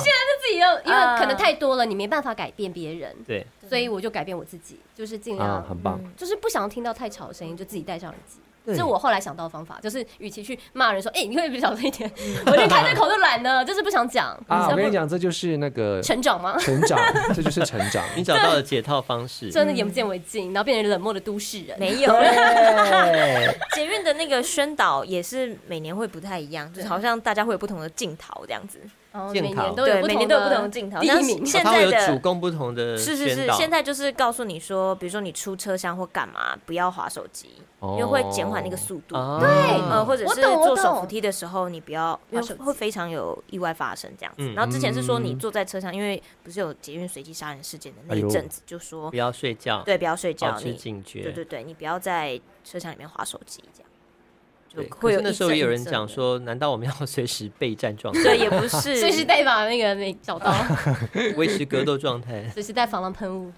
[SPEAKER 3] 自己要，因为可能
[SPEAKER 4] 啊
[SPEAKER 3] 太多了，你没办法改变别人，
[SPEAKER 1] 对，
[SPEAKER 3] 所以我就改变我自己，就是尽
[SPEAKER 2] 啊，
[SPEAKER 3] 量，
[SPEAKER 2] 很棒。
[SPEAKER 4] 嗯
[SPEAKER 3] 就是不想听到太吵的声音，就自己戴上耳机。
[SPEAKER 2] 对
[SPEAKER 3] 这是我后来想到的方法，就是与其去骂人说，哎、你会不会小声一点？ 我连开这口都懒了，就是不想讲。
[SPEAKER 2] 啊，
[SPEAKER 3] 知道
[SPEAKER 2] 我
[SPEAKER 3] 不
[SPEAKER 2] 跟你，讲，嗯这就是那个
[SPEAKER 3] 成长吗？
[SPEAKER 2] 成 长，这就是成长。
[SPEAKER 1] 你找到了解套方式，
[SPEAKER 3] 真的眼不见为净，然后变成冷漠的都市人。
[SPEAKER 4] 没有
[SPEAKER 2] 对，
[SPEAKER 4] 捷运的那个宣导也是每年会不太一样，就是好像大家会有不同的镜头这样子，
[SPEAKER 3] 哦
[SPEAKER 1] 健
[SPEAKER 3] 每
[SPEAKER 1] 康
[SPEAKER 3] 年都有
[SPEAKER 4] 对，
[SPEAKER 3] 不
[SPEAKER 4] 每
[SPEAKER 3] 同
[SPEAKER 4] 年都有不
[SPEAKER 3] 的
[SPEAKER 4] 同的镜头。
[SPEAKER 3] 第
[SPEAKER 4] 像
[SPEAKER 3] 一名
[SPEAKER 4] 现
[SPEAKER 1] 它会
[SPEAKER 4] 在
[SPEAKER 1] 有主
[SPEAKER 4] 的
[SPEAKER 1] 攻不同的
[SPEAKER 4] 是是
[SPEAKER 1] 宣
[SPEAKER 4] 是，
[SPEAKER 1] 导
[SPEAKER 4] 现在就是告诉你说，比如说你出车厢或干嘛，不要划手机，因为会减缓那个速度。
[SPEAKER 1] 啊，
[SPEAKER 4] 呃，或者
[SPEAKER 3] 我
[SPEAKER 4] 是
[SPEAKER 3] 懂我
[SPEAKER 4] 坐手
[SPEAKER 3] 懂
[SPEAKER 4] 扶梯的时候，你不要，因
[SPEAKER 3] 划
[SPEAKER 4] 为
[SPEAKER 3] 手机
[SPEAKER 4] 会非常有意外发生这样子
[SPEAKER 1] 嗯。
[SPEAKER 4] 然后之前是说你
[SPEAKER 2] 嗯
[SPEAKER 4] 坐在车上，因为不是有捷运随机杀人事件的那
[SPEAKER 2] 哎
[SPEAKER 4] 一
[SPEAKER 2] 呦
[SPEAKER 4] 阵子，就说
[SPEAKER 1] 不要睡觉，
[SPEAKER 4] 对，不要睡
[SPEAKER 1] 保
[SPEAKER 4] 觉，
[SPEAKER 1] 持
[SPEAKER 4] 你
[SPEAKER 1] 警觉，
[SPEAKER 4] 对对对，你不要在车厢里面划手机这样，
[SPEAKER 1] 对
[SPEAKER 4] 就
[SPEAKER 1] 可
[SPEAKER 4] 会
[SPEAKER 1] 是
[SPEAKER 4] 有
[SPEAKER 1] 那
[SPEAKER 4] 一
[SPEAKER 1] 时候
[SPEAKER 4] 阵
[SPEAKER 1] 也有
[SPEAKER 4] 一
[SPEAKER 1] 人
[SPEAKER 4] 阵
[SPEAKER 1] 讲
[SPEAKER 4] 的，
[SPEAKER 1] 说，难道我们要 随时备战状态？
[SPEAKER 4] 对，也不 是，
[SPEAKER 3] 随时带把那个那小刀，
[SPEAKER 1] 维持格斗状态。
[SPEAKER 3] 随时带防狼喷雾。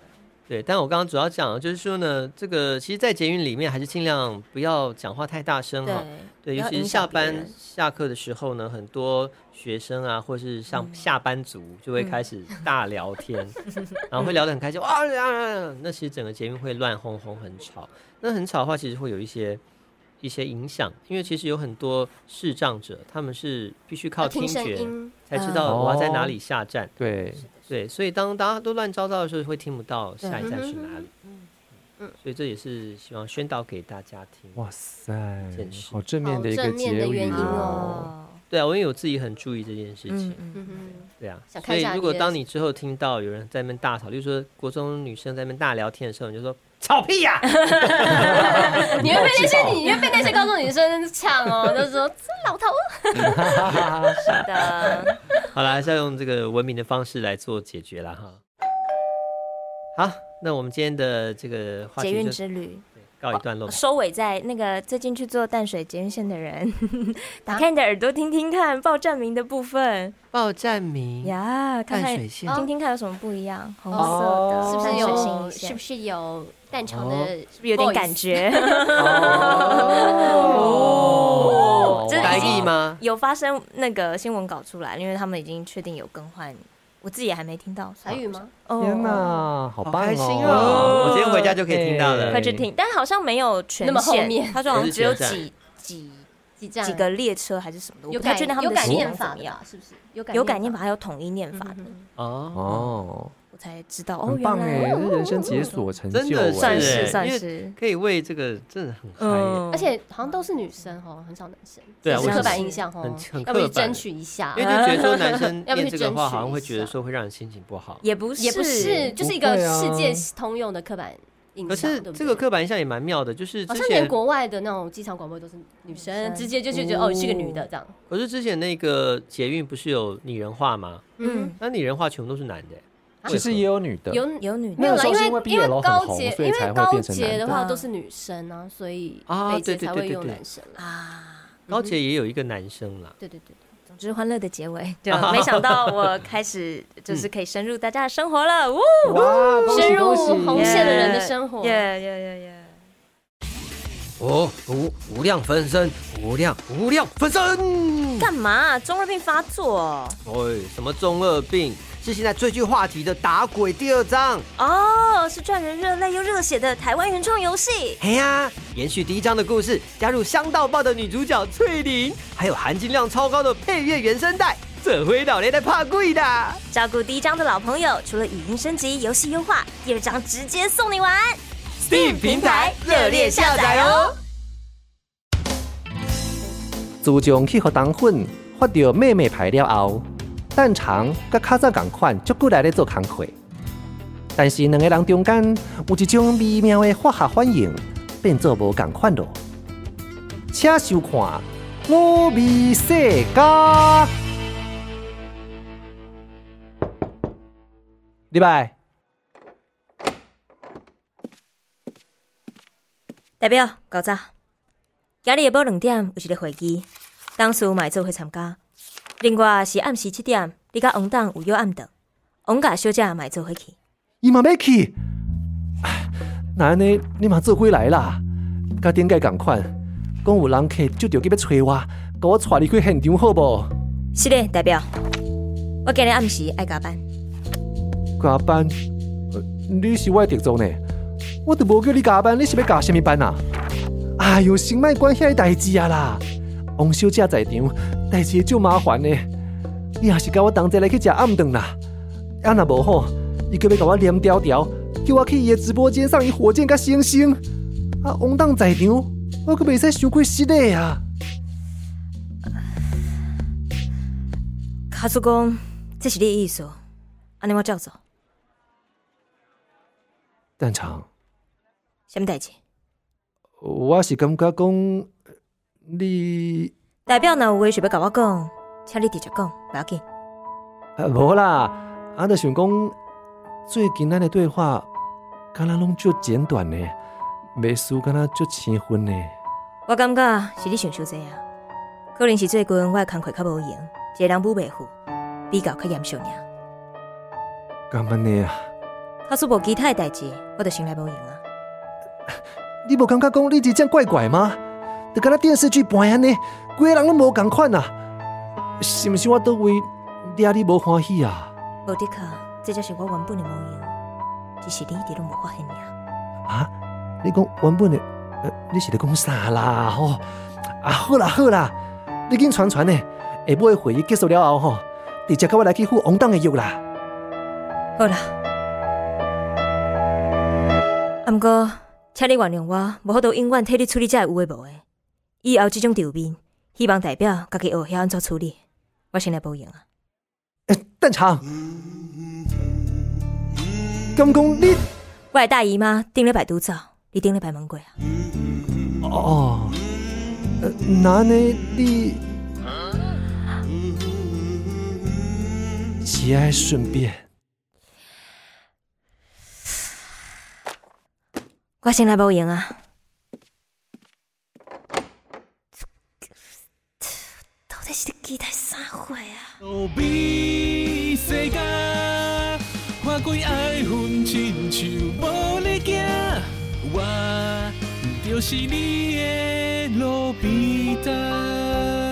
[SPEAKER 1] 对，但我刚刚主要讲的就是说呢，这个其实，在捷运里面还是尽量不要讲话太大声啊
[SPEAKER 4] 对
[SPEAKER 1] 哈。对，
[SPEAKER 4] 不
[SPEAKER 1] 尤
[SPEAKER 4] 要
[SPEAKER 1] 其是
[SPEAKER 4] 影
[SPEAKER 1] 下
[SPEAKER 4] 响别
[SPEAKER 1] 班
[SPEAKER 4] 人
[SPEAKER 1] 下课的时候呢，很多学生啊，或是上
[SPEAKER 4] 嗯
[SPEAKER 1] 下班族就会开始大聊天，然后会聊得很开心哇、啊啊啊那其实整个捷运会乱哄哄，很吵。那很吵的话，其实会有一些一些影响，因为其实有很多视障者，他们是必须靠
[SPEAKER 3] 要听声
[SPEAKER 1] 觉
[SPEAKER 3] 音，
[SPEAKER 1] 才
[SPEAKER 4] 嗯
[SPEAKER 1] 知道我要在哪里下站。
[SPEAKER 2] 对，
[SPEAKER 1] 对，所以当大家都乱糟糟的时候，会听不到下一站是哪里。嗯，所以这也是希望宣导给大家听。
[SPEAKER 2] 哇塞
[SPEAKER 1] 见，识
[SPEAKER 2] 好正面
[SPEAKER 3] 好
[SPEAKER 2] 的一个
[SPEAKER 3] 正面的
[SPEAKER 2] 结
[SPEAKER 3] 原
[SPEAKER 2] 语
[SPEAKER 3] 因
[SPEAKER 2] 哦。
[SPEAKER 3] 哦。
[SPEAKER 1] 对啊，我因为我自己很注意这件事情，
[SPEAKER 4] 嗯嗯，
[SPEAKER 3] 嗯 哼，
[SPEAKER 1] 对啊。
[SPEAKER 3] 想
[SPEAKER 1] 所
[SPEAKER 3] 看一
[SPEAKER 1] 以
[SPEAKER 3] 下
[SPEAKER 1] 如果
[SPEAKER 3] 你的
[SPEAKER 1] 当你之后听到有人在那边大吵，例如说国中女生在那边大聊天的时候，你就说“吵屁 呀、
[SPEAKER 3] 你会被那些你会被那些高中女生呛哦，就是说这老头
[SPEAKER 4] 好 的，
[SPEAKER 1] 好啦，还是要用这个文明的方式来做解决啦哈。好，那我们今天的这个话
[SPEAKER 4] 捷
[SPEAKER 1] 题
[SPEAKER 4] 运
[SPEAKER 1] 就
[SPEAKER 4] 之旅
[SPEAKER 1] 告一段落吧。
[SPEAKER 4] 收尾在那个最近去坐淡水捷运线的人， 打
[SPEAKER 3] 啊
[SPEAKER 4] 开你的耳朵听听看报站名的部分
[SPEAKER 1] 报站
[SPEAKER 3] 嗯
[SPEAKER 1] 名
[SPEAKER 4] 呀，看
[SPEAKER 1] 淡
[SPEAKER 4] 看
[SPEAKER 1] 水线
[SPEAKER 4] 听听看有什么不一样，红色
[SPEAKER 2] 哦
[SPEAKER 4] 的
[SPEAKER 3] 呃是不
[SPEAKER 4] 淡
[SPEAKER 3] 是
[SPEAKER 4] 水新
[SPEAKER 3] 有
[SPEAKER 4] 哦一线
[SPEAKER 3] 是不是有蛋肠的
[SPEAKER 2] 哦
[SPEAKER 4] 是不是有点
[SPEAKER 3] voice？
[SPEAKER 4] 感觉？
[SPEAKER 1] 哦
[SPEAKER 3] 哦
[SPEAKER 2] 哦
[SPEAKER 4] 这
[SPEAKER 1] 白
[SPEAKER 4] 已经
[SPEAKER 1] 意吗？
[SPEAKER 4] 有发生那个新闻稿出来，因为他们已经确定有更换，我自己也还没听到。
[SPEAKER 3] 台语吗？
[SPEAKER 4] 哦
[SPEAKER 2] 天，哪，好棒哦！
[SPEAKER 1] 开心哦！哎我今天回家就可以听到
[SPEAKER 2] 对
[SPEAKER 1] 了
[SPEAKER 4] 快。去听，但是好像没有全
[SPEAKER 3] 哎那么后
[SPEAKER 4] 线
[SPEAKER 3] 面
[SPEAKER 4] 他说好像只有
[SPEAKER 1] 不是全
[SPEAKER 4] 几几
[SPEAKER 3] 几站
[SPEAKER 4] 几个列车还是什么的，我
[SPEAKER 3] 有
[SPEAKER 4] 不太
[SPEAKER 3] 改
[SPEAKER 4] 确定他
[SPEAKER 3] 有
[SPEAKER 4] 们的
[SPEAKER 3] 改
[SPEAKER 4] 系
[SPEAKER 3] 念
[SPEAKER 4] 统怎
[SPEAKER 3] 法
[SPEAKER 4] 么
[SPEAKER 3] 的
[SPEAKER 4] 样
[SPEAKER 3] 吧，。是不是有改
[SPEAKER 4] 有改念
[SPEAKER 3] 法
[SPEAKER 4] 法，还有统一念法的，
[SPEAKER 3] 嗯
[SPEAKER 1] 哦，
[SPEAKER 2] 哦，
[SPEAKER 4] 我才知道哦，
[SPEAKER 2] 很
[SPEAKER 4] 原
[SPEAKER 2] 棒哎，
[SPEAKER 4] 来
[SPEAKER 2] 这人生解锁成
[SPEAKER 1] 真
[SPEAKER 2] 就
[SPEAKER 1] 的
[SPEAKER 2] 哎，
[SPEAKER 1] 是
[SPEAKER 4] 算
[SPEAKER 1] 耶
[SPEAKER 4] 是算
[SPEAKER 1] 因为
[SPEAKER 4] 是，
[SPEAKER 1] 可以为这个真的很嗨，
[SPEAKER 4] 嗯
[SPEAKER 3] 而且好像都是女生哦，很少男生，
[SPEAKER 1] 对啊
[SPEAKER 3] 这
[SPEAKER 1] 我
[SPEAKER 3] 是刻
[SPEAKER 1] 觉得
[SPEAKER 3] 板印象哦
[SPEAKER 1] 很很，
[SPEAKER 3] 要不
[SPEAKER 1] 刻
[SPEAKER 3] 去
[SPEAKER 1] 板
[SPEAKER 3] 争取一下
[SPEAKER 1] 因为，就觉得说男生
[SPEAKER 3] 要不
[SPEAKER 1] 念
[SPEAKER 3] 去
[SPEAKER 1] 这个话，
[SPEAKER 3] 争取
[SPEAKER 1] 好像会
[SPEAKER 3] 一
[SPEAKER 1] 觉得
[SPEAKER 3] 下
[SPEAKER 1] 说会让人心情不好。
[SPEAKER 4] 也不
[SPEAKER 3] 也不是，就是一个
[SPEAKER 2] 不会啊
[SPEAKER 3] 世界通用的刻板印象。
[SPEAKER 1] 可是
[SPEAKER 3] 对不对
[SPEAKER 1] 这个刻板印象也蛮妙的，就是
[SPEAKER 3] 好
[SPEAKER 1] 之
[SPEAKER 3] 像连
[SPEAKER 1] 前
[SPEAKER 3] 国外的那种机场广播都是女
[SPEAKER 4] 女
[SPEAKER 3] 生，
[SPEAKER 4] 生
[SPEAKER 3] 直接就就觉得哦，你是个女的这样。
[SPEAKER 1] 可是之前那个捷运不是有拟人化吗？
[SPEAKER 3] 嗯，
[SPEAKER 4] 嗯，
[SPEAKER 1] 那拟人化全部都是男的欸，
[SPEAKER 2] 其实也有女的，
[SPEAKER 3] 有
[SPEAKER 4] 有女
[SPEAKER 3] 没有啦，
[SPEAKER 2] 那个时候是
[SPEAKER 3] 因
[SPEAKER 2] 因为
[SPEAKER 3] 为
[SPEAKER 2] BL 很
[SPEAKER 3] 高
[SPEAKER 2] 红
[SPEAKER 3] 阶，
[SPEAKER 2] 所以
[SPEAKER 3] 因为
[SPEAKER 2] 才会
[SPEAKER 3] 高
[SPEAKER 2] 变成
[SPEAKER 3] 阶的
[SPEAKER 2] 男
[SPEAKER 4] 的
[SPEAKER 3] 话都是女生啊，所以
[SPEAKER 1] 啊
[SPEAKER 3] 北
[SPEAKER 1] 对
[SPEAKER 3] 捷
[SPEAKER 1] 对对
[SPEAKER 3] 才会
[SPEAKER 1] 对
[SPEAKER 3] 用
[SPEAKER 1] 对
[SPEAKER 3] 男生啦。
[SPEAKER 4] 啊。
[SPEAKER 1] 高姐也有一个男生啦。
[SPEAKER 3] 对对对，
[SPEAKER 4] 总之，欢乐的结尾，对，没想 到我开始就是可以深入大家的生活了，呜，
[SPEAKER 1] 嗯
[SPEAKER 2] 哇，恭
[SPEAKER 3] 深
[SPEAKER 2] 喜
[SPEAKER 3] 入
[SPEAKER 2] 恭喜！
[SPEAKER 3] 红线的人的生活。
[SPEAKER 4] 耶耶耶耶！
[SPEAKER 1] 哦，无无量分身，无量无量分身。
[SPEAKER 4] 干嘛？中二病发作哦？
[SPEAKER 1] 哎，什么中二病？是现在最具话题的打鬼第二章。
[SPEAKER 4] 哦，是赚人热泪又热血的台湾原创游戏。
[SPEAKER 1] 嘿呀、延续第一章的故事，加入香到爆的女主角翠玲，还有含金量超高的配乐原声带，这回老雷在怕贵的。
[SPEAKER 4] 照顾第一章的老朋友，除了语音升级、游戏优化，第二章直接送你玩。
[SPEAKER 1] Steam 平台热烈下载哦。
[SPEAKER 2] 自从去和糖粉发到妹妹牌了后，蛋肠甲较早共款，足久来咧做工课。但是两个人中间有一种微妙的化学反应，变做无共款咯。请收看我味世界。礼拜，
[SPEAKER 4] 代表搞早，今日下晡两点有一个会议，当事嘛会做伙参加。另外是暗时七点，你甲王董有约暗顿，王甲小姐嘛会做伙去。
[SPEAKER 2] 伊嘛要去。啊那安尼你嘛做归来啦，甲顶届共款，讲有人客就着急要找我，甲我带你去现场好无？
[SPEAKER 4] 是的，代表，我今日暗时爱加班。
[SPEAKER 2] 加班？呃你是我的特助呢？我都无叫你加班，你是要加什么班啊？哎哟，先莫管遐个代志啊啦！王小姐在场，代志足麻烦呢。你也是甲我同齐来去食暗顿啦。啊若无好，伊阁要甲我黏条条，叫我去伊的直播间上伊火箭甲星星。啊，王董在场，我阁袂使伤过失礼啊！
[SPEAKER 4] 卡叔公，这是你的意思，安尼我照做，
[SPEAKER 2] 蛋肠，
[SPEAKER 4] 什么代志？
[SPEAKER 2] 我是感觉讲你。
[SPEAKER 4] 代表若有话想要甲我讲，请你直接讲，不要紧。
[SPEAKER 2] 呃，无啦，俺就想讲，最近咱的对话，敢若拢足简短呢，袂输敢若足生分呢。
[SPEAKER 4] 我感觉是你想伤济啊，可能是最近我的工课较无闲，一个人母袂赴，比较较严肃尔。
[SPEAKER 2] 干嘛呢啊？
[SPEAKER 4] 卡叔无其他的代志，我就先来无闲啊。
[SPEAKER 2] 你无感觉讲你即这样怪怪吗？就敢若电视剧扮安尼，规个人拢无共款啊！是毋是我倒位惹你无欢喜啊？
[SPEAKER 4] 无的卡，这才是我原本的模样，只是你一直拢无发现尔。
[SPEAKER 2] 啊，你讲原本的，呃，你是在讲啥啦？吼、啊，好啦好啦，你紧传传呢，下尾会议结束了后吼，直接跟我来去赴王董的约啦。
[SPEAKER 4] 好啦，啊毋过请你原谅我，无法度永远替你处理这有诶无诶。以后即种场面，希望代表家己学晓安怎处理。我先来报应啊！
[SPEAKER 2] 邓长，咁讲你
[SPEAKER 4] 我的大姨妈顶礼拜拄走，你顶礼拜问过啊？
[SPEAKER 2] 哦，呃，那呢你节哀顺变。
[SPEAKER 4] 我先来报应啊！到底是在期待啥货啊？
[SPEAKER 5] 逃避世界，看开爱恨亲像无日行，我就是你的路边摊。